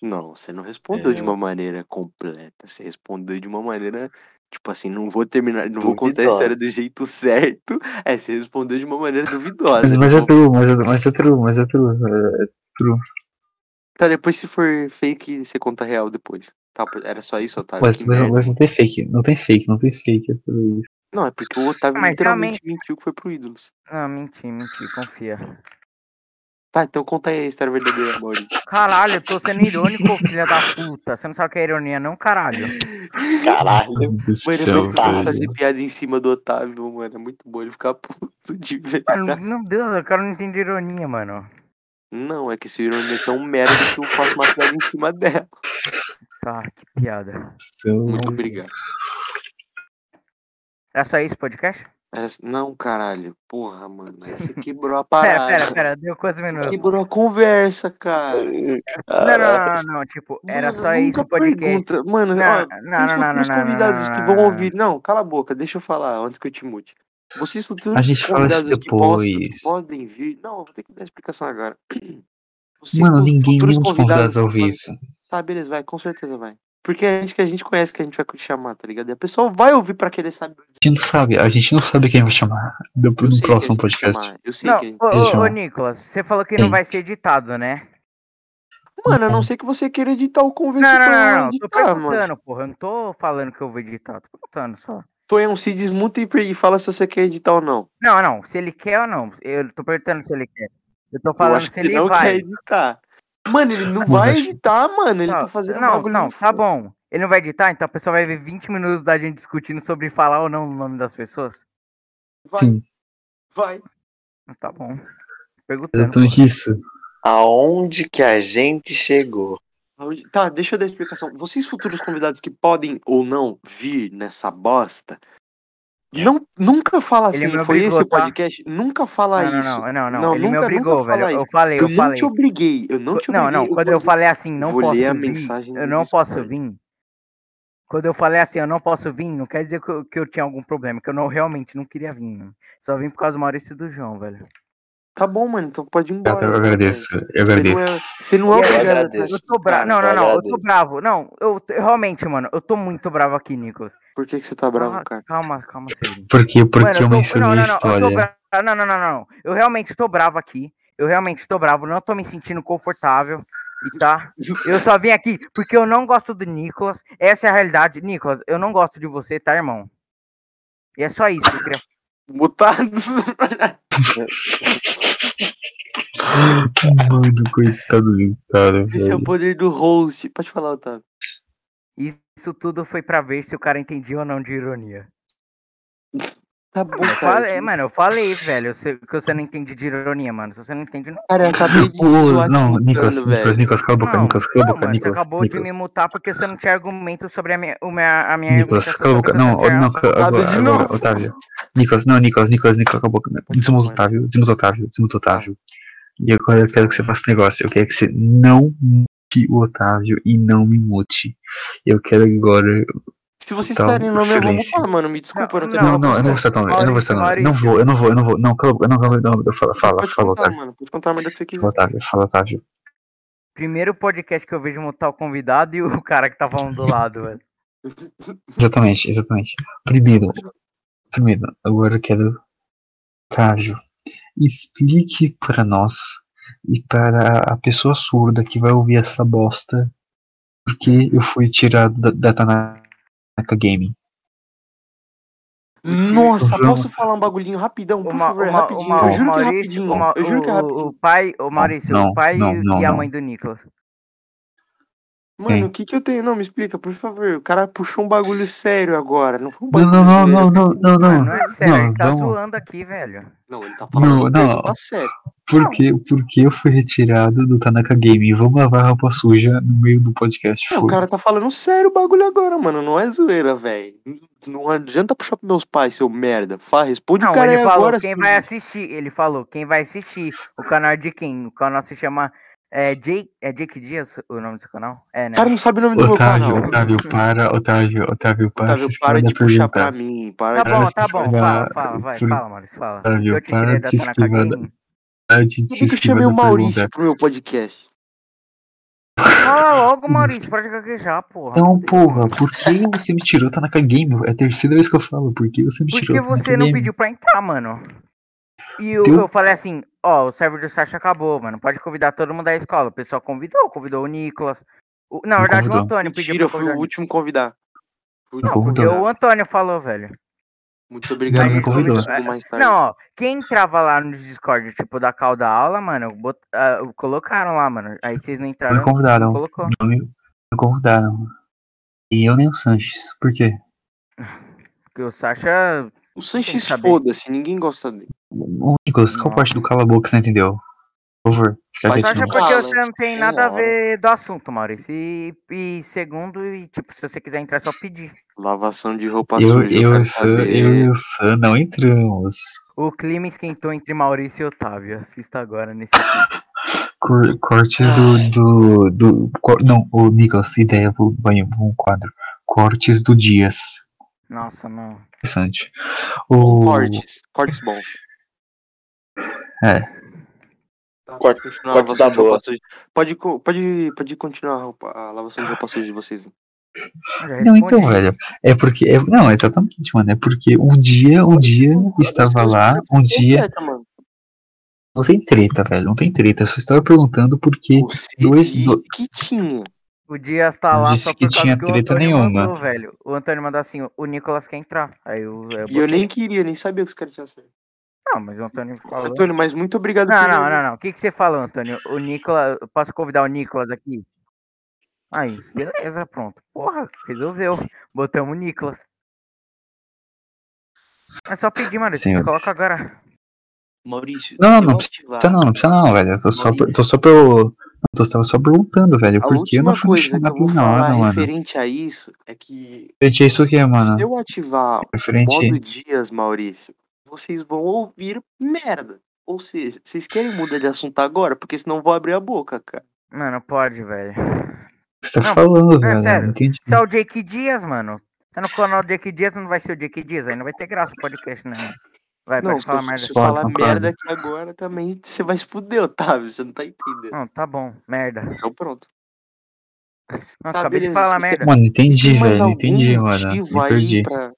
Speaker 1: Não, você não respondeu de
Speaker 3: É.
Speaker 1: uma maneira completa. Você respondeu de uma maneira, tipo assim, não vou terminar, não vou contar a
Speaker 3: Duvidosa.
Speaker 1: história do jeito certo. É, você respondeu de uma maneira duvidosa.
Speaker 2: Mas, mas é
Speaker 1: Tipo,
Speaker 2: true, mas é, mas é true, mas é true. é-
Speaker 1: Tá, depois se for fake, você conta real depois. Tá, era só isso, Otávio.
Speaker 2: Mas,
Speaker 1: Que
Speaker 2: mas,
Speaker 1: merda.
Speaker 2: mas não tem fake, não tem fake, não tem fake. é por isso.
Speaker 1: Não, é porque o Otávio
Speaker 4: Mas
Speaker 1: literalmente mentiu que foi pro Ídolos.
Speaker 4: Ah, menti, menti, confia.
Speaker 1: Tá, então conta aí a história verdadeira, Maurício.
Speaker 4: Caralho, eu tô sendo irônico, ô filha da puta. Você não sabe o que é ironia, não, caralho.
Speaker 3: Caralho.
Speaker 2: Meu Deus do
Speaker 1: Mano,
Speaker 2: céu,
Speaker 1: depois que eu vou
Speaker 2: velho.
Speaker 1: fazer piada em cima do Otávio, mano, é muito bom ele ficar puto de
Speaker 4: Mano,
Speaker 1: verdade.
Speaker 4: meu Deus, eu quero não entender ironia, mano.
Speaker 1: Não, é que esse ironia é tão merda que eu faço uma piada em cima dela.
Speaker 4: Tá, que piada.
Speaker 2: Seu-
Speaker 1: Muito obrigado.
Speaker 4: Era só isso, podcast?
Speaker 1: Essa- Não, caralho. Porra, mano. Aí você quebrou a
Speaker 4: Pera,
Speaker 1: parada.
Speaker 4: pera, pera, deu quantos
Speaker 1: Você
Speaker 4: minutos?
Speaker 1: Quebrou a conversa, cara.
Speaker 4: Não, não,
Speaker 3: Ah,
Speaker 4: não, não, não, tipo, era
Speaker 1: Mano,
Speaker 4: só
Speaker 1: nunca né?
Speaker 4: isso, podcast.
Speaker 1: Pergunta. Mano,
Speaker 4: Não,
Speaker 1: ó,
Speaker 4: não, não, não, não,
Speaker 1: os
Speaker 4: não,
Speaker 1: convidados que
Speaker 4: não,
Speaker 1: vão
Speaker 4: não,
Speaker 1: ouvir. Não, cala a boca, deixa eu falar antes que eu te mute. Vocês futuros
Speaker 2: A gente fala isso
Speaker 1: convidados que possam- que
Speaker 2: depois.
Speaker 1: podem vir. Não, eu vou ter que dar explicação agora. Vocês
Speaker 2: Mano,
Speaker 1: fu-
Speaker 2: ninguém,
Speaker 1: futuros
Speaker 2: nenhum dos convidados
Speaker 1: que
Speaker 2: ouve
Speaker 1: podem-
Speaker 2: isso.
Speaker 1: Tá, beleza, vai, com certeza vai. Porque é gente que a gente conhece que a gente vai chamar, tá ligado? E a pessoa vai ouvir pra querer saber.
Speaker 2: A gente não sabe, a gente não sabe quem vai chamar no,
Speaker 1: Eu sei
Speaker 2: no
Speaker 1: que a gente
Speaker 2: próximo
Speaker 1: vai
Speaker 2: podcast.
Speaker 1: chamar, Eu sei
Speaker 4: Não,
Speaker 1: que a gente...
Speaker 4: ô, ô,
Speaker 2: Deixa
Speaker 4: ô,
Speaker 2: eu-
Speaker 4: Nicolas, você falou que não
Speaker 2: Ei.
Speaker 4: vai ser editado, né?
Speaker 1: Mano, a não ser que você queira editar o convite
Speaker 4: Não, não,
Speaker 1: pra
Speaker 4: não, não, tô
Speaker 1: editar, tá, "Ah, mano.
Speaker 4: perguntando, porra, eu não tô falando que eu vou editar, tô perguntando só.
Speaker 1: Tonhão, um se desmuta e per- e fala se você quer editar ou não.
Speaker 4: Não, não, se ele quer ou não, eu tô perguntando se ele quer. Eu tô
Speaker 1: Eu
Speaker 4: falando
Speaker 1: acho
Speaker 4: se
Speaker 1: que
Speaker 4: ele
Speaker 1: não
Speaker 4: vai.
Speaker 1: quer editar. Mano, ele não vai
Speaker 2: acho que-
Speaker 1: editar, mano. Ele tá fazendo um
Speaker 4: não,
Speaker 1: bagulho.
Speaker 4: não,
Speaker 1: no-
Speaker 4: tá bom. Ele não vai editar, então a pessoa vai ver 20 minutos da gente discutindo sobre falar ou não o nome das pessoas?
Speaker 1: Vai,
Speaker 2: Sim.
Speaker 1: vai.
Speaker 4: Tá bom. Perguntando.
Speaker 2: Exatamente isso.
Speaker 3: Aonde que a gente chegou?
Speaker 1: Aonde- Tá, deixa eu dar a explicação. Vocês, futuros convidados que podem ou não vir nessa bosta, não, nunca fala assim,
Speaker 4: Ele me
Speaker 1: foi
Speaker 4: obrigou,
Speaker 1: esse o
Speaker 4: tá?
Speaker 1: podcast. Nunca fala
Speaker 4: não, não,
Speaker 1: isso.
Speaker 4: não, não, não,
Speaker 1: Não,
Speaker 4: Ele me
Speaker 1: nunca-
Speaker 4: obrigou,
Speaker 1: nunca fala
Speaker 4: velho. Eu
Speaker 1: isso.
Speaker 4: falei,
Speaker 1: Eu
Speaker 4: eu
Speaker 1: não
Speaker 4: falei.
Speaker 1: te obriguei, eu não te
Speaker 4: não,
Speaker 1: obriguei.
Speaker 4: não, quando
Speaker 1: vou-
Speaker 4: eu falei assim, não
Speaker 1: vou
Speaker 4: posso
Speaker 1: ler a
Speaker 4: vir,
Speaker 1: mensagem
Speaker 4: eu
Speaker 1: do
Speaker 4: não
Speaker 1: Discord.
Speaker 4: posso vir. Quando eu falei assim, eu não posso vir, não quer dizer que eu, que eu tinha algum problema, que eu não realmente não queria vir. mano. Só vim por causa do Maurício e do João, velho.
Speaker 1: Tá bom, mano, então pode ir
Speaker 2: Eu
Speaker 1: embora. cara.
Speaker 2: agradeço, eu
Speaker 1: Você não
Speaker 2: agradeço.
Speaker 1: é, você não é
Speaker 3: Eu
Speaker 1: obrigado a
Speaker 3: agradeço.
Speaker 4: Eu tô
Speaker 3: Cara,
Speaker 4: bravo. Não, não,
Speaker 3: eu
Speaker 4: não, eu tô
Speaker 3: agradeço.
Speaker 4: bravo. Não, eu, eu realmente, mano, eu tô muito bravo aqui, Nicolas.
Speaker 1: Por que, que você tá bravo,
Speaker 4: Ah,
Speaker 1: cara?
Speaker 4: Calma, calma, Silvio.
Speaker 2: Porque, porque
Speaker 4: Mano,
Speaker 2: eu
Speaker 4: tô-
Speaker 2: mencionei
Speaker 4: não, não,
Speaker 2: a
Speaker 4: não, eu tô
Speaker 2: história.
Speaker 4: bra- não, não, não, não, não. Eu realmente tô bravo aqui. Eu realmente tô bravo, não tô me sentindo confortável. E tá? Eu só vim aqui porque eu não gosto do Nicolas. Essa é a realidade. Nicolas, eu não gosto de você, tá, irmão? E é só isso que eu queria
Speaker 1: Mutados.
Speaker 2: Mano, coitado do cara,
Speaker 1: Esse é
Speaker 2: velho.
Speaker 1: o poder do host. Pode falar, Otávio.
Speaker 4: Isso tudo foi pra ver se o cara entendia ou não de ironia.
Speaker 1: Tá bom,
Speaker 4: Eu
Speaker 1: cara.
Speaker 4: falei, mano, eu falei, velho, se- que você não entende de ironia, mano. Se você não entende, não.
Speaker 1: Cara, eu acabei de
Speaker 2: Ô,
Speaker 1: zoar te
Speaker 2: Não,
Speaker 1: mutando,
Speaker 2: Nicolas, Nicolas, Nicolas, cala a boca,
Speaker 4: Não,
Speaker 2: Nicolas, cala a
Speaker 4: não,
Speaker 2: boca,
Speaker 4: mano, você
Speaker 2: Nicolas.
Speaker 4: acabou de me
Speaker 2: Nicolas,
Speaker 4: mutar porque você não tinha argumento sobre a minha, o minha- a minha
Speaker 2: Nicolas,
Speaker 4: argumentação
Speaker 2: cala a
Speaker 4: sobre
Speaker 2: boca.
Speaker 4: o que
Speaker 2: Não,
Speaker 4: eu tinha-
Speaker 2: não, cala-
Speaker 1: Mutado
Speaker 2: agora,
Speaker 1: de
Speaker 2: agora,
Speaker 1: novo.
Speaker 2: Otávio. Nicolas, não, Nicolas, Nicolas, Nicolas, cala a boca. Desmuta o Otávio, desmuta o Otávio, desmuta o Otávio. E agora eu quero que você faça um negócio. Eu quero que você não mute o Otávio e não me mute. Eu quero agora.
Speaker 1: Se vocês
Speaker 2: Tá,
Speaker 1: estarem no nome, eu vou
Speaker 2: silêncio.
Speaker 1: mutar, mano. Me desculpa, eu não,
Speaker 4: Não,
Speaker 1: quero
Speaker 2: Não, não,
Speaker 1: falar
Speaker 2: eu não vou estar tão. Eu não vou estar tão. Não vou, eu não vou, eu não vou. Não, cala a boca, não, cala a boca. não, Fala, fala,
Speaker 1: Pode
Speaker 2: fala,
Speaker 1: contar,
Speaker 2: Otávio.
Speaker 1: mano. Pode contar a merda que você quiser.
Speaker 2: Fala, Otávio, fala, Otávio.
Speaker 4: Primeiro podcast que eu vejo montar o convidado e o cara que tá falando do lado, velho.
Speaker 2: Exatamente, exatamente. Primeiro, primeiro, agora eu quero. Otávio, explique para nós e para a pessoa surda que vai ouvir essa bosta porque eu fui tirado da, da Tanaka Gaming.
Speaker 1: Nossa,
Speaker 2: João-
Speaker 1: posso falar um bagulhinho rapidão, por
Speaker 4: Uma-
Speaker 1: favor?
Speaker 4: uma-
Speaker 1: rapidinho.
Speaker 4: uma-
Speaker 1: eu
Speaker 4: o
Speaker 1: juro que é
Speaker 4: Maurício-
Speaker 1: rapidinho.
Speaker 4: o Ma-
Speaker 1: eu juro que é
Speaker 4: o-
Speaker 1: rapidinho.
Speaker 4: O pai, o Maurício,
Speaker 2: não,
Speaker 4: o pai
Speaker 2: não,
Speaker 4: e-
Speaker 2: não,
Speaker 4: e a
Speaker 2: não.
Speaker 4: mãe do Nicolas.
Speaker 1: Mano, o que que eu tenho? Não, me explica, por favor. O cara puxou um bagulho sério agora. Não foi um
Speaker 2: Não,
Speaker 1: bagulho
Speaker 2: não, não,
Speaker 1: zoeira.
Speaker 2: não, não, não,
Speaker 4: Mano,
Speaker 2: não.
Speaker 4: não é sério, ele tá
Speaker 2: vamos.
Speaker 4: zoando aqui, velho.
Speaker 1: Não, ele tá falando
Speaker 2: Não,
Speaker 1: uma
Speaker 2: não.
Speaker 1: pergunta séria.
Speaker 2: Por que, por que eu fui retirado do Tanaka Gaming? Vamos lavar a roupa suja no meio do podcast.
Speaker 1: Não, o
Speaker 2: foda-se.
Speaker 1: cara tá falando sério o bagulho agora, mano. Não é zoeira, velho. Não adianta puxar pros meus pais, seu merda. Fala, responde
Speaker 4: Não,
Speaker 1: o cara
Speaker 4: ele
Speaker 1: aí
Speaker 4: falou
Speaker 1: agora.
Speaker 4: quem
Speaker 1: seu-
Speaker 4: vai assistir, ele falou quem vai assistir. O canal de quem? O canal se chama é, Jake, é Jake Dias o nome desse canal? É,
Speaker 1: O
Speaker 4: né?
Speaker 1: cara não sabe o nome do meu
Speaker 2: Otávio,
Speaker 1: canal.
Speaker 2: Otávio, para, Otávio, Otávio, para.
Speaker 1: Otávio,
Speaker 2: vocês
Speaker 1: para
Speaker 2: podem
Speaker 1: de puxar pra
Speaker 2: apresentar.
Speaker 1: mim. Para
Speaker 4: Tá
Speaker 1: de...
Speaker 4: bom,
Speaker 2: Parece
Speaker 4: tá
Speaker 2: que
Speaker 4: bom,
Speaker 2: foi
Speaker 4: fala,
Speaker 2: da-
Speaker 4: fala, vai,
Speaker 2: foi-
Speaker 4: fala, Maurício, fala.
Speaker 2: Otávio,
Speaker 4: Que eu te
Speaker 2: para
Speaker 4: tirei
Speaker 2: de
Speaker 4: da
Speaker 2: se
Speaker 4: Tanaka
Speaker 2: esquivar da-
Speaker 4: Gaming.
Speaker 2: Para de
Speaker 1: Por
Speaker 2: se
Speaker 1: que que eu
Speaker 2: esquivar
Speaker 1: chamei
Speaker 2: da
Speaker 1: o Maurício
Speaker 2: pergunta.
Speaker 1: pro meu podcast?
Speaker 4: Fala logo, Maurício, para de gaguejar, porra.
Speaker 2: Então, porra, por que você me tirou Tanaka Game? É a terceira vez que eu falo, por que você me tirou Tá
Speaker 4: Porque
Speaker 2: Tanaka
Speaker 4: você não
Speaker 2: Game?
Speaker 4: pediu pra entrar, mano. E eu,
Speaker 2: Deu-
Speaker 4: eu falei assim, ó, o server do Sasha acabou, mano. Pode convidar todo mundo da escola. O pessoal convidou, convidou o Nicolas, O- na verdade, o
Speaker 2: convidou.
Speaker 4: Antônio pediu
Speaker 1: Mentira,
Speaker 4: pra
Speaker 1: eu fui
Speaker 4: convidar.
Speaker 1: o último convidar. Fui o
Speaker 4: Não,
Speaker 1: último
Speaker 2: Convidou.
Speaker 4: porque
Speaker 1: convidado.
Speaker 4: o Antônio falou, velho.
Speaker 1: Muito obrigado.
Speaker 4: Mas
Speaker 1: por
Speaker 4: ele
Speaker 1: convidar
Speaker 4: convidou.
Speaker 1: tudo mais tarde.
Speaker 4: Não, ó, quem entrava lá no Discord, tipo, da cal da aula, mano, bot- ah, colocaram lá, mano. Aí vocês não entraram,
Speaker 2: Me convidaram.
Speaker 4: colocou.
Speaker 2: Não me, me convidaram. E eu nem o Sanches. Por quê?
Speaker 4: Porque o Sasha.
Speaker 1: O Sanches,
Speaker 4: saber.
Speaker 1: foda-se, ninguém gosta dele.
Speaker 2: Ô, Nicolas, qual
Speaker 4: Não.
Speaker 2: parte do cala a boca você não entendeu? Por favor, fica
Speaker 1: Mas
Speaker 4: Sasha
Speaker 1: não
Speaker 2: quietinho.
Speaker 4: porque
Speaker 1: fala,
Speaker 4: você não tem
Speaker 1: sim,
Speaker 4: nada a
Speaker 1: ó.
Speaker 4: ver do assunto, Maurício. E, e segundo, e tipo, se você quiser entrar, é só pedir.
Speaker 1: Lavação de roupa
Speaker 2: Eu,
Speaker 1: suja.
Speaker 2: eu, e
Speaker 1: quero
Speaker 2: o Sam,
Speaker 1: saber.
Speaker 2: eu e o Sam não entramos.
Speaker 4: O clima esquentou entre Maurício e Otávio. Assista agora nesse vídeo.
Speaker 2: Cor- cortes do, do, do, cor- Não, ô Nicolas, ideia, vou, vai, um quadro. Cortes do Dias.
Speaker 4: Nossa, não.
Speaker 2: Interessante.
Speaker 1: Com
Speaker 2: O,
Speaker 1: Cortes. Cortes bons.
Speaker 2: É.
Speaker 1: Tá,
Speaker 3: Corte-
Speaker 1: continuar a lavação
Speaker 3: cortes da
Speaker 1: de roupa
Speaker 3: boa.
Speaker 1: suja. Pode, co- pode, pode continuar a, roupa- a lavação de roupa suja de
Speaker 2: Um
Speaker 1: vocês.
Speaker 4: Já
Speaker 2: Não,
Speaker 4: respondi.
Speaker 2: então, velho, é porque. é- não, exatamente, mano. É porque um dia, um dia estava lá, um dia.
Speaker 1: Completa, mano.
Speaker 2: Não tem treta, velho. Não tem treta. Eu só estava perguntando porque.
Speaker 1: Você
Speaker 2: dois-
Speaker 1: disse
Speaker 2: do-
Speaker 1: que tinha.
Speaker 4: O Dias tá
Speaker 2: Não
Speaker 4: lá
Speaker 2: disse
Speaker 4: só
Speaker 2: que
Speaker 4: por causa
Speaker 2: tinha
Speaker 4: que o
Speaker 2: treta
Speaker 4: Antônio
Speaker 2: nenhuma.
Speaker 4: mandou, velho. O Antônio mandou assim, o Nicolas quer entrar. Aí eu, eu
Speaker 1: E eu
Speaker 4: botei.
Speaker 1: nem queria, nem sabia que os caras tinham certo.
Speaker 4: Não, mas o Antônio falou.
Speaker 1: Antônio, mas muito obrigado
Speaker 4: Não,
Speaker 1: por-
Speaker 4: não, não, não. O que, que você falou, Antônio? O Nicolas. eu Posso convidar o Nicolas aqui? Aí, beleza, pronto. Porra, resolveu. Botamos o Nicolas. É só pedir, mano. Você
Speaker 2: Senhores.
Speaker 4: coloca agora.
Speaker 5: Maurício,
Speaker 2: Não,
Speaker 5: se
Speaker 2: não
Speaker 5: eu
Speaker 2: precisa
Speaker 5: ativar-
Speaker 2: Tá não, não precisa não, velho. Eu tô só, per- tô só pelo. Eu tô, tava só perguntando, velho.
Speaker 1: A
Speaker 2: Porque eu não
Speaker 1: última
Speaker 2: fui me
Speaker 1: coisa que
Speaker 2: chamar
Speaker 1: eu vou
Speaker 2: aqui na hora,
Speaker 1: falar é
Speaker 2: mano.
Speaker 1: referente a isso é que
Speaker 2: Gente, é isso aqui, mano.
Speaker 1: se eu ativar o modo
Speaker 2: Referente.
Speaker 1: dias, Maurício, vocês vão ouvir merda. Ou seja, vocês querem mudar de assunto agora? Porque senão eu vou abrir a boca, cara.
Speaker 4: Mano, pode, velho.
Speaker 2: O que você
Speaker 4: Não,
Speaker 2: tá falando,
Speaker 4: é
Speaker 2: velho? Eu
Speaker 4: sério.
Speaker 2: Não entendi.
Speaker 4: Se é o Jake Dias, mano. Tá no canal do Jake Dias, não vai ser o Jake Dias. Aí não vai ter graça o podcast, né? mano? Vai,
Speaker 1: não,
Speaker 4: pode falar
Speaker 1: se, eu-
Speaker 4: merda.
Speaker 1: se eu falar
Speaker 2: Concordo, concordo.
Speaker 1: merda aqui agora também, você vai se fuder, Otávio. Você não tá entendendo.
Speaker 4: Não, tá bom. Merda.
Speaker 1: Então pronto.
Speaker 4: Não,
Speaker 1: Tá,
Speaker 4: acabei
Speaker 1: beleza,
Speaker 4: de falar
Speaker 1: vocês
Speaker 4: merda.
Speaker 2: Mano, entendi,
Speaker 1: Tem mais
Speaker 2: velho.
Speaker 1: algum
Speaker 2: Entendi, mano.
Speaker 1: motivo
Speaker 2: Me
Speaker 1: aí
Speaker 2: perdi.
Speaker 1: pra-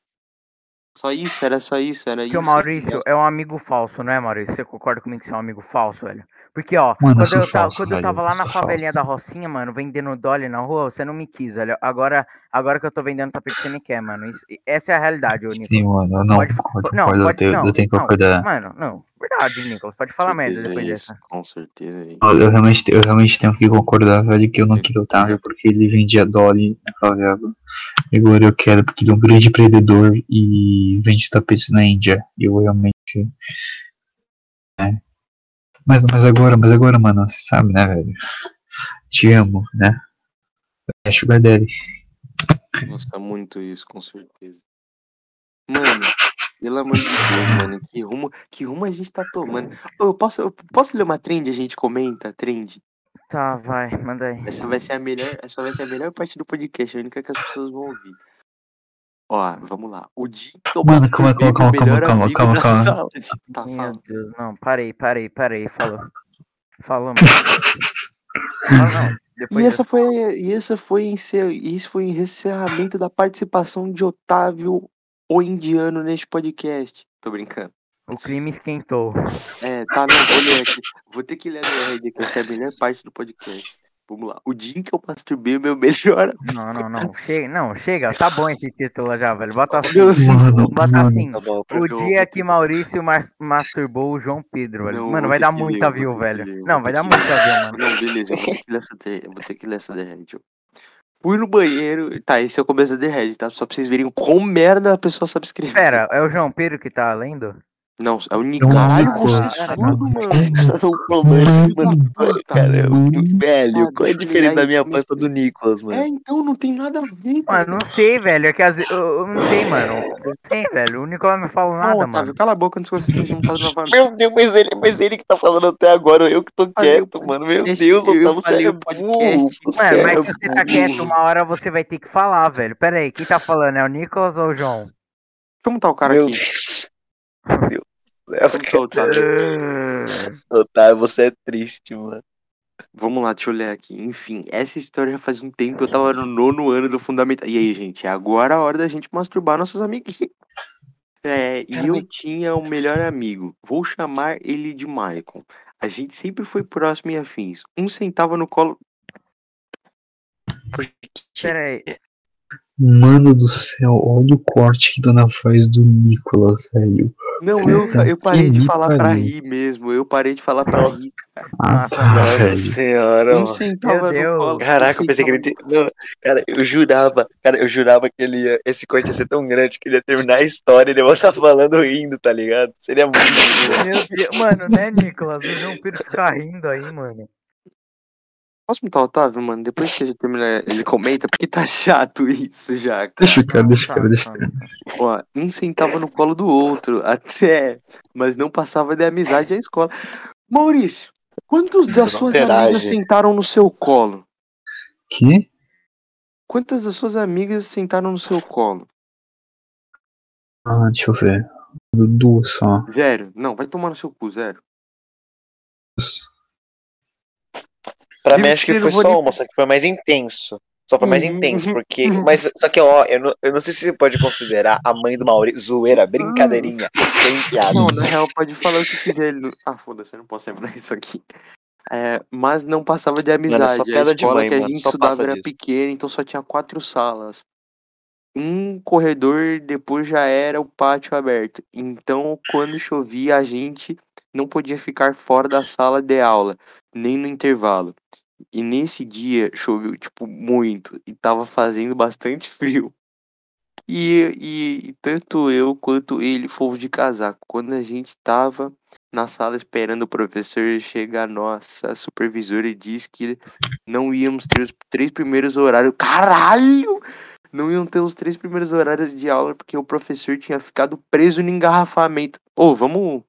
Speaker 1: Só isso, era só isso, era
Speaker 4: Que
Speaker 1: isso.
Speaker 4: o Maurício é um amigo falso, não é, Maurício? Você concorda comigo que você é um amigo falso, velho? Porque, ó,
Speaker 2: Mano, eu
Speaker 4: quando,
Speaker 2: sou
Speaker 4: eu ta-
Speaker 2: falso,
Speaker 4: quando eu
Speaker 2: velho,
Speaker 4: tava lá
Speaker 2: eu
Speaker 4: na
Speaker 2: sou
Speaker 4: favelinha da Rocinha, mano, vendendo dolly na rua, você não me quis, velho. Agora, agora que eu tô vendendo tapete, você me quer, mano. Isso- essa é a realidade, ô
Speaker 2: Sim,
Speaker 4: Nicolas.
Speaker 2: mano. Eu não
Speaker 4: Pode fa-
Speaker 2: concordo.
Speaker 4: não,
Speaker 2: concordo, eu
Speaker 4: pode-
Speaker 2: tenho-
Speaker 4: não,
Speaker 2: Eu tenho que
Speaker 4: não.
Speaker 2: concordar.
Speaker 4: Mano, não, verdade, Nicolas. Pode falar merda
Speaker 1: certeza
Speaker 4: depois
Speaker 1: é
Speaker 4: dessa.
Speaker 1: isso, Com certeza é isso.
Speaker 2: Eu, eu realmente, eu realmente tenho que concordar, velho, que eu não queria o Otávio porque ele vendia Dolly na favela. E agora eu quero porque ele é um grande empreendedor e vende tapetes na Índia. Eu realmente. É. Mas, mas agora, mas agora, mano, você sabe, né, velho? Te amo, né? É Sugar Daddy.
Speaker 1: Nossa, muito isso, com certeza. Mano, pelo amor de Deus, mano, que rumo, que rumo a gente tá tomando. Ô, Eu posso, eu posso ler uma trend? A gente comenta a trend.
Speaker 4: Tá, vai, manda aí.
Speaker 1: Essa vai ser a melhor, essa vai ser a melhor parte do podcast, a única que as pessoas vão ouvir. Ó, vamos lá. O Dito
Speaker 2: Mano,
Speaker 1: Master
Speaker 2: calma, calma,
Speaker 1: Baby,
Speaker 2: calma,
Speaker 1: o melhor
Speaker 2: calma,
Speaker 1: amigo
Speaker 2: calma,
Speaker 1: da
Speaker 2: calma.
Speaker 1: sala de- Tá,
Speaker 4: Meu
Speaker 1: fala.
Speaker 4: Deus, não, parei, parei, parei. Falou. Falou, mano. Fala, não. Depois
Speaker 1: E essa
Speaker 4: dessa.
Speaker 1: foi, e essa foi, encer- e isso foi o encerramento da participação de Otávio, o indiano, neste podcast. Tô brincando.
Speaker 4: O clima esquentou.
Speaker 1: É, tá, não, vou ler aqui. Vou ter que ler a minha rede aqui, essa é a melhor parte do podcast. Vamos lá. O dia em que eu masturbei, meu melhor.
Speaker 4: Não, não, não. Chega, não, chega. Tá bom esse título já, velho. Bota assim.
Speaker 1: Deus.
Speaker 2: Mano,
Speaker 4: Bota
Speaker 2: mano,
Speaker 4: assim.
Speaker 3: Tá bom,
Speaker 4: O
Speaker 1: perdoa,
Speaker 4: dia que Maurício mas- masturbou o João Pedro, velho.
Speaker 1: Não,
Speaker 4: Mano,
Speaker 1: vou
Speaker 4: vai
Speaker 1: ter
Speaker 4: dar
Speaker 1: que ler,
Speaker 4: muita
Speaker 1: vou ter
Speaker 4: view,
Speaker 1: que
Speaker 4: velho.
Speaker 1: ler, vou
Speaker 4: Não,
Speaker 1: ter
Speaker 4: vai dar
Speaker 1: que
Speaker 4: muita
Speaker 1: ler.
Speaker 4: view, mano.
Speaker 1: Não, beleza, eu vou ter que ler essa, tre- eu vou ter que ler essa The Red. Fui no banheiro. Tá, esse é o começo da The Red, tá? Só pra vocês verem quão merda a pessoa sabe escrever.
Speaker 4: Pera, é o João Pedro que tá lendo?
Speaker 1: Não, é o
Speaker 2: Não,
Speaker 1: Nico. Caralho,
Speaker 2: não,
Speaker 1: você é
Speaker 4: cara,
Speaker 1: surdo, mano.
Speaker 3: Essas são problemas,
Speaker 2: Mano,
Speaker 3: mano, cara.
Speaker 2: mano.
Speaker 3: Velho,
Speaker 1: Deixa
Speaker 3: qual é a
Speaker 1: eu
Speaker 3: diferença
Speaker 1: ligar
Speaker 3: da
Speaker 1: e
Speaker 3: minha
Speaker 1: começar.
Speaker 3: voz pra do Nicolas,
Speaker 1: É,
Speaker 3: mano?
Speaker 1: então não tem nada a ver, cara.
Speaker 4: Mano, não sei, velho. É que as... eu, eu não sei, mano. Não sei, velho. O Nicolas não falou
Speaker 1: Não,
Speaker 4: nada,
Speaker 1: Otávio,
Speaker 4: mano.
Speaker 1: cala a boca antes que você seja um padre novamente.
Speaker 3: Meu Deus, mas ele, mas ele que tá falando até agora, eu que tô
Speaker 1: falei o
Speaker 3: quieto, mano. Meu
Speaker 1: podcast,
Speaker 3: Deus,
Speaker 1: eu
Speaker 3: Otávio, você
Speaker 1: falei
Speaker 3: é
Speaker 1: o podcast.
Speaker 3: burro.
Speaker 1: Mano,
Speaker 3: você
Speaker 4: Mano, mas
Speaker 3: é
Speaker 4: se você tá quieto, uma hora você vai ter que falar, velho. Pera aí, quem tá falando? É o Nicolas ou o João?
Speaker 1: Como tá o cara
Speaker 3: Meu
Speaker 1: aqui?
Speaker 3: Deus. Meu Deus.
Speaker 1: Como tá o Otávio?
Speaker 3: Otávio, você é triste, mano.
Speaker 1: Vamos lá, deixa eu ler aqui. Enfim, essa história já faz um tempo. Eu tava no nono ano do fundamental. E aí, gente, é agora a hora da gente masturbar nossos amiguinhos. É, e eu tinha o melhor amigo. Vou chamar ele de Maicon. A gente sempre foi próximo e afins. Um sentava no colo.
Speaker 3: Porque...
Speaker 4: Pera aí.
Speaker 2: Mano do céu, olha o corte que dá na voz do Nicolas, velho.
Speaker 1: Não, eu,
Speaker 2: Puta
Speaker 1: eu parei
Speaker 2: que
Speaker 1: de falar pra
Speaker 2: pariu.
Speaker 1: rir mesmo. Eu parei de falar pra rir.
Speaker 2: Ah,
Speaker 4: Nossa,
Speaker 2: tá,
Speaker 3: Nossa
Speaker 2: velho.
Speaker 3: senhora,
Speaker 1: Um
Speaker 3: mano.
Speaker 1: centavo
Speaker 4: Meu
Speaker 1: no
Speaker 4: Deus.
Speaker 1: colo.
Speaker 3: Caraca, eu
Speaker 1: Um
Speaker 3: pensei que ele.
Speaker 1: centavo
Speaker 3: te- Não, cara, eu jurava, cara, eu jurava que ele ia- esse corte ia ser tão grande que ele ia terminar a história e ele ia estar falando rindo, tá ligado? Seria muito. bom.
Speaker 4: Meu Deus, mano, né, Nicolas? O João Pedro fica rindo aí, mano.
Speaker 1: Posso mutar o Otávio, mano? Depois que você terminar, ele comenta, porque tá chato isso já. cara.
Speaker 2: Deixa o cara,
Speaker 4: Não,
Speaker 2: deixa o
Speaker 4: tá,
Speaker 2: cara, deixa o
Speaker 4: tá.
Speaker 2: cara.
Speaker 1: Ó, um sentava no colo do outro, até. Mas não passava de amizade à escola. Maurício, quantos das
Speaker 3: Não
Speaker 1: suas
Speaker 3: interage.
Speaker 1: amigas sentaram no seu colo?
Speaker 2: Que?
Speaker 1: Quantas das suas amigas sentaram no seu colo?
Speaker 2: Ah, deixa eu ver. Duas só.
Speaker 1: Zero. Não, vai tomar no seu cu, zero.
Speaker 3: Pra
Speaker 1: Viu
Speaker 3: mim,
Speaker 1: o
Speaker 3: acho que
Speaker 1: cheiro
Speaker 3: foi só
Speaker 1: bonito?
Speaker 3: uma, só que foi mais intenso. Só foi mais
Speaker 1: Uhum.
Speaker 3: intenso, porque. Mas, só que, ó, eu não, eu não sei se você pode considerar a mãe do Maurício. Zoeira, brincadeirinha, sem piada.
Speaker 1: Não, na real, pode falar o que quiser. Ele... não- Ah, foda-se, eu não posso lembrar isso aqui. É, mas não passava de
Speaker 3: só
Speaker 1: amizade. a
Speaker 3: piada de
Speaker 1: escola
Speaker 3: mãe,
Speaker 1: que a
Speaker 3: mano,
Speaker 1: gente
Speaker 3: só
Speaker 1: estudava
Speaker 3: passa
Speaker 1: era
Speaker 3: disso.
Speaker 1: pequena, então só tinha quatro salas. Um corredor, depois já era o pátio aberto. Então, quando chovia, a gente não podia ficar fora da sala de aula, nem no intervalo. E nesse dia choveu, tipo, muito. E tava fazendo bastante frio. E, e, e tanto eu quanto ele fomos de casaco. Quando a gente tava na sala esperando o professor chegar, a nossa supervisora disse que não íamos ter os três primeiros horários. Caralho! Não iam ter os três primeiros horários de aula porque o professor tinha ficado preso no engarrafamento. Ô, vamos.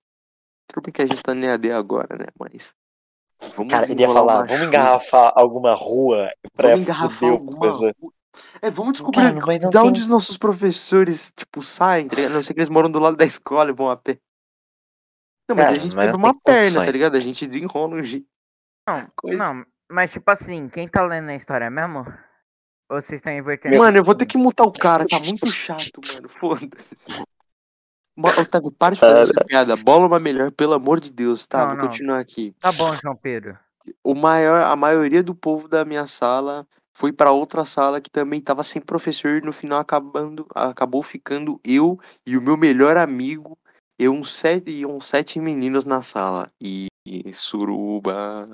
Speaker 1: Tudo bem que a gente tá no EAD agora, né? Mas. Vamos
Speaker 3: Cara, ele ia
Speaker 1: desenrolar
Speaker 3: falar,
Speaker 1: uma
Speaker 3: vamos
Speaker 1: chuva.
Speaker 3: engarrafar alguma rua pra
Speaker 1: Vamos engarrafar
Speaker 3: foder o
Speaker 1: alguma
Speaker 3: coisa.
Speaker 1: rua. É, vamos descobrir
Speaker 3: Cara, mas não
Speaker 1: da
Speaker 3: tem-
Speaker 1: onde os nossos professores, tipo, saem, tá ligado? a não ser que eles moram do lado da escola e vão a pé. Não, mas
Speaker 3: Cara,
Speaker 1: a gente
Speaker 3: É, mas
Speaker 1: quebra
Speaker 3: não tem
Speaker 1: uma perna, tá
Speaker 3: condições.
Speaker 1: ligado? A gente desenrola um jeito.
Speaker 4: Não,
Speaker 1: Coisa.
Speaker 4: não, mas tipo assim, quem tá lendo a história mesmo? Ou vocês estão
Speaker 3: É.
Speaker 4: invertendo?
Speaker 1: Mano, eu vou ter que mutar o cara, tá muito chato, mano. Foda-se. Ma- Otávio, para de
Speaker 3: Ah.
Speaker 1: fazer essa piada. Bola uma melhor, pelo amor de Deus, tá?
Speaker 4: Não,
Speaker 1: Vou
Speaker 4: não.
Speaker 1: continuar aqui.
Speaker 4: Tá bom, João Pedro.
Speaker 1: o maior, a maioria do povo da minha sala foi para outra sala que também tava sem professor e no final acabando, acabou ficando eu e o meu melhor amigo, eu uns sete, e uns sete meninos na sala. E, e suruba,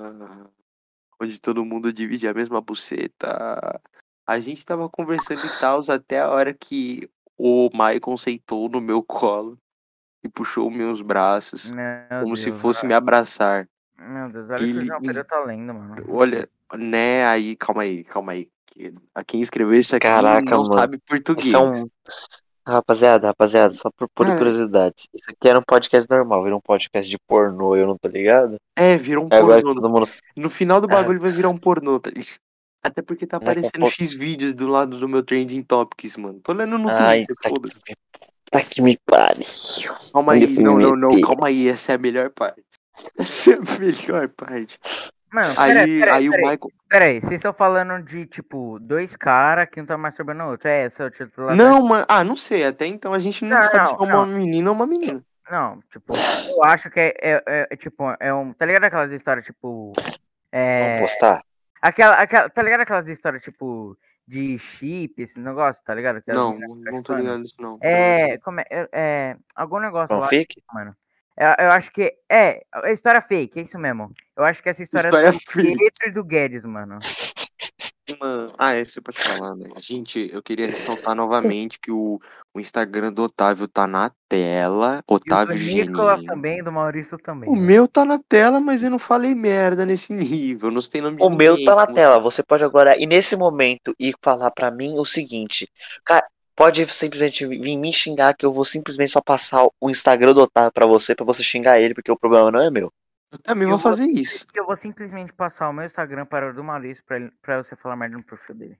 Speaker 1: onde todo mundo divide a mesma buceta. A gente tava conversando e tal, até a hora que o Maicon sentou no meu colo e puxou meus braços,
Speaker 4: Meu
Speaker 1: como se
Speaker 4: Deus,
Speaker 1: fosse
Speaker 4: olha-
Speaker 1: me abraçar.
Speaker 4: Meu Deus, olha o que o
Speaker 1: Ele-
Speaker 4: João Pedro tá lendo, mano.
Speaker 1: Olha, né, aí, calma aí, calma aí. que- A quem escreveu isso aqui
Speaker 3: Caraca,
Speaker 1: não
Speaker 3: mano.
Speaker 1: sabe português.
Speaker 3: Isso é um. Rapaziada, rapaziada, só por pura
Speaker 1: Cara.
Speaker 3: curiosidade. Isso aqui era um podcast normal, virou um podcast de pornô, eu não tô ligado.
Speaker 1: É, virou um
Speaker 3: É agora que
Speaker 1: pornô.
Speaker 3: todo mundo.
Speaker 1: No final do
Speaker 3: Ah.
Speaker 1: bagulho vai virar um pornô, tá ligado? Até porque tá
Speaker 3: Não é que é um
Speaker 1: aparecendo
Speaker 3: por-
Speaker 1: X vídeos do lado do meu Trending Topics, mano. Tô lendo no
Speaker 3: Ai,
Speaker 1: Twitter,
Speaker 3: tá
Speaker 1: foda-se.
Speaker 3: que, tá que me pariu.
Speaker 1: Calma
Speaker 3: onde
Speaker 1: aí,
Speaker 3: eu fui
Speaker 1: não,
Speaker 3: me
Speaker 1: não, não,
Speaker 3: meter?
Speaker 1: calma aí, essa é a melhor parte. Essa é a melhor parte.
Speaker 4: Mano, peraí,
Speaker 1: Aí,
Speaker 4: peraí,
Speaker 1: aí o
Speaker 4: peraí,
Speaker 1: Michael.
Speaker 4: peraí, vocês estão falando de, tipo, dois caras que um tá masturbando o outro. É esse é o título da-
Speaker 1: Não, mano. Ah, não sei, até então a gente não,
Speaker 4: Não,
Speaker 1: sabe se é
Speaker 4: não,
Speaker 1: uma menina ou uma menina.
Speaker 4: Não, tipo, eu acho que é, é- é- é, tipo, é um. Tá ligado aquelas histórias, tipo.
Speaker 3: Vamos
Speaker 4: É.
Speaker 3: postar?
Speaker 4: Aquela, aquela, tá ligado aquelas histórias, tipo, de chip, esse negócio, tá ligado? Que as
Speaker 1: Não,
Speaker 4: meninas ficam
Speaker 1: não tô
Speaker 4: chupando.
Speaker 1: ligado nisso, não.
Speaker 4: É, como é, é, é, algum negócio lá,
Speaker 3: Fanfic?
Speaker 4: mano. Eu, eu acho que é, é história fake, é isso mesmo. Eu acho que essa história, é
Speaker 1: História
Speaker 4: do
Speaker 1: fake.
Speaker 4: Pietro e do Guedes, mano.
Speaker 1: Mano, ah, é, você pode falar, né? Gente, eu queria ressaltar novamente que o, o Instagram do Otávio tá na tela.
Speaker 4: E o do
Speaker 1: Otávio
Speaker 4: Nicolas
Speaker 1: Geninho.
Speaker 4: também, né? do Maurício também.
Speaker 1: O
Speaker 4: mano.
Speaker 1: meu tá na tela, mas eu não falei merda nesse nível. Não tem nome de
Speaker 3: O meu
Speaker 1: ninguém,
Speaker 3: tá na
Speaker 1: não-
Speaker 3: tela. Você pode agora ir nesse momento e falar pra mim o seguinte. Cara, pode simplesmente vir me xingar que eu vou simplesmente só passar o Instagram do Otávio pra você, pra você xingar ele, porque o problema não é meu.
Speaker 1: Eu também
Speaker 4: Eu
Speaker 1: vou
Speaker 4: vou-
Speaker 1: fazer isso.
Speaker 4: Eu vou simplesmente passar o meu Instagram para o do Maurício pra, ele- pra você falar merda no perfil dele.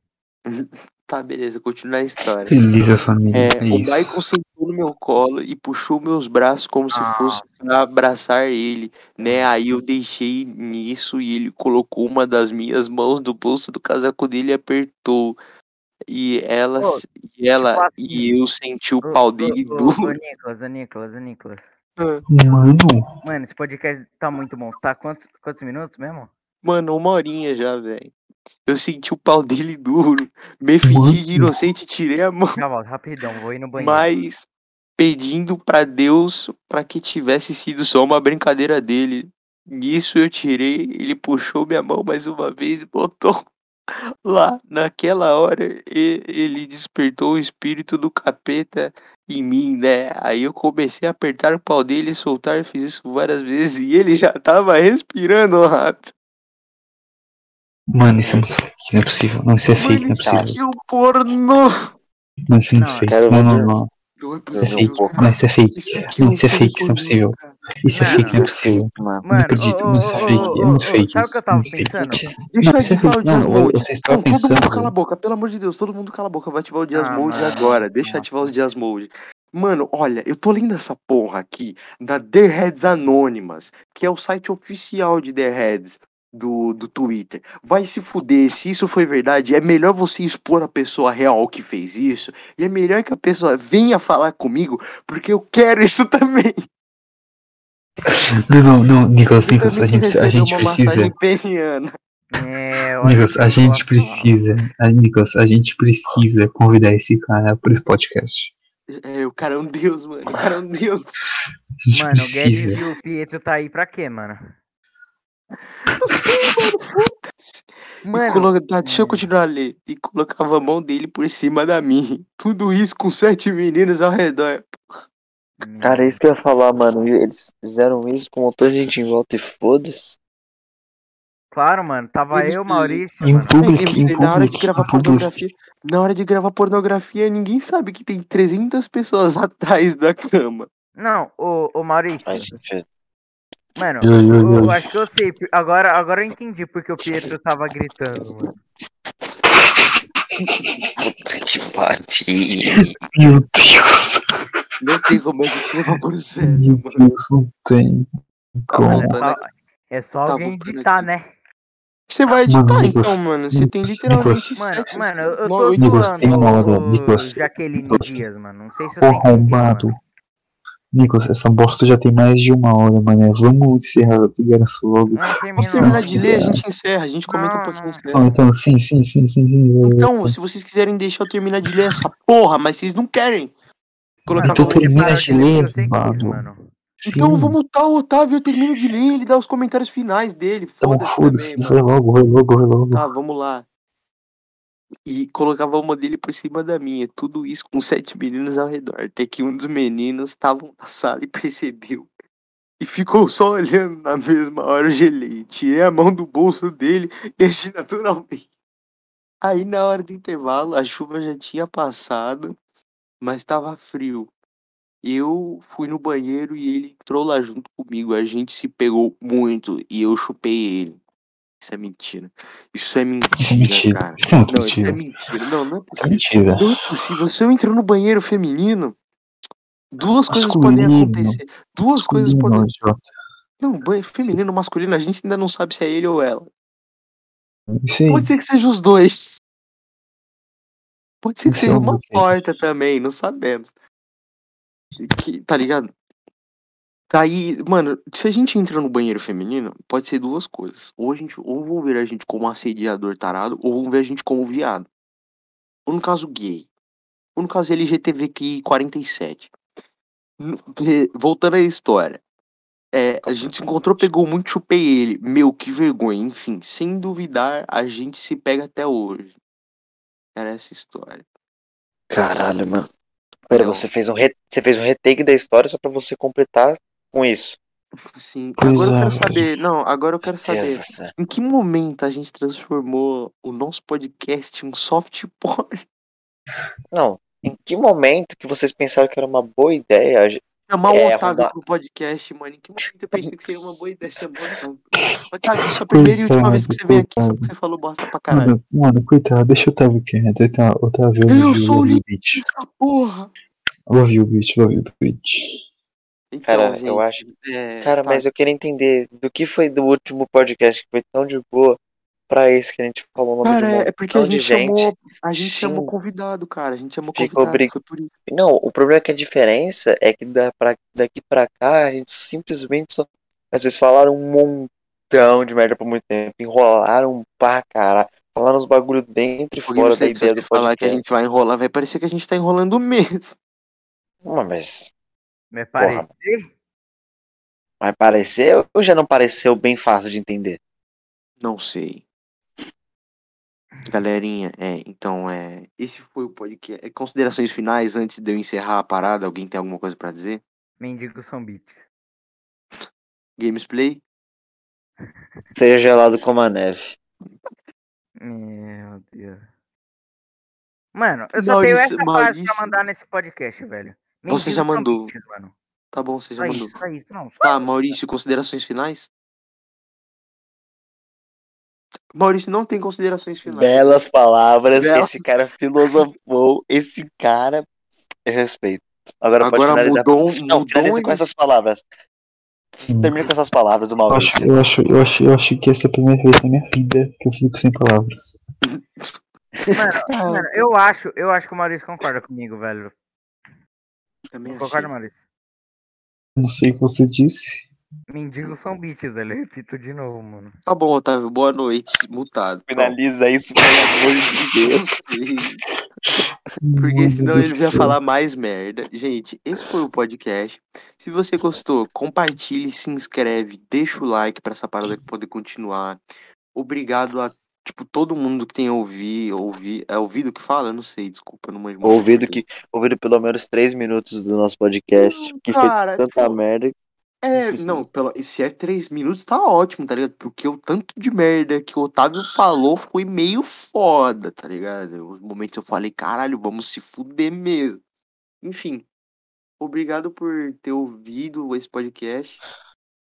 Speaker 1: Tá, beleza, continua a história.
Speaker 2: Beleza, família.
Speaker 1: É,
Speaker 2: É,
Speaker 1: o
Speaker 2: isso.
Speaker 1: Michael sentou no meu colo e puxou meus braços como se
Speaker 4: Ah.
Speaker 1: fosse pra abraçar ele, né? Aí eu deixei nisso e ele colocou uma das minhas mãos do bolso do casaco dele e apertou. E ela,
Speaker 4: Ô,
Speaker 1: se- e, ela
Speaker 4: assim,
Speaker 1: e eu senti o
Speaker 4: Ô,
Speaker 1: pau
Speaker 4: ô,
Speaker 1: dele
Speaker 4: ô,
Speaker 1: duro.
Speaker 4: ô, Nicolas, ô, Nicolas, ô, Nicolas.
Speaker 2: Mano,
Speaker 4: Mano, esse podcast tá muito bom. Tá quantos, quantos minutos mesmo?
Speaker 1: Mano, uma horinha já, velho. Eu senti o pau dele duro. Me fingi de inocente, tirei a mão.
Speaker 4: Já volto, rapidão, vou ir no banheiro.
Speaker 1: Mas pedindo pra Deus pra que tivesse sido só uma brincadeira dele. Nisso eu tirei, ele puxou minha mão mais uma vez e botou lá. Naquela hora e- ele despertou o espírito do capeta em mim, né? Aí eu comecei a apertar o pau dele e soltar, eu fiz isso várias vezes e ele já tava respirando rápido.
Speaker 2: Mano, isso é muito fake, não é possível. Não, isso é fake, não é
Speaker 1: Mano,
Speaker 3: cara.
Speaker 2: possível.
Speaker 1: que um pornô!
Speaker 2: Mano, isso é muito
Speaker 4: Não,
Speaker 2: fake.
Speaker 3: cara, eu
Speaker 2: Não,
Speaker 3: vou-
Speaker 2: não, não.
Speaker 1: Não é
Speaker 3: Não,
Speaker 1: possível,
Speaker 3: pô.
Speaker 1: cara.
Speaker 2: Não, isso é fake.
Speaker 1: Isso aqui
Speaker 2: Não,
Speaker 1: um
Speaker 2: isso é fake, isso é
Speaker 1: pornô,
Speaker 2: possível.
Speaker 1: cara.
Speaker 2: Isso é
Speaker 4: Não,
Speaker 2: fake,
Speaker 4: não.
Speaker 2: não é possível.
Speaker 3: Mano,
Speaker 2: Não acredito,
Speaker 4: ô,
Speaker 2: não, isso é
Speaker 4: ô, ô,
Speaker 2: fake.
Speaker 4: ô,
Speaker 2: É muito
Speaker 4: ô,
Speaker 2: fake
Speaker 4: Sabe o
Speaker 2: isso.
Speaker 4: que eu tava
Speaker 2: Muito fake.
Speaker 4: pensando?
Speaker 1: Deixa
Speaker 2: Não, isso
Speaker 1: eu
Speaker 2: é
Speaker 1: ativar o
Speaker 2: fake. Mano,
Speaker 1: Jasmode.
Speaker 2: você estava
Speaker 1: Não, todo mundo cala a
Speaker 2: pensando.
Speaker 1: boca, pelo amor de Deus, todo mundo cala a boca, vai ativar o Jazz
Speaker 4: Ah,
Speaker 1: Mode
Speaker 4: mano.
Speaker 1: agora. Deixa eu ativar o
Speaker 4: Nossa.
Speaker 1: Jazz Mode. Mano, olha, eu tô lendo essa porra aqui da Deadheads Anônimas, que é o site oficial de Deadheads do, do Twitter. Vai se fuder, se isso foi verdade, é melhor você expor a pessoa real que fez isso, e é melhor que a pessoa venha falar comigo, porque eu quero isso também.
Speaker 2: Não, não, não, Nicolas,
Speaker 1: Eu
Speaker 2: Nicolas, a
Speaker 1: também que
Speaker 2: gente, a
Speaker 1: receber
Speaker 2: gente
Speaker 1: uma
Speaker 2: precisa.
Speaker 1: massagem peniana.
Speaker 4: É, olha
Speaker 2: Nicolas,
Speaker 4: que
Speaker 2: a gente
Speaker 4: negócio,
Speaker 2: precisa. a- Nicolas, a gente precisa convidar esse cara para esse podcast.
Speaker 1: É, o cara é um deus, mano, o cara é um deus.
Speaker 2: A gente
Speaker 4: Mano, o Guedes
Speaker 2: precisa.
Speaker 4: e o Pietro tá aí pra quê, mano?
Speaker 1: Eu sei, mano, foda-se. E
Speaker 4: Mano,
Speaker 1: coloca- tá, deixa eu continuar a ler. E colocava a mão dele por cima da minha. Tudo isso com sete meninos ao redor.
Speaker 3: Cara, é isso que eu ia falar, mano. Eles fizeram isso com um montão de gente em volta e foda-se.
Speaker 4: Claro, mano. Tava
Speaker 1: Eles-
Speaker 4: eu, Maurício,
Speaker 2: Em
Speaker 4: mano.
Speaker 2: público,
Speaker 1: Aí,
Speaker 2: em
Speaker 1: na hora de
Speaker 2: público,
Speaker 1: gravar
Speaker 2: em público.
Speaker 1: pornografia, na hora de gravar pornografia, ninguém sabe que tem 300 pessoas atrás da cama.
Speaker 4: Não, o, o Maurício.
Speaker 3: Mas, enfim.
Speaker 4: Mano,
Speaker 2: Ui, ui,
Speaker 4: eu, eu
Speaker 2: ui.
Speaker 4: acho que eu sei. pi- Agora, agora eu entendi porque o Pietro tava gritando, mano.
Speaker 3: Puta que pariu.
Speaker 2: Meu Deus,
Speaker 1: Não tem como a gente levar um processo,
Speaker 2: meu
Speaker 1: mano.
Speaker 2: Deus, não tem
Speaker 1: Tá
Speaker 2: como.
Speaker 4: É
Speaker 1: voltando
Speaker 4: só,
Speaker 1: aqui.
Speaker 4: é só
Speaker 1: Tá
Speaker 4: alguém
Speaker 1: voltando
Speaker 4: editar,
Speaker 1: aqui.
Speaker 4: né?
Speaker 1: Você vai editar
Speaker 2: Mano, Nicolas,
Speaker 1: então, mano. Você tem
Speaker 2: Nicolas,
Speaker 1: literalmente
Speaker 2: Nicolas.
Speaker 4: Mano,
Speaker 1: sete,
Speaker 4: mano, eu, eu tô
Speaker 1: nove-
Speaker 2: Nicolas, tem uma hora,
Speaker 4: zoando o
Speaker 2: Nicolas,
Speaker 4: Jaqueline
Speaker 2: Nicolas.
Speaker 4: Dias, mano. Não sei se
Speaker 2: Ô
Speaker 4: você entendeu,
Speaker 2: arrombado.
Speaker 4: mano.
Speaker 2: Nicolas, essa bosta já tem mais de uma hora, mano. Vamos encerrar essa desgraça logo.
Speaker 4: Não,
Speaker 1: Posso
Speaker 4: termina.
Speaker 1: terminar
Speaker 4: não.
Speaker 1: de ler? A gente encerra. A gente comenta um
Speaker 4: Não,
Speaker 1: pouquinho.
Speaker 4: não.
Speaker 1: encerra.
Speaker 2: Não, então, sim, sim, sim, sim, sim.
Speaker 1: Então, se vocês quiserem deixar eu terminar de ler essa porra, mas vocês não querem. Colocar
Speaker 4: Mano,
Speaker 2: Então
Speaker 1: a mão-
Speaker 4: você
Speaker 2: termina
Speaker 4: parou
Speaker 2: de
Speaker 4: ler porque
Speaker 2: ler,
Speaker 4: eu sei que quis,
Speaker 2: arrombado.
Speaker 4: mano.
Speaker 1: Então eu
Speaker 2: Sim.
Speaker 1: vou mutar o Otávio, eu termino de ler, ele dá os comentários finais dele.
Speaker 2: Então
Speaker 1: Foda-se
Speaker 2: foda-se,
Speaker 1: também,
Speaker 2: vai
Speaker 1: mano.
Speaker 2: logo, vai logo, vai logo.
Speaker 1: Tá, vamos lá. E colocava uma dele por cima da minha. Tudo isso com sete meninos ao redor. Até que um dos meninos estava na sala e percebeu. E ficou só olhando na mesma hora eu gelei. Tirei a mão do bolso dele e agi naturalmente. Aí na hora do intervalo, a chuva já tinha passado, mas estava frio. Eu fui no banheiro e ele entrou lá junto comigo. A gente se pegou muito e eu chupei ele. Isso é mentira. Isso é mentira,
Speaker 2: Isso é mentira.
Speaker 1: cara.
Speaker 2: Isso é muito
Speaker 1: Não, isso é
Speaker 2: mentira.
Speaker 1: mentira. Não, não é
Speaker 2: Isso
Speaker 1: possível.
Speaker 2: é mentira.
Speaker 1: Não é possível. Se eu entro no banheiro feminino, duas coisas podem
Speaker 2: Masculino.
Speaker 1: acontecer. Duas coisas
Speaker 2: Masculino,
Speaker 1: podem.
Speaker 2: idiota.
Speaker 1: Não, banheiro feminino, masculino, a gente ainda não sabe se é ele ou ela.
Speaker 2: Isso é aí.
Speaker 1: Pode ser que seja os dois. Pode ser que
Speaker 2: Isso é
Speaker 1: seja
Speaker 2: um
Speaker 1: uma
Speaker 2: ok.
Speaker 1: porta também, não sabemos. E que- tá ligado? Daí, mano, se a gente entra no banheiro feminino, pode ser duas coisas. Ou, a gente, ou vão ver a gente como assediador tarado, ou vão ver a gente como viado. Ou no caso gay. Ou no caso LGTVQI 47. No- eh, Voltando à história. É, a gente se encontrou, pegou muito, chupei ele. Meu, que vergonha. Enfim, sem duvidar, a gente se pega até hoje. Era essa história.
Speaker 3: Caralho, mano. Pera,
Speaker 1: Não.
Speaker 3: você fez, um re- você fez um retake da história só pra você completar com isso.
Speaker 1: Assim,
Speaker 2: Pois
Speaker 1: agora eu
Speaker 2: é,
Speaker 1: quero
Speaker 2: velho.
Speaker 1: saber. Não, agora eu quero
Speaker 3: Meu Deus
Speaker 1: saber.
Speaker 3: do céu.
Speaker 1: Em que momento a gente transformou o nosso podcast em um soft porn?
Speaker 3: Não, em que momento que vocês pensaram que era uma boa ideia a
Speaker 1: Chamar o
Speaker 3: É,
Speaker 1: Otávio
Speaker 3: arromba-
Speaker 1: pro podcast, mano. Em que momento eu pensei que seria uma boa ideia chamar o Otávio? Otávio, isso é a primeira e última vez que você vem aqui, só porque você falou bosta pra caralho.
Speaker 2: Mano, mano, coitado, deixa o Otávio quieto. Então, Otávio,
Speaker 1: Eu
Speaker 2: love
Speaker 1: sou o
Speaker 2: you, love you,
Speaker 1: Lin-
Speaker 2: bitch.
Speaker 1: Essa porra!
Speaker 2: Love you, bitch, love you, bitch.
Speaker 1: Então,
Speaker 3: Cara,
Speaker 1: gente,
Speaker 3: eu acho-
Speaker 1: é,
Speaker 3: Cara,
Speaker 1: tá,
Speaker 3: mas eu queria entender do que foi do último podcast que foi tão de boa pra esse que a gente falou o nome
Speaker 1: Cara,
Speaker 3: de um
Speaker 1: é porque a
Speaker 3: montão de
Speaker 1: gente
Speaker 3: gente.
Speaker 1: chamou. A gente chamou
Speaker 3: Sim.
Speaker 1: convidado, cara. A gente chamou
Speaker 3: Fica
Speaker 1: convidado.
Speaker 3: obri-
Speaker 1: Foi por isso.
Speaker 3: Não, o problema é que a diferença é que da pra- daqui pra cá a gente simplesmente só. Mas Vocês falaram um montão de merda por muito tempo, enrolaram pra caralho. Falaram uns bagulho dentro e
Speaker 1: Alguém
Speaker 3: fora
Speaker 1: não
Speaker 3: da
Speaker 1: sei se
Speaker 3: ideia do
Speaker 1: você falar que a
Speaker 3: podcast.
Speaker 1: gente vai enrolar, vai parecer que a gente tá enrolando mesmo.
Speaker 3: Não, mas
Speaker 4: Me parece.
Speaker 3: vai parecer ou já não pareceu bem fácil de entender?
Speaker 1: Não sei. Galerinha, é, então é. Esse foi o podcast. É, Considerações finais antes de eu encerrar a parada. Alguém tem alguma coisa pra dizer?
Speaker 4: Mendigos são beats.
Speaker 1: Gamesplay?
Speaker 3: Seja gelado como a neve.
Speaker 4: Meu Deus. Mano, eu só
Speaker 1: Maurício-
Speaker 4: tenho essa frase pra
Speaker 1: Maurício-
Speaker 4: mandar nesse podcast, velho.
Speaker 1: Você
Speaker 4: Mendigos
Speaker 1: já
Speaker 4: são
Speaker 1: mandou.
Speaker 4: beats, mano.
Speaker 1: Tá bom, você já
Speaker 4: Só
Speaker 1: mandou.
Speaker 4: isso, só isso. Não, só
Speaker 1: Tá,
Speaker 4: isso.
Speaker 1: Maurício, considerações finais? Maurício não tem considerações finais.
Speaker 3: Belas palavras,
Speaker 1: Belas.
Speaker 3: esse cara filosofou, esse cara eu respeito. Agora, pode
Speaker 1: Agora
Speaker 3: finalizar.
Speaker 1: mudou,
Speaker 3: Não,
Speaker 1: mudou
Speaker 3: finaliza com
Speaker 1: um-
Speaker 3: essas palavras. Termina com essas palavras do
Speaker 2: Eu
Speaker 3: Maurício.
Speaker 2: acho, eu, acho, eu, acho, eu acho que essa é a primeira vez na minha vida que eu fico sem palavras.
Speaker 1: Ah,
Speaker 4: Mano, eu acho, eu acho que o Maurício concorda comigo, velho.
Speaker 1: também
Speaker 4: Não
Speaker 1: achei.
Speaker 4: concorda, Maurício?
Speaker 2: Não sei o que você disse.
Speaker 4: Mendigos são beats, velho. Eu repito de novo, mano.
Speaker 1: Tá bom, Otávio, boa noite, mutado. é
Speaker 3: Finaliza isso, pelo amor de Deus.
Speaker 1: Porque
Speaker 2: Meu
Speaker 1: senão
Speaker 2: Deus
Speaker 1: ele
Speaker 2: do
Speaker 1: vai
Speaker 2: céu.
Speaker 1: falar mais merda. Gente, esse foi o podcast. Se você gostou, compartilhe, se inscreve, deixa o like pra essa parada poder continuar. Obrigado a tipo todo mundo que tem ouvido, ouvi, é ouvido que fala, eu não sei, desculpa, eu não manjo muito.
Speaker 3: Ouvido que ouvido pelo menos três minutos do nosso podcast, que fez
Speaker 1: Hum, Cara,
Speaker 3: tanta merda.
Speaker 1: É, não, pelo, e se é três minutos, tá ótimo, tá ligado? Porque o tanto de merda que o Otávio falou foi meio foda, tá ligado? Os momentos eu falei, caralho, vamos se fuder mesmo. Enfim, obrigado por ter ouvido esse podcast.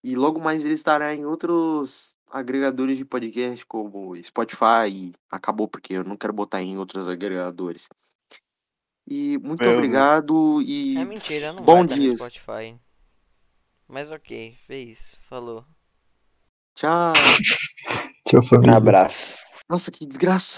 Speaker 1: E logo mais ele estará em outros agregadores de podcast, como Spotify, e acabou, porque eu não quero botar em outros agregadores. E muito
Speaker 3: Meu Deus.
Speaker 1: obrigado e
Speaker 5: É mentira, não
Speaker 1: bom
Speaker 5: vai estar no
Speaker 1: dias.
Speaker 5: Spotify. Mas ok, fez, falou.
Speaker 1: Tchau.
Speaker 2: Tchau, família.
Speaker 3: Abraço.
Speaker 1: Nossa, que desgraçado.